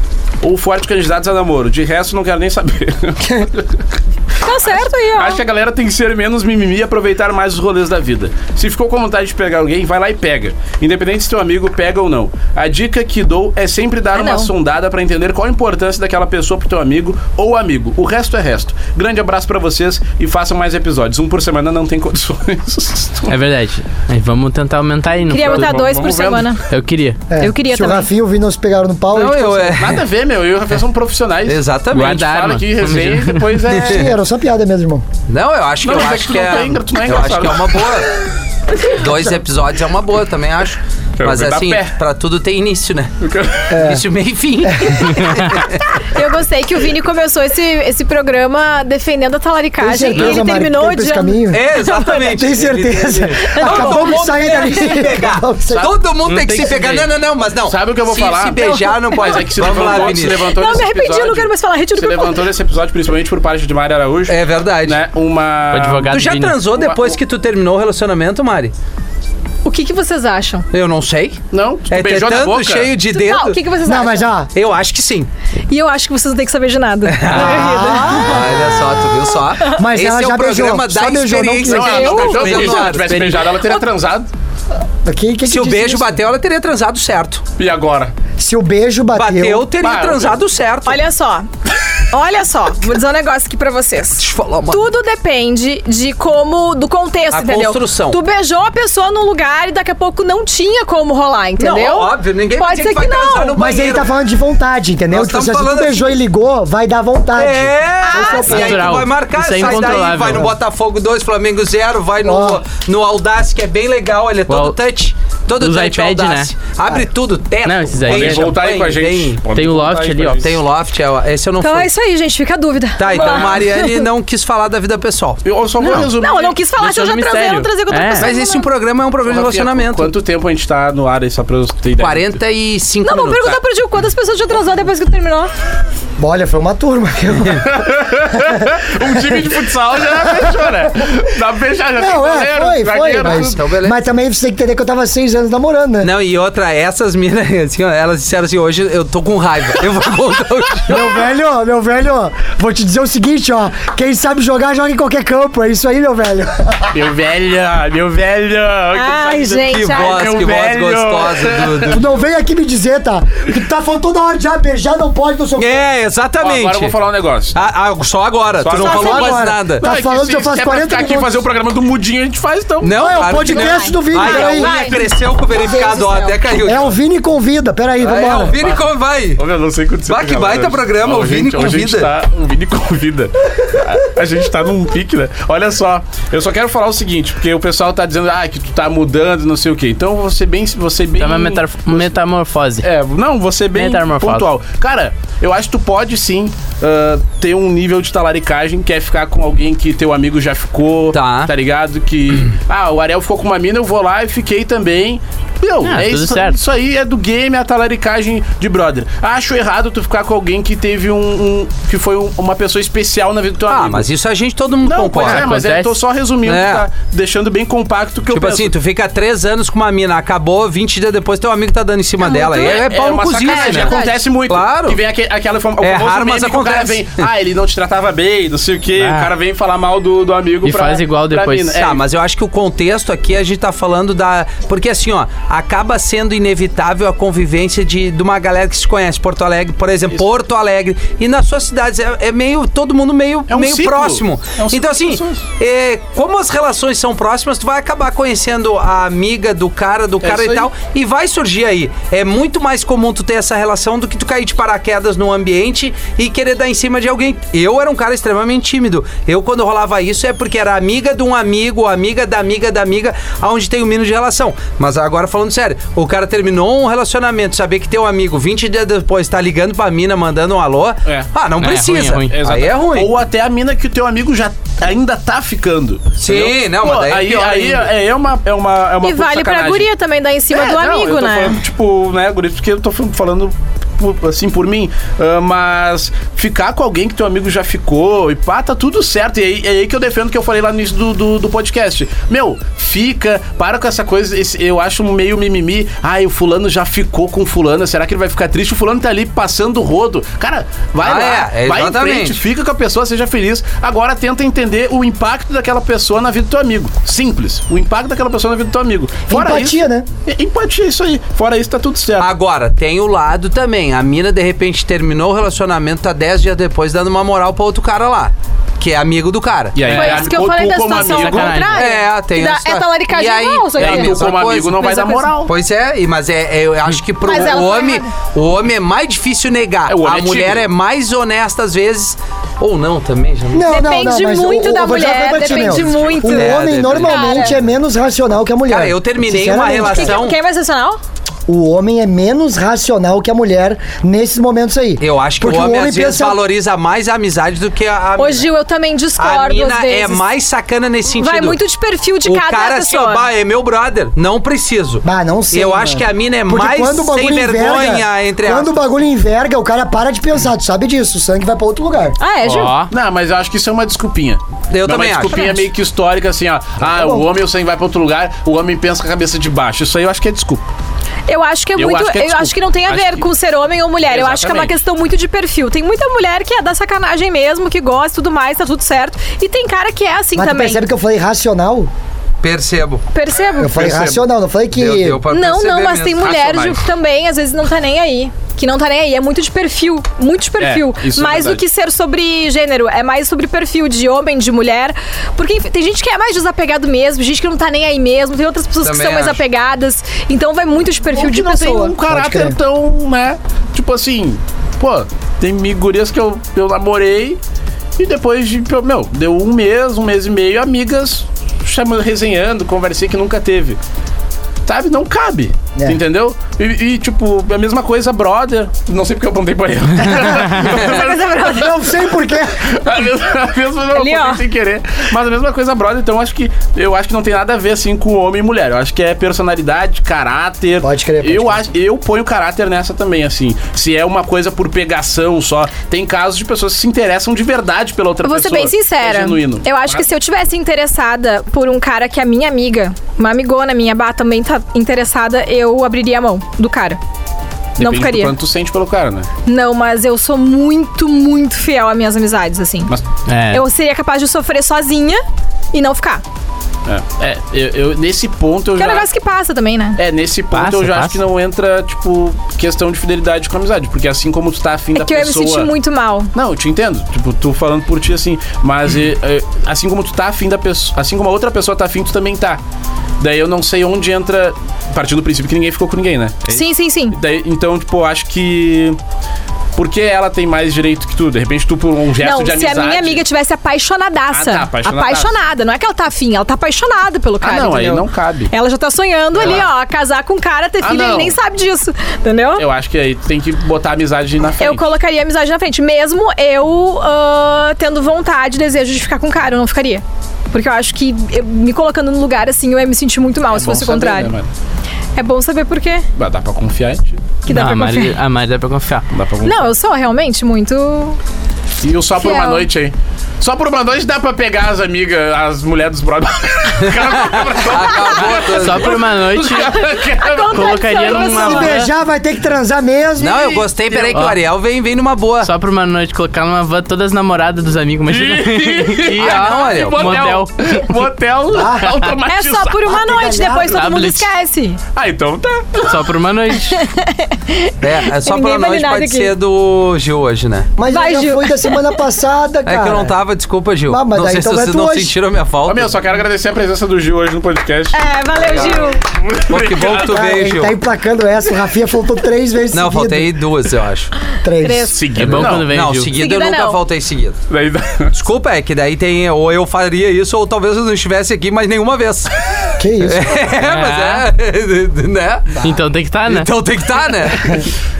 Speaker 2: Ou forte candidato a namoro. De resto, não quero nem saber.
Speaker 3: Tá certo aí, ó.
Speaker 2: Acho que a galera tem que ser menos mimimi e aproveitar mais os rolês da vida. Se ficou com vontade de pegar alguém, vai lá e pega. Independente se teu amigo pega ou não. A dica que dou é sempre dar uma
Speaker 3: não.
Speaker 2: sondada pra entender qual a importância daquela pessoa pro teu amigo ou amigo. O resto é resto. Grande abraço pra vocês e façam mais episódios. Um por semana não tem
Speaker 4: [LAUGHS]
Speaker 2: condições.
Speaker 4: É verdade. Aí vamos tentar aumentar aí no
Speaker 3: Queria
Speaker 4: futuro.
Speaker 3: botar dois por
Speaker 2: vamos vendo.
Speaker 3: semana.
Speaker 4: Eu queria.
Speaker 5: É,
Speaker 3: Eu queria
Speaker 5: se
Speaker 3: também.
Speaker 5: o Rafinha e o Vini não se pegaram no pau,
Speaker 1: Não,
Speaker 5: a gente
Speaker 1: eu é.
Speaker 2: Nada a ver, meu. Eu e o Rafael somos profissionais. A
Speaker 1: Exatamente.
Speaker 2: gente
Speaker 4: Guarda a
Speaker 2: fala
Speaker 4: arma.
Speaker 2: aqui, resenha e depois
Speaker 5: Sim,
Speaker 2: é.
Speaker 5: era só piada mesmo, irmão.
Speaker 1: Não, eu acho que
Speaker 2: Não,
Speaker 1: eu
Speaker 2: mas é
Speaker 1: acho
Speaker 2: que
Speaker 1: que
Speaker 2: não
Speaker 1: é.
Speaker 2: tem, tu não é
Speaker 1: Eu acho
Speaker 2: engraçado. [LAUGHS]
Speaker 1: que é uma boa. Dois episódios é uma boa, também acho. Mas
Speaker 2: vai dar
Speaker 1: assim,
Speaker 2: pé.
Speaker 1: pra tudo tem início, né?
Speaker 2: [LAUGHS]
Speaker 1: Início, meio e fim.
Speaker 3: Eu gostei que o Vini começou esse, esse programa defendendo a
Speaker 5: Tem
Speaker 3: talaricagem e
Speaker 5: certeza,
Speaker 3: ele
Speaker 5: é. Mari, que
Speaker 3: terminou
Speaker 5: tem pra
Speaker 3: de.
Speaker 5: esse caminho?
Speaker 1: [LAUGHS] É, exatamente.
Speaker 5: Tem certeza.
Speaker 1: Todo
Speaker 5: Acabamos de
Speaker 1: mundo
Speaker 5: sair
Speaker 1: tem
Speaker 5: dali.
Speaker 1: que se pegar.
Speaker 5: Acabamos de sair.
Speaker 1: Todo mundo tem que se
Speaker 2: que
Speaker 1: pegar.
Speaker 2: ver.
Speaker 1: Não, não, não, mas não.
Speaker 2: Sabe o que eu vou
Speaker 1: se,
Speaker 2: falar?
Speaker 1: Se beijar, não
Speaker 2: Mas
Speaker 1: pode.
Speaker 2: é que se
Speaker 1: Vamos lá,
Speaker 2: levantou, se
Speaker 1: Vinícius.
Speaker 2: levantou
Speaker 3: Não,
Speaker 2: nesse
Speaker 3: me arrependi, eu não
Speaker 2: episódio.
Speaker 3: quero mais falar. Retiro o
Speaker 2: Se
Speaker 3: que eu
Speaker 2: levantou nesse episódio, principalmente por parte de Mário Araújo.
Speaker 1: É verdade.
Speaker 2: Né, uma...
Speaker 4: O advogado
Speaker 1: Tu já
Speaker 4: Vini.
Speaker 1: transou
Speaker 2: Uma-
Speaker 1: depois que tu terminou o relacionamento, Mari?
Speaker 3: O que, que vocês acham?
Speaker 1: Eu não sei.
Speaker 2: Não, tu
Speaker 1: É ter
Speaker 2: beijou Um na
Speaker 1: tanto
Speaker 2: boca.
Speaker 1: cheio de
Speaker 3: Não,
Speaker 1: dedo.
Speaker 3: o que, que vocês
Speaker 5: Não,
Speaker 3: acham?
Speaker 5: mas ó.
Speaker 1: Eu acho que sim.
Speaker 3: E eu acho que vocês não têm que saber
Speaker 5: [LAUGHS]
Speaker 3: de nada. Ah.
Speaker 1: Olha só, tu viu só?
Speaker 5: Mas
Speaker 1: Esse
Speaker 5: ela
Speaker 1: é o
Speaker 5: já beijou,
Speaker 1: programa
Speaker 5: só
Speaker 1: da
Speaker 5: beijou, não
Speaker 1: experiência.
Speaker 2: Não, ela não
Speaker 1: que a gente tá
Speaker 2: beijou, porque
Speaker 1: fazendo
Speaker 2: se
Speaker 1: no
Speaker 2: ela
Speaker 1: ar.
Speaker 2: tivesse beijado, ela teria transado.
Speaker 5: Quem, quem
Speaker 1: Se o
Speaker 5: disse
Speaker 1: beijo
Speaker 5: isso?
Speaker 1: bateu, ela teria transado certo.
Speaker 2: E agora?
Speaker 5: Se o beijo bateu.
Speaker 1: Bateu, teria
Speaker 2: Bah, eu-
Speaker 1: transado certo.
Speaker 3: Olha só. Olha só, vou dizer um negócio aqui pra vocês.
Speaker 1: Deixa eu falar uma...
Speaker 3: Tudo depende de como, do contexto,
Speaker 1: A
Speaker 3: entendeu?
Speaker 1: construção.
Speaker 3: Tu beijou a pessoa num lugar e daqui a pouco não tinha como rolar, entendeu?
Speaker 1: Não, óbvio, ninguém vai
Speaker 3: Pode
Speaker 1: dizer
Speaker 3: ser
Speaker 1: que
Speaker 3: que,
Speaker 1: vai transar
Speaker 3: não.
Speaker 1: no
Speaker 5: Mas ele
Speaker 1: banheiro.
Speaker 5: tá falando de vontade, entendeu?
Speaker 1: Nós
Speaker 5: Tipo, se
Speaker 1: estamos
Speaker 5: tu
Speaker 1: falando assim.
Speaker 5: beijou e ligou, vai dar vontade.
Speaker 1: É,
Speaker 3: Ah,
Speaker 5: Esse é o
Speaker 1: e aí tu
Speaker 4: natural.
Speaker 1: vai marcar,
Speaker 4: Isso é
Speaker 1: sai daí,
Speaker 4: incontrolável.
Speaker 1: vai no Botafogo 2, Flamengo 0, vai no,
Speaker 5: Ó.
Speaker 1: no Audace, que é bem legal, ele é todo
Speaker 4: Ó,
Speaker 1: touch, todo
Speaker 4: os
Speaker 1: touch
Speaker 4: iPad,
Speaker 1: Audace. Abre tudo, teto.
Speaker 4: Não, esses aí
Speaker 1: banho,
Speaker 4: é
Speaker 2: Podem voltar aí com a
Speaker 1: champanhe,
Speaker 2: gente.
Speaker 1: bem.
Speaker 2: Podem
Speaker 4: Tem o
Speaker 2: voltar
Speaker 4: loft
Speaker 2: aí
Speaker 4: ali,
Speaker 2: com a
Speaker 4: ó.
Speaker 2: gente.
Speaker 1: Tem o Loft, é, ó, esse eu não
Speaker 3: Então é
Speaker 1: fui.
Speaker 3: isso aí, gente, fica a dúvida.
Speaker 1: Tá, então a Mariane não quis falar da vida pessoal.
Speaker 2: Eu só vou resumir.
Speaker 3: Não, eu não quis falar
Speaker 4: Deixa
Speaker 3: se eu já
Speaker 4: no
Speaker 3: transei ou não
Speaker 4: mistério.
Speaker 3: transei com outra
Speaker 4: É.
Speaker 3: pessoa.
Speaker 1: Mas esse programa um é um programa de
Speaker 2: Rafinha,
Speaker 1: relacionamento.
Speaker 2: Quanto tempo a gente tá no ar aí, só pra eu ter ideia?
Speaker 1: 45
Speaker 3: Não, vou
Speaker 1: minutos.
Speaker 3: perguntar pro Gil quantas pessoas já transou depois que tu terminou.
Speaker 5: Olha, foi uma turma.
Speaker 1: [LAUGHS]
Speaker 2: Um time de futsal já fechou, né? Dá pra fechar, já tem
Speaker 5: Não, é,
Speaker 2: goleiro,
Speaker 5: foi, foi.
Speaker 2: zagueiro,
Speaker 5: Mas,
Speaker 1: então beleza.
Speaker 5: mas também você tem que entender que eu tava seis anos namorando, né?
Speaker 1: Tá. Não, e outra, essas minas, [LAUGHS] assim, ó, elas disseram assim, hoje eu tô com raiva. Eu vou contar o jogo.
Speaker 5: Meu velho, meu velho, vou te dizer o seguinte, ó. Quem sabe jogar, joga em qualquer campo. É isso aí, meu
Speaker 1: [LAUGHS]
Speaker 5: velho.
Speaker 2: Meu velho, meu velho.
Speaker 3: Ai,
Speaker 1: Que
Speaker 3: gente, ai,
Speaker 1: voz,
Speaker 2: meu
Speaker 1: que voz
Speaker 2: velho.
Speaker 1: gostosa do... do-
Speaker 5: Tu não vem aqui me dizer, tá? Que tu tá falando toda hora já, beijar não pode, não sei o quê.
Speaker 1: É,
Speaker 2: Ó,
Speaker 1: exatamente.
Speaker 2: Agora eu vou falar um negócio.
Speaker 1: Ah, ah, só agora,
Speaker 2: Só
Speaker 1: tu não
Speaker 2: agora.
Speaker 1: falou
Speaker 5: Só
Speaker 1: mais
Speaker 5: agora.
Speaker 1: nada.
Speaker 5: Tá
Speaker 2: Não, é que
Speaker 5: falando
Speaker 2: se-
Speaker 5: que eu faço
Speaker 2: se é pra
Speaker 5: 40
Speaker 2: ficar aqui e
Speaker 5: minutos.
Speaker 2: fazer o programa do Mudinho, a gente faz, então.
Speaker 1: Não,
Speaker 5: Ah, é o
Speaker 1: claro que
Speaker 5: podcast
Speaker 1: não.
Speaker 5: do Vini,
Speaker 1: Ai, a
Speaker 5: peraí.
Speaker 1: unha
Speaker 3: Vai.
Speaker 1: cresceu com o verificado, ó,
Speaker 3: Deus do
Speaker 1: até caiu.
Speaker 5: É o é Vini convida, peraí,
Speaker 1: Aí, ó,
Speaker 5: vambora.
Speaker 1: É o Vini como vai?
Speaker 2: Ô, meu, não sei quanto
Speaker 1: Bah, que baita programa, o Vini
Speaker 2: A né? gente
Speaker 1: convida.
Speaker 2: tá, o Vini convida. A, a gente tá num pique, né? Olha só, eu só quero falar o seguinte, porque o pessoal tá dizendo, ah, que tu tá mudando, não sei o quê. Então, você bem... Você bem...
Speaker 4: É uma metar- metamorfose.
Speaker 2: É, não, você bem
Speaker 4: Metamorfose.
Speaker 2: pontual. Cara, eu acho que tu pode sim ah, ter um nível de talaricagem, que é ficar com alguém que teu amigo já ficou,
Speaker 1: Tá.
Speaker 2: ligado? Que, [CLEARS THROAT] ah, o Ariel ficou com uma mina, eu vou lá e fiquei também. Meu,
Speaker 4: Ah,
Speaker 2: é
Speaker 4: tudo
Speaker 2: isso,
Speaker 4: certo.
Speaker 2: isso aí é do game, é a talaricagem de brother. Acho errado tu ficar com alguém que teve um. um- que foi um- uma pessoa especial na vida do teu
Speaker 1: Ah,
Speaker 2: amigo.
Speaker 1: mas isso a gente, todo mundo
Speaker 2: não, pois
Speaker 1: concorda.
Speaker 2: é, mas é,
Speaker 4: acontece.
Speaker 2: tô só resumindo,
Speaker 1: É.
Speaker 2: tá deixando bem compacto o que eu
Speaker 1: Tipo
Speaker 2: penso.
Speaker 1: assim, tu fica três anos com uma mina, acabou, 20 dias depois teu amigo tá dando em cima dela.
Speaker 3: muito-
Speaker 1: É, é pau no
Speaker 2: uma
Speaker 1: cozinho,
Speaker 2: sacanagem,
Speaker 1: né?
Speaker 2: acontece muito.
Speaker 1: Claro.
Speaker 2: Que vem aque- aquela fam...
Speaker 1: É raro, mas
Speaker 2: que o cara
Speaker 1: acontece.
Speaker 2: vem, ah, ele não te tratava bem, não sei o quê.
Speaker 4: Ah.
Speaker 2: O cara vem falar mal do, do amigo
Speaker 4: E faz igual depois.
Speaker 2: mina.
Speaker 1: Tá,
Speaker 2: É,
Speaker 1: mas eu acho que o contexto aqui a gente tá falando da. Porque assim, ó, acaba sendo inevitável a convivência de, de uma galera que se conhece. Porto Alegre, por exemplo, Porto Alegre. E nas suas cidades é, é meio. todo mundo meio,
Speaker 2: É um
Speaker 1: meio
Speaker 2: ciclo.
Speaker 1: próximo.
Speaker 2: É um ciclo
Speaker 1: então,
Speaker 2: de
Speaker 1: assim,
Speaker 2: pessoas.
Speaker 1: é, como as relações são próximas, tu vai acabar conhecendo a amiga do cara, do cara
Speaker 2: É isso
Speaker 1: e
Speaker 2: aí.
Speaker 1: tal, e vai surgir aí. É muito mais comum tu ter essa relação do que tu cair de paraquedas num ambiente e querer dar em cima de alguém. Eu era um cara extremamente tímido. Eu, quando rolava isso, é porque era amiga de um amigo, amiga da amiga da amiga, aonde tem o mínimo de relação. Mas agora, falando sério, o cara terminou um relacionamento, saber que teu amigo 20 dias depois tá ligando pra mina, mandando um alô.
Speaker 2: É.
Speaker 1: Ah, não
Speaker 4: É,
Speaker 1: precisa.
Speaker 4: ruim, é ruim.
Speaker 1: Aí é ruim.
Speaker 2: Ou até a mina que o teu amigo já ainda tá ficando.
Speaker 1: Sim, não, mas daí é
Speaker 2: aí,
Speaker 1: pior
Speaker 2: aí
Speaker 1: ainda.
Speaker 2: é é uma é uma é uma
Speaker 3: E
Speaker 2: puta
Speaker 3: vale pra
Speaker 2: sacanagem.
Speaker 3: guria também, dar em cima
Speaker 2: É,
Speaker 3: do
Speaker 2: não,
Speaker 3: amigo,
Speaker 2: eu tô
Speaker 3: né?
Speaker 2: falando, tipo, né, guria, porque eu tô fal- falando por- assim por mim, ah, mas ficar com alguém que teu amigo já ficou e pá, tá tudo certo. E aí, é aí que eu defendo que eu falei lá no início do, do, do podcast. Meu, fica, para com essa coisa, esse- eu acho meio mimimi. Ai, o fulano já ficou com fulano, será que ele vai ficar triste? O fulano tá ali passando o rodo. Cara, vai
Speaker 1: Ah,
Speaker 2: lá,
Speaker 1: é,
Speaker 2: vai em
Speaker 1: exatamente.
Speaker 2: frente, fica com a pessoa, seja feliz. Agora tenta entender o impacto daquela pessoa na vida do teu amigo. Simples. O impacto daquela pessoa na vida do teu amigo.
Speaker 5: Empatia,
Speaker 2: isso,
Speaker 5: né?
Speaker 2: é, Empatia, isso aí. Fora isso, tá tudo certo.
Speaker 1: Agora, tem o lado também. A mina, de repente, terminou o relacionamento, tá 10 dias depois dando uma moral pra outro cara lá. que é amigo do cara.
Speaker 2: E aí,
Speaker 4: É,
Speaker 3: Foi
Speaker 2: cara,
Speaker 3: isso que eu
Speaker 2: ou
Speaker 3: falei
Speaker 2: tu
Speaker 3: da
Speaker 2: como
Speaker 3: situação
Speaker 2: amigo,
Speaker 3: contrária.
Speaker 1: É, tem
Speaker 3: Da-
Speaker 1: essa história.
Speaker 3: É talaricagem
Speaker 1: E aí-
Speaker 3: igual,
Speaker 1: e
Speaker 2: e
Speaker 3: só que
Speaker 2: aí
Speaker 1: aí,
Speaker 3: é.
Speaker 2: tu
Speaker 1: mesma
Speaker 2: como amigo
Speaker 1: coisa,
Speaker 2: não vai
Speaker 3: mesma
Speaker 2: dar
Speaker 3: coisa.
Speaker 2: moral.
Speaker 1: Pois é, e- mas é, é- eu acho que pro
Speaker 3: Mas ela tá
Speaker 1: homem,
Speaker 3: errada.
Speaker 1: o homem é mais difícil negar.
Speaker 2: É, o homem
Speaker 1: a
Speaker 2: é
Speaker 1: mulher
Speaker 2: tigre.
Speaker 1: é mais honesta às vezes, ou não também, já não.
Speaker 5: Não, não, não,
Speaker 3: Depende
Speaker 5: mas
Speaker 3: muito
Speaker 5: o- o-
Speaker 3: da
Speaker 5: eu vou dizer uma
Speaker 3: mulher,
Speaker 5: coisa pra ti,
Speaker 3: depende
Speaker 5: meu.
Speaker 3: muito.
Speaker 5: O
Speaker 1: É,
Speaker 5: homem
Speaker 1: depende.
Speaker 5: normalmente
Speaker 3: Cara.
Speaker 5: é menos racional que a mulher.
Speaker 1: Cara, eu terminei uma
Speaker 5: Sinceramente.
Speaker 3: Quem-
Speaker 1: relação.
Speaker 3: Quem é mais racional?
Speaker 5: O homem é menos racional que a mulher nesses momentos aí.
Speaker 1: Eu acho que
Speaker 5: Porque
Speaker 1: o homem, às vezes
Speaker 5: pensa-
Speaker 1: valoriza mais a amizade do que a, a
Speaker 3: Ô, Gil, eu também
Speaker 1: A
Speaker 3: discordo às
Speaker 1: mina
Speaker 3: vezes.
Speaker 1: é mais sacana nesse sentido.
Speaker 3: Vai muito de perfil de
Speaker 1: o
Speaker 3: cada
Speaker 1: cara assim,
Speaker 3: pessoa.
Speaker 1: ó, bah, é meu brother, não preciso.
Speaker 5: Bah, não sei.
Speaker 1: Eu
Speaker 5: mano.
Speaker 1: acho que a mina é
Speaker 5: Porque
Speaker 1: mais
Speaker 5: quando o bagulho
Speaker 1: sem vergonha
Speaker 5: enverga,
Speaker 1: entre
Speaker 5: Quando
Speaker 1: as.
Speaker 5: o bagulho enverga, o cara para de pensar. Tu sabe disso. O sangue vai pra outro lugar.
Speaker 3: Ah, é, Gil?
Speaker 4: Ó.
Speaker 2: Não, mas eu acho que isso é uma desculpinha.
Speaker 1: Eu também
Speaker 2: Mas uma
Speaker 1: acho. Tá
Speaker 2: desculpinha meio que histórica, assim, ó. Ah,
Speaker 5: bom.
Speaker 2: o homem o sangue vai pra outro lugar, o homem pensa com a cabeça de baixo. Isso aí eu acho que é desculpa.
Speaker 3: Eu acho que é
Speaker 2: Eu
Speaker 3: muito.
Speaker 2: acho que é
Speaker 3: eu acho que não tem a
Speaker 2: acho
Speaker 3: ver
Speaker 2: que-
Speaker 3: com ser homem ou mulher. Eu acho que é uma
Speaker 2: Exatamente.
Speaker 3: questão muito de perfil. Tem muita mulher que é da sacanagem mesmo, que gosta e tudo mais, tá tudo certo. E tem cara que é assim
Speaker 5: Mas tu
Speaker 3: também.
Speaker 5: percebe que eu falei racional?
Speaker 1: Percebo.
Speaker 3: Percebo?
Speaker 5: Eu falei
Speaker 1: Percebo.
Speaker 5: racional, não falei que...
Speaker 1: Deu-
Speaker 5: [LAUGHS]
Speaker 1: deu pra
Speaker 3: Não,
Speaker 1: perceber
Speaker 3: não, mas
Speaker 1: mesmo.
Speaker 3: tem mulher
Speaker 2: Racionais.
Speaker 3: Gil, que também, às vezes, não tá nem aí. Que não tá nem aí. É muito de perfil. Muito de perfil.
Speaker 2: É, isso é
Speaker 3: mais do
Speaker 2: verdade.
Speaker 3: que ser sobre gênero. É mais sobre perfil de homem, de mulher. Porque enfim, tem gente que é mais desapegado mesmo, gente que não tá nem aí mesmo. Tem outras pessoas
Speaker 1: Também
Speaker 3: que são mais
Speaker 1: acho.
Speaker 3: apegadas. Então vai muito de perfil
Speaker 2: Ou
Speaker 3: de
Speaker 2: que não
Speaker 3: pessoa.
Speaker 2: tem um caráter
Speaker 5: crer.
Speaker 2: tão, né? Tipo assim, pô, tem mi- gurias que eu, eu namorei e depois de, pô, meu, deu um mês, um mês e meio, amigas chamando, resenhando, conversei que nunca teve. Sabe? Não cabe.
Speaker 5: É.
Speaker 2: tu Entendeu? E, e, tipo, a mesma coisa, brother. Não sei porque eu apontei [LAUGHS] pra ele.
Speaker 5: Não sei porquê.
Speaker 2: A mesma, a mesma não,
Speaker 3: Ali,
Speaker 2: eu
Speaker 3: ó.
Speaker 2: apontei sem querer. Mas a mesma coisa, brother. Então acho que eu acho que não tem nada a ver assim com homem e mulher. Eu acho que é personalidade, caráter.
Speaker 5: Pode crer, pode
Speaker 2: eu
Speaker 5: crer.
Speaker 2: acho, eu ponho caráter nessa também assim. Se é uma coisa por pegação só, tem casos de pessoas que se interessam de verdade pela outra
Speaker 3: Eu vou ser
Speaker 2: pessoa.
Speaker 3: bem
Speaker 2: É
Speaker 3: sincera.
Speaker 2: genuíno. Ah,
Speaker 3: eu acho que se eu tivesse interessada por um cara que é minha amiga, uma amigona minha, bah, também tá interessada, eu abriria a mão do cara. não
Speaker 2: Depende
Speaker 3: ficaria.
Speaker 2: Do quanto tu sente pelo cara, né?
Speaker 3: Não, mas eu sou muito, muito fiel às minhas amizades, assim.
Speaker 2: Mas
Speaker 4: É.
Speaker 3: Eu seria capaz de sofrer sozinha e não ficar.
Speaker 2: é, é, eu, eu- nesse ponto eu
Speaker 3: Que é um
Speaker 2: já
Speaker 3: negócio que passa também, né?
Speaker 2: É, nesse ponto
Speaker 4: Passa,
Speaker 2: eu já
Speaker 4: passa.
Speaker 2: acho que não entra, tipo, questão de fidelidade com amizade. Porque assim como tu tá afim
Speaker 3: É
Speaker 2: da
Speaker 3: que eu ia me
Speaker 2: pessoa.
Speaker 3: sentir muito mal.
Speaker 2: Não, eu te entendo. Tipo, tu falando por ti assim. Mas eh, eh, assim como tu tá afim da pessoa. Assim como a outra pessoa tá afim, tu também tá. Daí eu não sei onde entra. Partindo do princípio que ninguém ficou com ninguém, né?
Speaker 3: Sim, sim, sim.
Speaker 2: Daí, então, tipo, eu acho que. Porque ela tem mais direito que tu. De repente, tu por um gesto
Speaker 3: não,
Speaker 2: de
Speaker 3: se
Speaker 2: amizade.
Speaker 3: a minha amiga tivesse apaixonadaça.
Speaker 2: Ah, tá, apaixonadaça.
Speaker 3: apaixonada. Não é que ela tá afim, ela tá apaixonada pelo
Speaker 2: Ah,
Speaker 3: cara.
Speaker 2: não, aí
Speaker 3: entendeu?
Speaker 2: não cabe.
Speaker 3: Ela já tá sonhando ali, ó, casar com um cara, ter
Speaker 2: Ah,
Speaker 3: filho, ele
Speaker 2: não.
Speaker 3: nem sabe disso. Entendeu?
Speaker 2: Eu acho que aí tem que botar a amizade na frente.
Speaker 3: Eu colocaria a amizade na frente. Mesmo eu ah, tendo vontade, desejo de ficar com o cara, eu não ficaria. Porque eu acho que eu- me colocando no lugar assim, eu ia me sentir muito
Speaker 4: É
Speaker 3: mal se
Speaker 2: Bom
Speaker 3: fosse o
Speaker 2: saber,
Speaker 3: contrário.
Speaker 2: né, mano?
Speaker 3: é bom saber por quê.
Speaker 2: Mas Dá pra confiar em ti.
Speaker 3: Que dá
Speaker 4: Não,
Speaker 3: pra
Speaker 4: a
Speaker 3: confiar.
Speaker 4: Mari, a Mari dá pra confiar.
Speaker 2: Dá pra confiar.
Speaker 3: Não, eu sou realmente muito.
Speaker 2: E o só por uma
Speaker 3: Fiel.
Speaker 2: noite, hein? Só por uma noite dá pra pegar as amigas, as mulheres dos brothers. [LAUGHS] O cara compra
Speaker 1: Acabou tudo.
Speaker 4: Só por uma noite,
Speaker 1: [LAUGHS]
Speaker 4: colocaria numa
Speaker 5: Se
Speaker 4: van.
Speaker 5: beijar, vai ter que transar mesmo.
Speaker 1: Tá Não, eu gostei, peraí que o Ariel vem, vem numa boa.
Speaker 4: Só por uma noite, colocar numa van todas as namoradas dos amigos, imagina. [LAUGHS] um
Speaker 2: E
Speaker 1: Ah, não, Ariel.
Speaker 4: Motel.
Speaker 2: motel.
Speaker 1: [LAUGHS]
Speaker 2: Motel
Speaker 3: É
Speaker 2: automatizado.
Speaker 3: só por uma noite,
Speaker 5: galhada.
Speaker 3: depois todo mundo
Speaker 4: Tablet.
Speaker 3: esquece.
Speaker 2: Ah, então tá.
Speaker 4: Só por uma noite.
Speaker 1: É,
Speaker 3: [LAUGHS]
Speaker 1: é só
Speaker 3: Ninguém
Speaker 1: pra
Speaker 3: vale
Speaker 1: nós
Speaker 3: nada
Speaker 1: pode
Speaker 3: aqui.
Speaker 1: ser do Gil hoje, né?
Speaker 5: Mas
Speaker 3: Vai,
Speaker 5: eu já
Speaker 3: Gil.
Speaker 5: fui da semana
Speaker 1: [LAUGHS]
Speaker 5: passada,
Speaker 1: É
Speaker 5: cara.
Speaker 1: que eu não tava, desculpa, Gil.
Speaker 5: Ah, mas
Speaker 1: não
Speaker 5: aí
Speaker 1: sei
Speaker 5: então
Speaker 1: se
Speaker 5: vai
Speaker 1: vocês
Speaker 5: tu
Speaker 1: não
Speaker 5: hoje.
Speaker 1: sentiram a minha
Speaker 2: Ô,
Speaker 1: falta.
Speaker 2: meu, só quero agradecer a presença do Gil hoje no podcast.
Speaker 3: É, valeu, Gil.
Speaker 1: Pô, que bom que tu
Speaker 5: Cara,
Speaker 1: veio,
Speaker 5: ele
Speaker 1: Gil.
Speaker 5: tá emplacando essa. O Rafinha faltou três vezes
Speaker 1: Não,
Speaker 5: seguido.
Speaker 1: faltei duas, eu acho.
Speaker 5: Três.
Speaker 3: Três.
Speaker 4: É
Speaker 2: Seguido.
Speaker 4: bom
Speaker 2: não.
Speaker 4: quando vem,
Speaker 1: não,
Speaker 4: Gil.
Speaker 1: seguida,
Speaker 3: Seguida
Speaker 1: eu nunca
Speaker 3: não.
Speaker 1: faltei seguida.
Speaker 2: Daí-
Speaker 1: [LAUGHS] Desculpa, é que daí tem. Ou eu faria isso, ou talvez eu não estivesse aqui mais nenhuma vez. [LAUGHS]
Speaker 5: Que isso?
Speaker 1: É, mas é. [LAUGHS] Né?
Speaker 4: Então tem que estar, né?
Speaker 1: Então tem que estar,
Speaker 4: [LAUGHS]
Speaker 1: né?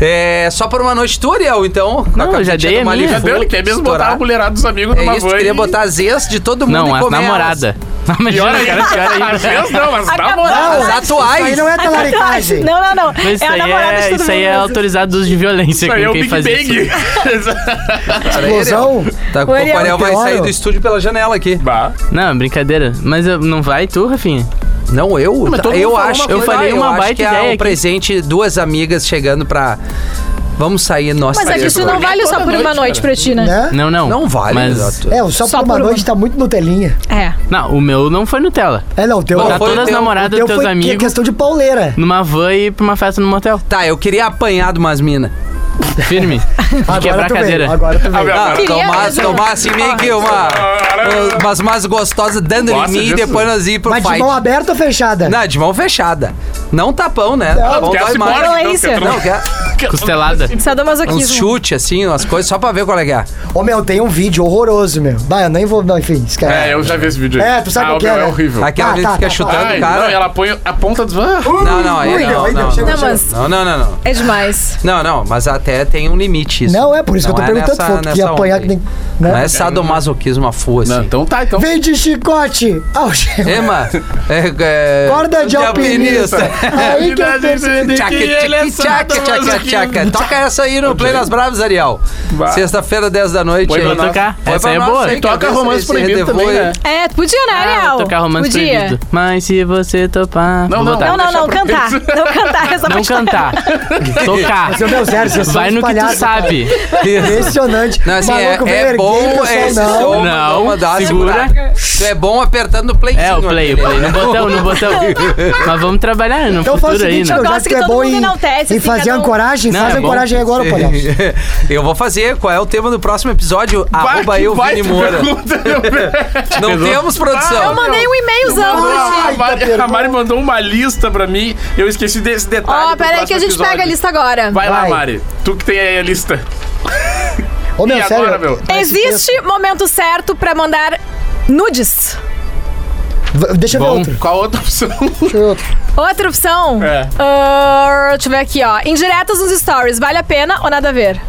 Speaker 1: É só por uma noite tu, Ariel, então. Com a
Speaker 4: Não, eu já
Speaker 1: camisetinha
Speaker 4: dei a
Speaker 1: do
Speaker 4: minha.
Speaker 1: Maluf,
Speaker 4: é Já
Speaker 2: Deu, ele quer mesmo botar a
Speaker 1: estourar.
Speaker 2: mulherada dos amigos
Speaker 1: É
Speaker 2: numa
Speaker 1: isso,
Speaker 2: van
Speaker 1: queria
Speaker 2: e-
Speaker 1: botar as ex de todo mundo
Speaker 4: não,
Speaker 1: e
Speaker 4: a
Speaker 1: comer
Speaker 4: namorada. [LAUGHS] Não,
Speaker 2: [LAUGHS] Pior
Speaker 4: imagina,
Speaker 2: ainda.
Speaker 4: cara, pior ainda.
Speaker 2: Às vezes não, mas dá
Speaker 3: Acabou.
Speaker 2: moral.
Speaker 1: elas.
Speaker 5: Não,
Speaker 1: As atuais.
Speaker 5: Aí não é talaricagem.
Speaker 3: [LAUGHS] Não, não, não.
Speaker 4: Mas Isso
Speaker 3: é a
Speaker 4: aí
Speaker 3: namorada de
Speaker 4: é,
Speaker 3: todo
Speaker 4: isso aí é
Speaker 3: mundo.
Speaker 4: autorizado uso de violência
Speaker 2: Isso aí é
Speaker 4: com
Speaker 2: o
Speaker 4: quem
Speaker 2: Big
Speaker 4: faz isso.
Speaker 1: Cara,
Speaker 2: Bang.
Speaker 5: Explosão.
Speaker 1: Ariel, Tá, o
Speaker 3: Ariel,
Speaker 1: Ariel vai
Speaker 5: pior,
Speaker 1: sair
Speaker 5: ó.
Speaker 1: do estúdio pela janela aqui.
Speaker 2: [LAUGHS] Bah.
Speaker 4: Não, brincadeira. Mas eu- não vai tu, Rafinha?
Speaker 1: Não, eu.
Speaker 2: mas todo
Speaker 1: eu
Speaker 2: mundo falou
Speaker 1: acho. que
Speaker 2: uma
Speaker 4: coisa. Tá, Eu falei
Speaker 1: tá,
Speaker 4: uma
Speaker 1: acho
Speaker 4: baita
Speaker 1: que é
Speaker 4: ideia
Speaker 1: um
Speaker 4: aqui.
Speaker 1: presente, duas amigas chegando pra. Vamos sair, nossa.
Speaker 3: Mas é que isso não vale só
Speaker 2: toda
Speaker 3: por uma
Speaker 2: noite,
Speaker 3: noite
Speaker 2: cara.
Speaker 3: pra ti, né?
Speaker 5: Né?
Speaker 4: Não, não.
Speaker 1: Não vale,
Speaker 4: Mas,
Speaker 1: exato.
Speaker 5: É, o só,
Speaker 3: Só
Speaker 5: por uma
Speaker 3: por uma.
Speaker 5: noite tá muito Nutelinha.
Speaker 3: É.
Speaker 4: não, o meu não foi Nutella.
Speaker 5: É, não, o teu...
Speaker 1: Bom,
Speaker 4: Tá
Speaker 1: foi
Speaker 4: todas
Speaker 1: o
Speaker 4: as
Speaker 1: teu-
Speaker 5: o
Speaker 4: namoradas
Speaker 5: teu
Speaker 4: dos teus
Speaker 5: foi que- é?
Speaker 1: [LAUGHS]
Speaker 4: amigos
Speaker 5: questão de pauleira.
Speaker 4: numa van e ir pra uma festa no motel.
Speaker 1: Tá, eu queria apanhar de umas minas.
Speaker 4: Firme.
Speaker 5: [LAUGHS] Agora
Speaker 4: De quebrar a
Speaker 5: tu veio,
Speaker 4: cadeira.
Speaker 5: Agora tu veio.
Speaker 1: Ah,
Speaker 3: Queria
Speaker 1: tomar,
Speaker 3: mesmo.
Speaker 1: tomar assim meio que uma. um- Umas mais gostosas dando em
Speaker 2: Gosta
Speaker 1: mim e
Speaker 2: disso?
Speaker 1: depois nós ir pro
Speaker 5: Mas de
Speaker 1: fight.
Speaker 5: mão aberta ou fechada?
Speaker 1: Não, de mão fechada. Não tapão, né? Tapão
Speaker 2: Quer
Speaker 1: dói
Speaker 2: se
Speaker 1: mais.
Speaker 3: embora?
Speaker 2: embora,
Speaker 3: Violência.
Speaker 2: então,
Speaker 1: Não,
Speaker 2: que
Speaker 1: quer
Speaker 4: Costelada.
Speaker 1: uns
Speaker 3: Sadomasoquismo.
Speaker 1: chutes, assim, umas coisas, só pra ver qual é que é.
Speaker 5: Ô meu, tem um vídeo horroroso, meu. Bah, eu nem vou. Não, enfim, esquece.
Speaker 2: É, eu já vi esse vídeo aí.
Speaker 5: É, tu sabe
Speaker 2: ah,
Speaker 5: qual
Speaker 2: o
Speaker 5: que
Speaker 2: meu
Speaker 5: é,
Speaker 2: é
Speaker 5: né?
Speaker 2: horrível.
Speaker 1: Aquela
Speaker 5: Ah,
Speaker 1: gente
Speaker 5: tá,
Speaker 1: fica
Speaker 5: tá, tá.
Speaker 1: chutando o
Speaker 2: Ai,
Speaker 1: cara.
Speaker 2: não, e ela põe a ponta dos... Ah,
Speaker 1: Não, não, aí
Speaker 5: Uh, Ui,
Speaker 1: não,
Speaker 5: aí
Speaker 1: não.
Speaker 5: chega,
Speaker 3: Não,
Speaker 5: chega.
Speaker 3: mas
Speaker 1: Não, não, não, não.
Speaker 3: é demais.
Speaker 1: Não, não, mas até tem um limite isso.
Speaker 5: Não, é por isso que eu tô
Speaker 1: é
Speaker 5: perguntando,
Speaker 1: nessa-
Speaker 5: foi porque
Speaker 1: nessa
Speaker 5: ia apanhar
Speaker 1: onda
Speaker 5: que
Speaker 1: aí.
Speaker 5: nem.
Speaker 1: Não
Speaker 5: Né?
Speaker 1: é sadomasoquismo a full, assim.
Speaker 2: não, então tá, então.
Speaker 5: Vem de chicote! [LAUGHS] Ah, o Gema.
Speaker 1: Ema, é, é,
Speaker 5: Corda de alpinista. [LAUGHS] Aí que eu percebi.
Speaker 1: Tchaca,
Speaker 2: Que ele é
Speaker 1: tchaca, tchaca, tchaca, tchaca.
Speaker 2: sadomasoquismo.
Speaker 1: Toca essa aí no Play nas Bravas, Ariel.
Speaker 2: Bah.
Speaker 1: Sexta-feira, 10 da noite.
Speaker 4: Põe
Speaker 1: aí.
Speaker 4: pra tocar.
Speaker 1: Põe
Speaker 4: Essa
Speaker 1: pra
Speaker 4: aí é
Speaker 1: nós
Speaker 4: boa.
Speaker 1: aí, quer
Speaker 2: E toca
Speaker 1: ver se
Speaker 2: romance
Speaker 1: esse
Speaker 2: proibido
Speaker 1: redevoe-
Speaker 2: também, né?
Speaker 3: É, tu podia, né,
Speaker 4: Ah,
Speaker 3: Ariel?
Speaker 4: vou tocar romance
Speaker 3: podia.
Speaker 4: proibido. Tá, Mas se você topar.
Speaker 2: Não,
Speaker 4: Vou
Speaker 2: não,
Speaker 4: botar.
Speaker 3: Não, não, não,
Speaker 2: Deixa
Speaker 3: cantar.
Speaker 2: pra-
Speaker 3: Não cantar essa
Speaker 4: Não
Speaker 3: parte.
Speaker 4: cantar. Tocar.
Speaker 5: Mas, meu, sério, vocês são
Speaker 4: Vai no que tu
Speaker 5: espalhados,
Speaker 4: sabe.
Speaker 5: Impressionante.
Speaker 1: Não, assim,
Speaker 5: O
Speaker 1: é,
Speaker 5: maluco veio
Speaker 1: é
Speaker 5: erguer,
Speaker 1: bom
Speaker 5: pessoal,
Speaker 1: esse
Speaker 5: não.
Speaker 1: som.
Speaker 4: Não,
Speaker 1: dá uma- dá uma
Speaker 4: segura.
Speaker 1: segurada. É bom apertando o né? play.
Speaker 4: É, o play, o play. No
Speaker 1: [LAUGHS]
Speaker 4: botão, no
Speaker 5: [LAUGHS]
Speaker 4: botão. Mas vamos trabalhar no
Speaker 5: Então faz o
Speaker 4: futuro aí,
Speaker 5: seguinte,
Speaker 4: né?
Speaker 5: meu,
Speaker 3: Eu
Speaker 5: já
Speaker 3: gosto
Speaker 5: que
Speaker 3: que
Speaker 5: tu é
Speaker 3: todo
Speaker 5: bom
Speaker 3: mundo
Speaker 5: em,
Speaker 3: enaltece,
Speaker 5: em
Speaker 3: assim,
Speaker 5: fazer
Speaker 3: cada um.
Speaker 5: ancoragem,
Speaker 4: Não,
Speaker 5: faz
Speaker 4: é bom.
Speaker 5: ancoragem agora, palhaço.
Speaker 1: Eu vou fazer. Qual é o tema do próximo episódio? Arroba
Speaker 2: que
Speaker 1: eu,
Speaker 2: baita
Speaker 1: Vini Moura.
Speaker 2: pergunta,
Speaker 1: [LAUGHS]
Speaker 2: meu velho.
Speaker 1: Não
Speaker 4: Pegou?
Speaker 1: temos produção.
Speaker 3: Eu mandei um e-mailzão
Speaker 2: Ah,
Speaker 3: hoje.
Speaker 2: a, Mari,
Speaker 5: tá
Speaker 2: a Mari mandou uma lista pra mim. Eu esqueci desse detalhe.
Speaker 3: Ó,
Speaker 2: pro
Speaker 3: peraí que a
Speaker 2: próximo
Speaker 3: gente
Speaker 2: episódio.
Speaker 3: pega a lista agora.
Speaker 2: Vai, lá,
Speaker 5: Vai.
Speaker 2: Mari. Tu que tem aí a lista.
Speaker 5: Ô, meu,
Speaker 2: e
Speaker 5: sério.
Speaker 2: agora, meu?
Speaker 3: Existe momento certo pra mandar nudes.
Speaker 5: V- Deixa eu ver
Speaker 4: Bom.
Speaker 5: outro.
Speaker 2: Qual a outra
Speaker 3: [LAUGHS]
Speaker 2: opção?
Speaker 5: Deixa eu ver outro.
Speaker 3: Outra opção.
Speaker 2: É.
Speaker 3: Ah, deixa eu ver aqui, ó. Indiretas nos stories. Vale a pena ou nada a ver?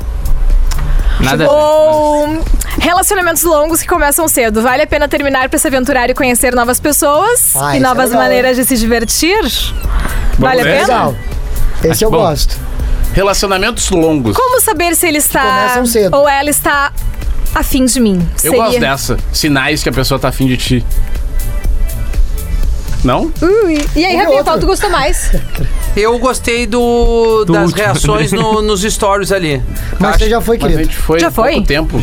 Speaker 4: Nada.
Speaker 3: Ou relacionamentos longos que começam cedo. Vale a pena terminar pra se aventurar e conhecer novas pessoas
Speaker 5: Ah, isso
Speaker 3: e
Speaker 5: é
Speaker 3: novas
Speaker 5: legal,
Speaker 3: maneiras de se divertir? vale a
Speaker 2: ver.
Speaker 1: É
Speaker 3: pena?
Speaker 5: Legal. Esse eu
Speaker 4: bom.
Speaker 5: gosto.
Speaker 2: Relacionamentos longos.
Speaker 3: Como saber se ele está
Speaker 5: começam cedo.
Speaker 3: ou ela está afim de mim?
Speaker 2: Eu gosto dessa. Sinais que a pessoa tá afim de ti. Não?
Speaker 3: E aí,
Speaker 5: Tem
Speaker 3: Rafinha,
Speaker 5: outra.
Speaker 3: qual tu gostou mais?
Speaker 1: Eu gostei do, das
Speaker 4: último,
Speaker 1: reações
Speaker 4: [LAUGHS]
Speaker 1: no- nos stories ali.
Speaker 5: Mas
Speaker 1: Acho-
Speaker 5: você já foi,
Speaker 2: Mas a
Speaker 5: querido. Ah, é
Speaker 2: gente foi
Speaker 3: Já
Speaker 2: há pouco
Speaker 3: foi?
Speaker 2: tempo.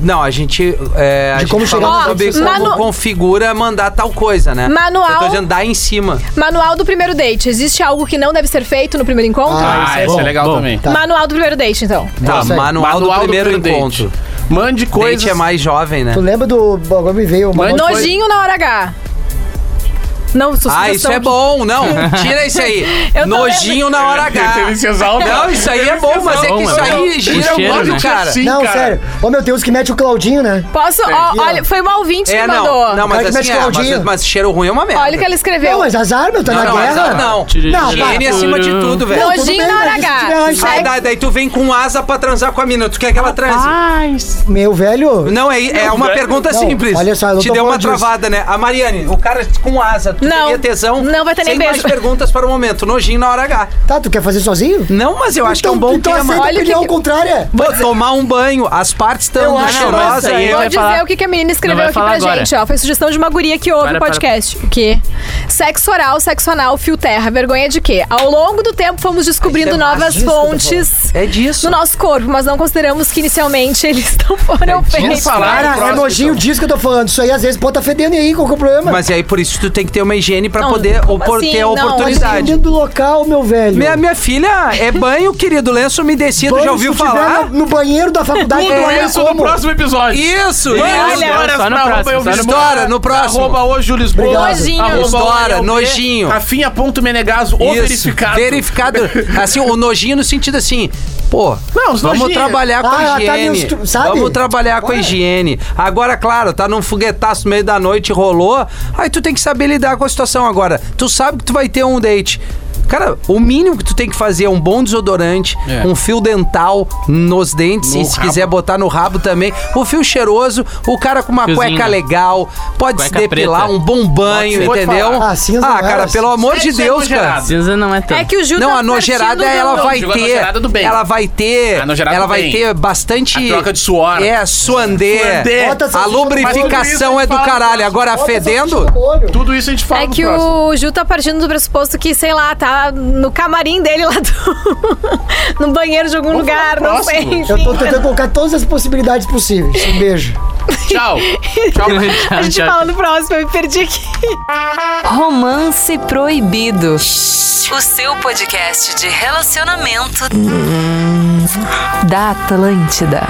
Speaker 1: Não, a gente. É, a
Speaker 5: De
Speaker 1: gente
Speaker 5: como
Speaker 1: falou
Speaker 5: chegar
Speaker 3: no
Speaker 1: sobre
Speaker 3: objetivo.
Speaker 1: como
Speaker 3: Manu-
Speaker 1: configura mandar tal coisa, né?
Speaker 3: Manual-
Speaker 1: Eu tô dizendo dar em cima.
Speaker 3: Manual do primeiro date. Existe algo que não deve ser feito no primeiro encontro?
Speaker 5: Ah,
Speaker 2: Ah,
Speaker 5: isso é
Speaker 2: essa
Speaker 5: bom,
Speaker 2: é legal
Speaker 4: bom.
Speaker 2: também.
Speaker 5: Tá.
Speaker 3: Manual do primeiro date, então.
Speaker 1: Tá,
Speaker 5: isso aí.
Speaker 1: manual, do primeiro encontro.
Speaker 2: date. Mande coisas.
Speaker 1: Date é mais jovem, né?
Speaker 5: Tu lembra do. bom, Agora me veio uma.
Speaker 2: Mano,
Speaker 1: é
Speaker 5: noite-
Speaker 2: foi-
Speaker 3: Nojinho na hora H. Não, sugestão
Speaker 1: Ah, isso é
Speaker 3: de-
Speaker 1: bom,
Speaker 5: [LAUGHS]
Speaker 1: não. Tira isso aí.
Speaker 3: Eu tô
Speaker 1: Nojinho na hora H.
Speaker 2: Ele se exalta.
Speaker 1: Não, isso aí é
Speaker 2: Ele
Speaker 1: bom,
Speaker 2: se
Speaker 1: mas é que
Speaker 4: exalta.
Speaker 1: isso aí
Speaker 4: O
Speaker 1: gira o
Speaker 4: cheiro,
Speaker 1: ódio,
Speaker 4: né?
Speaker 1: assim, cara.
Speaker 2: Sim,
Speaker 5: Não,
Speaker 2: cara.
Speaker 5: sério. Ô, meu, tem uns que mete o Claudinho, né?
Speaker 3: Posso? Ó, olha, foi uma ouvinte
Speaker 1: É,
Speaker 3: que
Speaker 1: não.
Speaker 3: mandou.
Speaker 1: Não,
Speaker 5: Vai
Speaker 1: mas
Speaker 5: que
Speaker 1: assim,
Speaker 5: mexe
Speaker 1: é,
Speaker 5: com o
Speaker 1: mas,
Speaker 5: Aldinho.
Speaker 1: mas cheiro ruim é uma merda.
Speaker 3: Olha o que ela escreveu.
Speaker 5: Não, mas azar, meu, tá
Speaker 1: Não,
Speaker 5: na
Speaker 1: não, mas
Speaker 5: guerra.
Speaker 1: não.
Speaker 5: Não,
Speaker 1: Higiene
Speaker 5: para.
Speaker 1: acima de tudo, velho.
Speaker 5: Não,
Speaker 3: Nojinho
Speaker 5: tudo bem,
Speaker 3: na hora
Speaker 5: mas
Speaker 3: H.
Speaker 5: se tiver uma
Speaker 1: Aí,
Speaker 3: Sai.
Speaker 5: enxada-
Speaker 1: daí, daí tu vem com asa pra transar com a mina. Tu quer que ela transe?
Speaker 5: Meu velho.
Speaker 1: Não, é, é uma
Speaker 2: velho.
Speaker 1: pergunta
Speaker 5: Ah, Não,
Speaker 1: simples.
Speaker 5: olha só, eu não
Speaker 1: Te
Speaker 5: tô
Speaker 1: deu uma
Speaker 5: falando disso.
Speaker 1: travada, né? A Mariane, o cara com asa, tu
Speaker 3: Não.
Speaker 1: teria tesão.
Speaker 3: Não vai ter nem
Speaker 1: Sem mais
Speaker 3: beijo.
Speaker 1: perguntas para o momento. Nojinho na hora H.
Speaker 5: Tá, tu quer fazer sozinho?
Speaker 1: Não, mas eu acho que é um bom
Speaker 5: então
Speaker 1: tema.
Speaker 5: aceita a
Speaker 3: Olha o que
Speaker 5: opinião
Speaker 3: que-
Speaker 5: contrária.
Speaker 1: Pô, tomar um banho, as partes
Speaker 5: Eu
Speaker 1: estão
Speaker 5: acho
Speaker 1: cheirosas
Speaker 4: massa,
Speaker 1: e
Speaker 4: hein?
Speaker 3: Vou
Speaker 4: vai
Speaker 3: dizer
Speaker 4: falar-
Speaker 3: o que, que a menina escreveu
Speaker 4: vai
Speaker 3: aqui pra
Speaker 4: falar agora.
Speaker 3: gente, ó. Foi sugestão de uma guria que ouve
Speaker 4: Para,
Speaker 3: o podcast. O quê? Sexo oral, sexo anal, fio terra. Vergonha de quê? Ao longo do tempo fomos descobrindo
Speaker 1: Isso é
Speaker 3: novas
Speaker 5: disso que eu tô
Speaker 3: fontes
Speaker 1: É disso.
Speaker 3: no nosso corpo, mas não consideramos que inicialmente eles [LAUGHS] não foram feitos.
Speaker 2: falar
Speaker 5: Cara,
Speaker 2: no
Speaker 5: é
Speaker 2: próximo,
Speaker 5: nojinho
Speaker 2: então.
Speaker 5: disso que eu tô falando. Isso aí às vezes pode tá fedendo aí, qual que é o problema?
Speaker 1: Mas aí por isso tu tem que ter uma higiene pra
Speaker 3: Não,
Speaker 1: poder
Speaker 3: como
Speaker 1: opor-
Speaker 3: assim?
Speaker 1: ter a
Speaker 3: Não,
Speaker 5: Mas
Speaker 1: oportunidade.
Speaker 5: dentro do local, meu velho.
Speaker 1: Minha, minha filha é banho, querido, lenço umedecido,
Speaker 5: Banho,
Speaker 1: já ouviu
Speaker 5: se tu tiver
Speaker 1: falar?
Speaker 5: na- No banheiro da faculdade,
Speaker 2: Tudo
Speaker 5: tu olha
Speaker 2: isso
Speaker 5: É, como.
Speaker 2: no próximo episódio.
Speaker 1: Isso,
Speaker 3: Olha,
Speaker 1: isso.
Speaker 2: Histórias
Speaker 4: só no
Speaker 2: pra
Speaker 4: próximo,
Speaker 2: arroba
Speaker 4: só no
Speaker 2: Elvis Dora,
Speaker 1: próximo.
Speaker 2: Arroba hoje o Lisboa.
Speaker 5: Obrigado.
Speaker 3: Nojinho.
Speaker 2: Arroba
Speaker 1: História,
Speaker 2: o LLP,
Speaker 1: nojinho.
Speaker 2: Rafinha.menegaso, ou
Speaker 1: Isso,
Speaker 2: verificado.
Speaker 1: verificado. Assim, o nojinho no sentido assim, pô,
Speaker 2: Não, os
Speaker 1: vamos
Speaker 2: nojinho.
Speaker 1: trabalhar com
Speaker 5: Ah,
Speaker 1: a
Speaker 5: ela tá meio
Speaker 1: higiene.
Speaker 5: estru- sabe?
Speaker 1: Vamos trabalhar com a higiene. Agora, claro, tá num foguetaço no meio da noite, rolou. Aí tu tem que saber lidar com a situação agora. Tu sabe que tu vai ter um date. Cara, o mínimo que tu tem que fazer é um bom desodorante,
Speaker 2: É.
Speaker 1: um fio dental nos dentes,
Speaker 2: No
Speaker 1: e se
Speaker 2: rabo.
Speaker 1: quiser botar no rabo também. O fio cheiroso, o cara com uma
Speaker 4: Fiozinho,
Speaker 1: cueca
Speaker 4: né?
Speaker 1: legal, pode
Speaker 4: Cueca
Speaker 1: se depilar,
Speaker 4: preta.
Speaker 1: um bom banho,
Speaker 2: Pode-
Speaker 1: entendeu?
Speaker 2: pode
Speaker 5: falar. Ah, cinza não
Speaker 1: ah
Speaker 5: era,
Speaker 1: cara,
Speaker 5: assim.
Speaker 1: pelo amor de
Speaker 2: Sexo é
Speaker 1: Deus, cara.
Speaker 2: nojeirado.
Speaker 4: Cinza não é tanto.
Speaker 3: É que o Ju
Speaker 1: Não,
Speaker 3: tá
Speaker 1: a nogerada
Speaker 3: partindo
Speaker 1: ela
Speaker 3: do- É
Speaker 1: vai
Speaker 2: Digo a
Speaker 1: ter.
Speaker 2: nojerada do bem.
Speaker 1: Ela vai ter.
Speaker 2: A nojerada
Speaker 1: Ela
Speaker 2: do
Speaker 1: vai
Speaker 2: bem.
Speaker 1: ter bastante.
Speaker 2: A troca de suor.
Speaker 1: É, suandê.
Speaker 2: Suandê.
Speaker 5: Bota essa
Speaker 1: A
Speaker 5: sujeira no
Speaker 1: lubrificação
Speaker 2: olho.
Speaker 1: é do caralho. Agora
Speaker 5: Bota essa
Speaker 1: fedendo.
Speaker 5: sujeira no olho.
Speaker 2: Tudo isso a gente fala
Speaker 3: É
Speaker 2: no
Speaker 3: que [LAUGHS]
Speaker 2: próximo.
Speaker 3: o Ju tá partindo do pressuposto que, sei lá, tá no camarim dele lá do... [LAUGHS] no banheiro de algum
Speaker 2: Vamos
Speaker 3: lugar,
Speaker 2: falar
Speaker 3: não
Speaker 2: no
Speaker 3: sei.
Speaker 2: próximo.
Speaker 3: enfim.
Speaker 5: Eu tô tentando colocar todas as possibilidades possíveis. Um beijo.
Speaker 2: Tchau. Tchau.
Speaker 3: A gente fala no próximo, eu me perdi aqui.
Speaker 6: Romance Proibido. O seu podcast de relacionamento da Atlântida.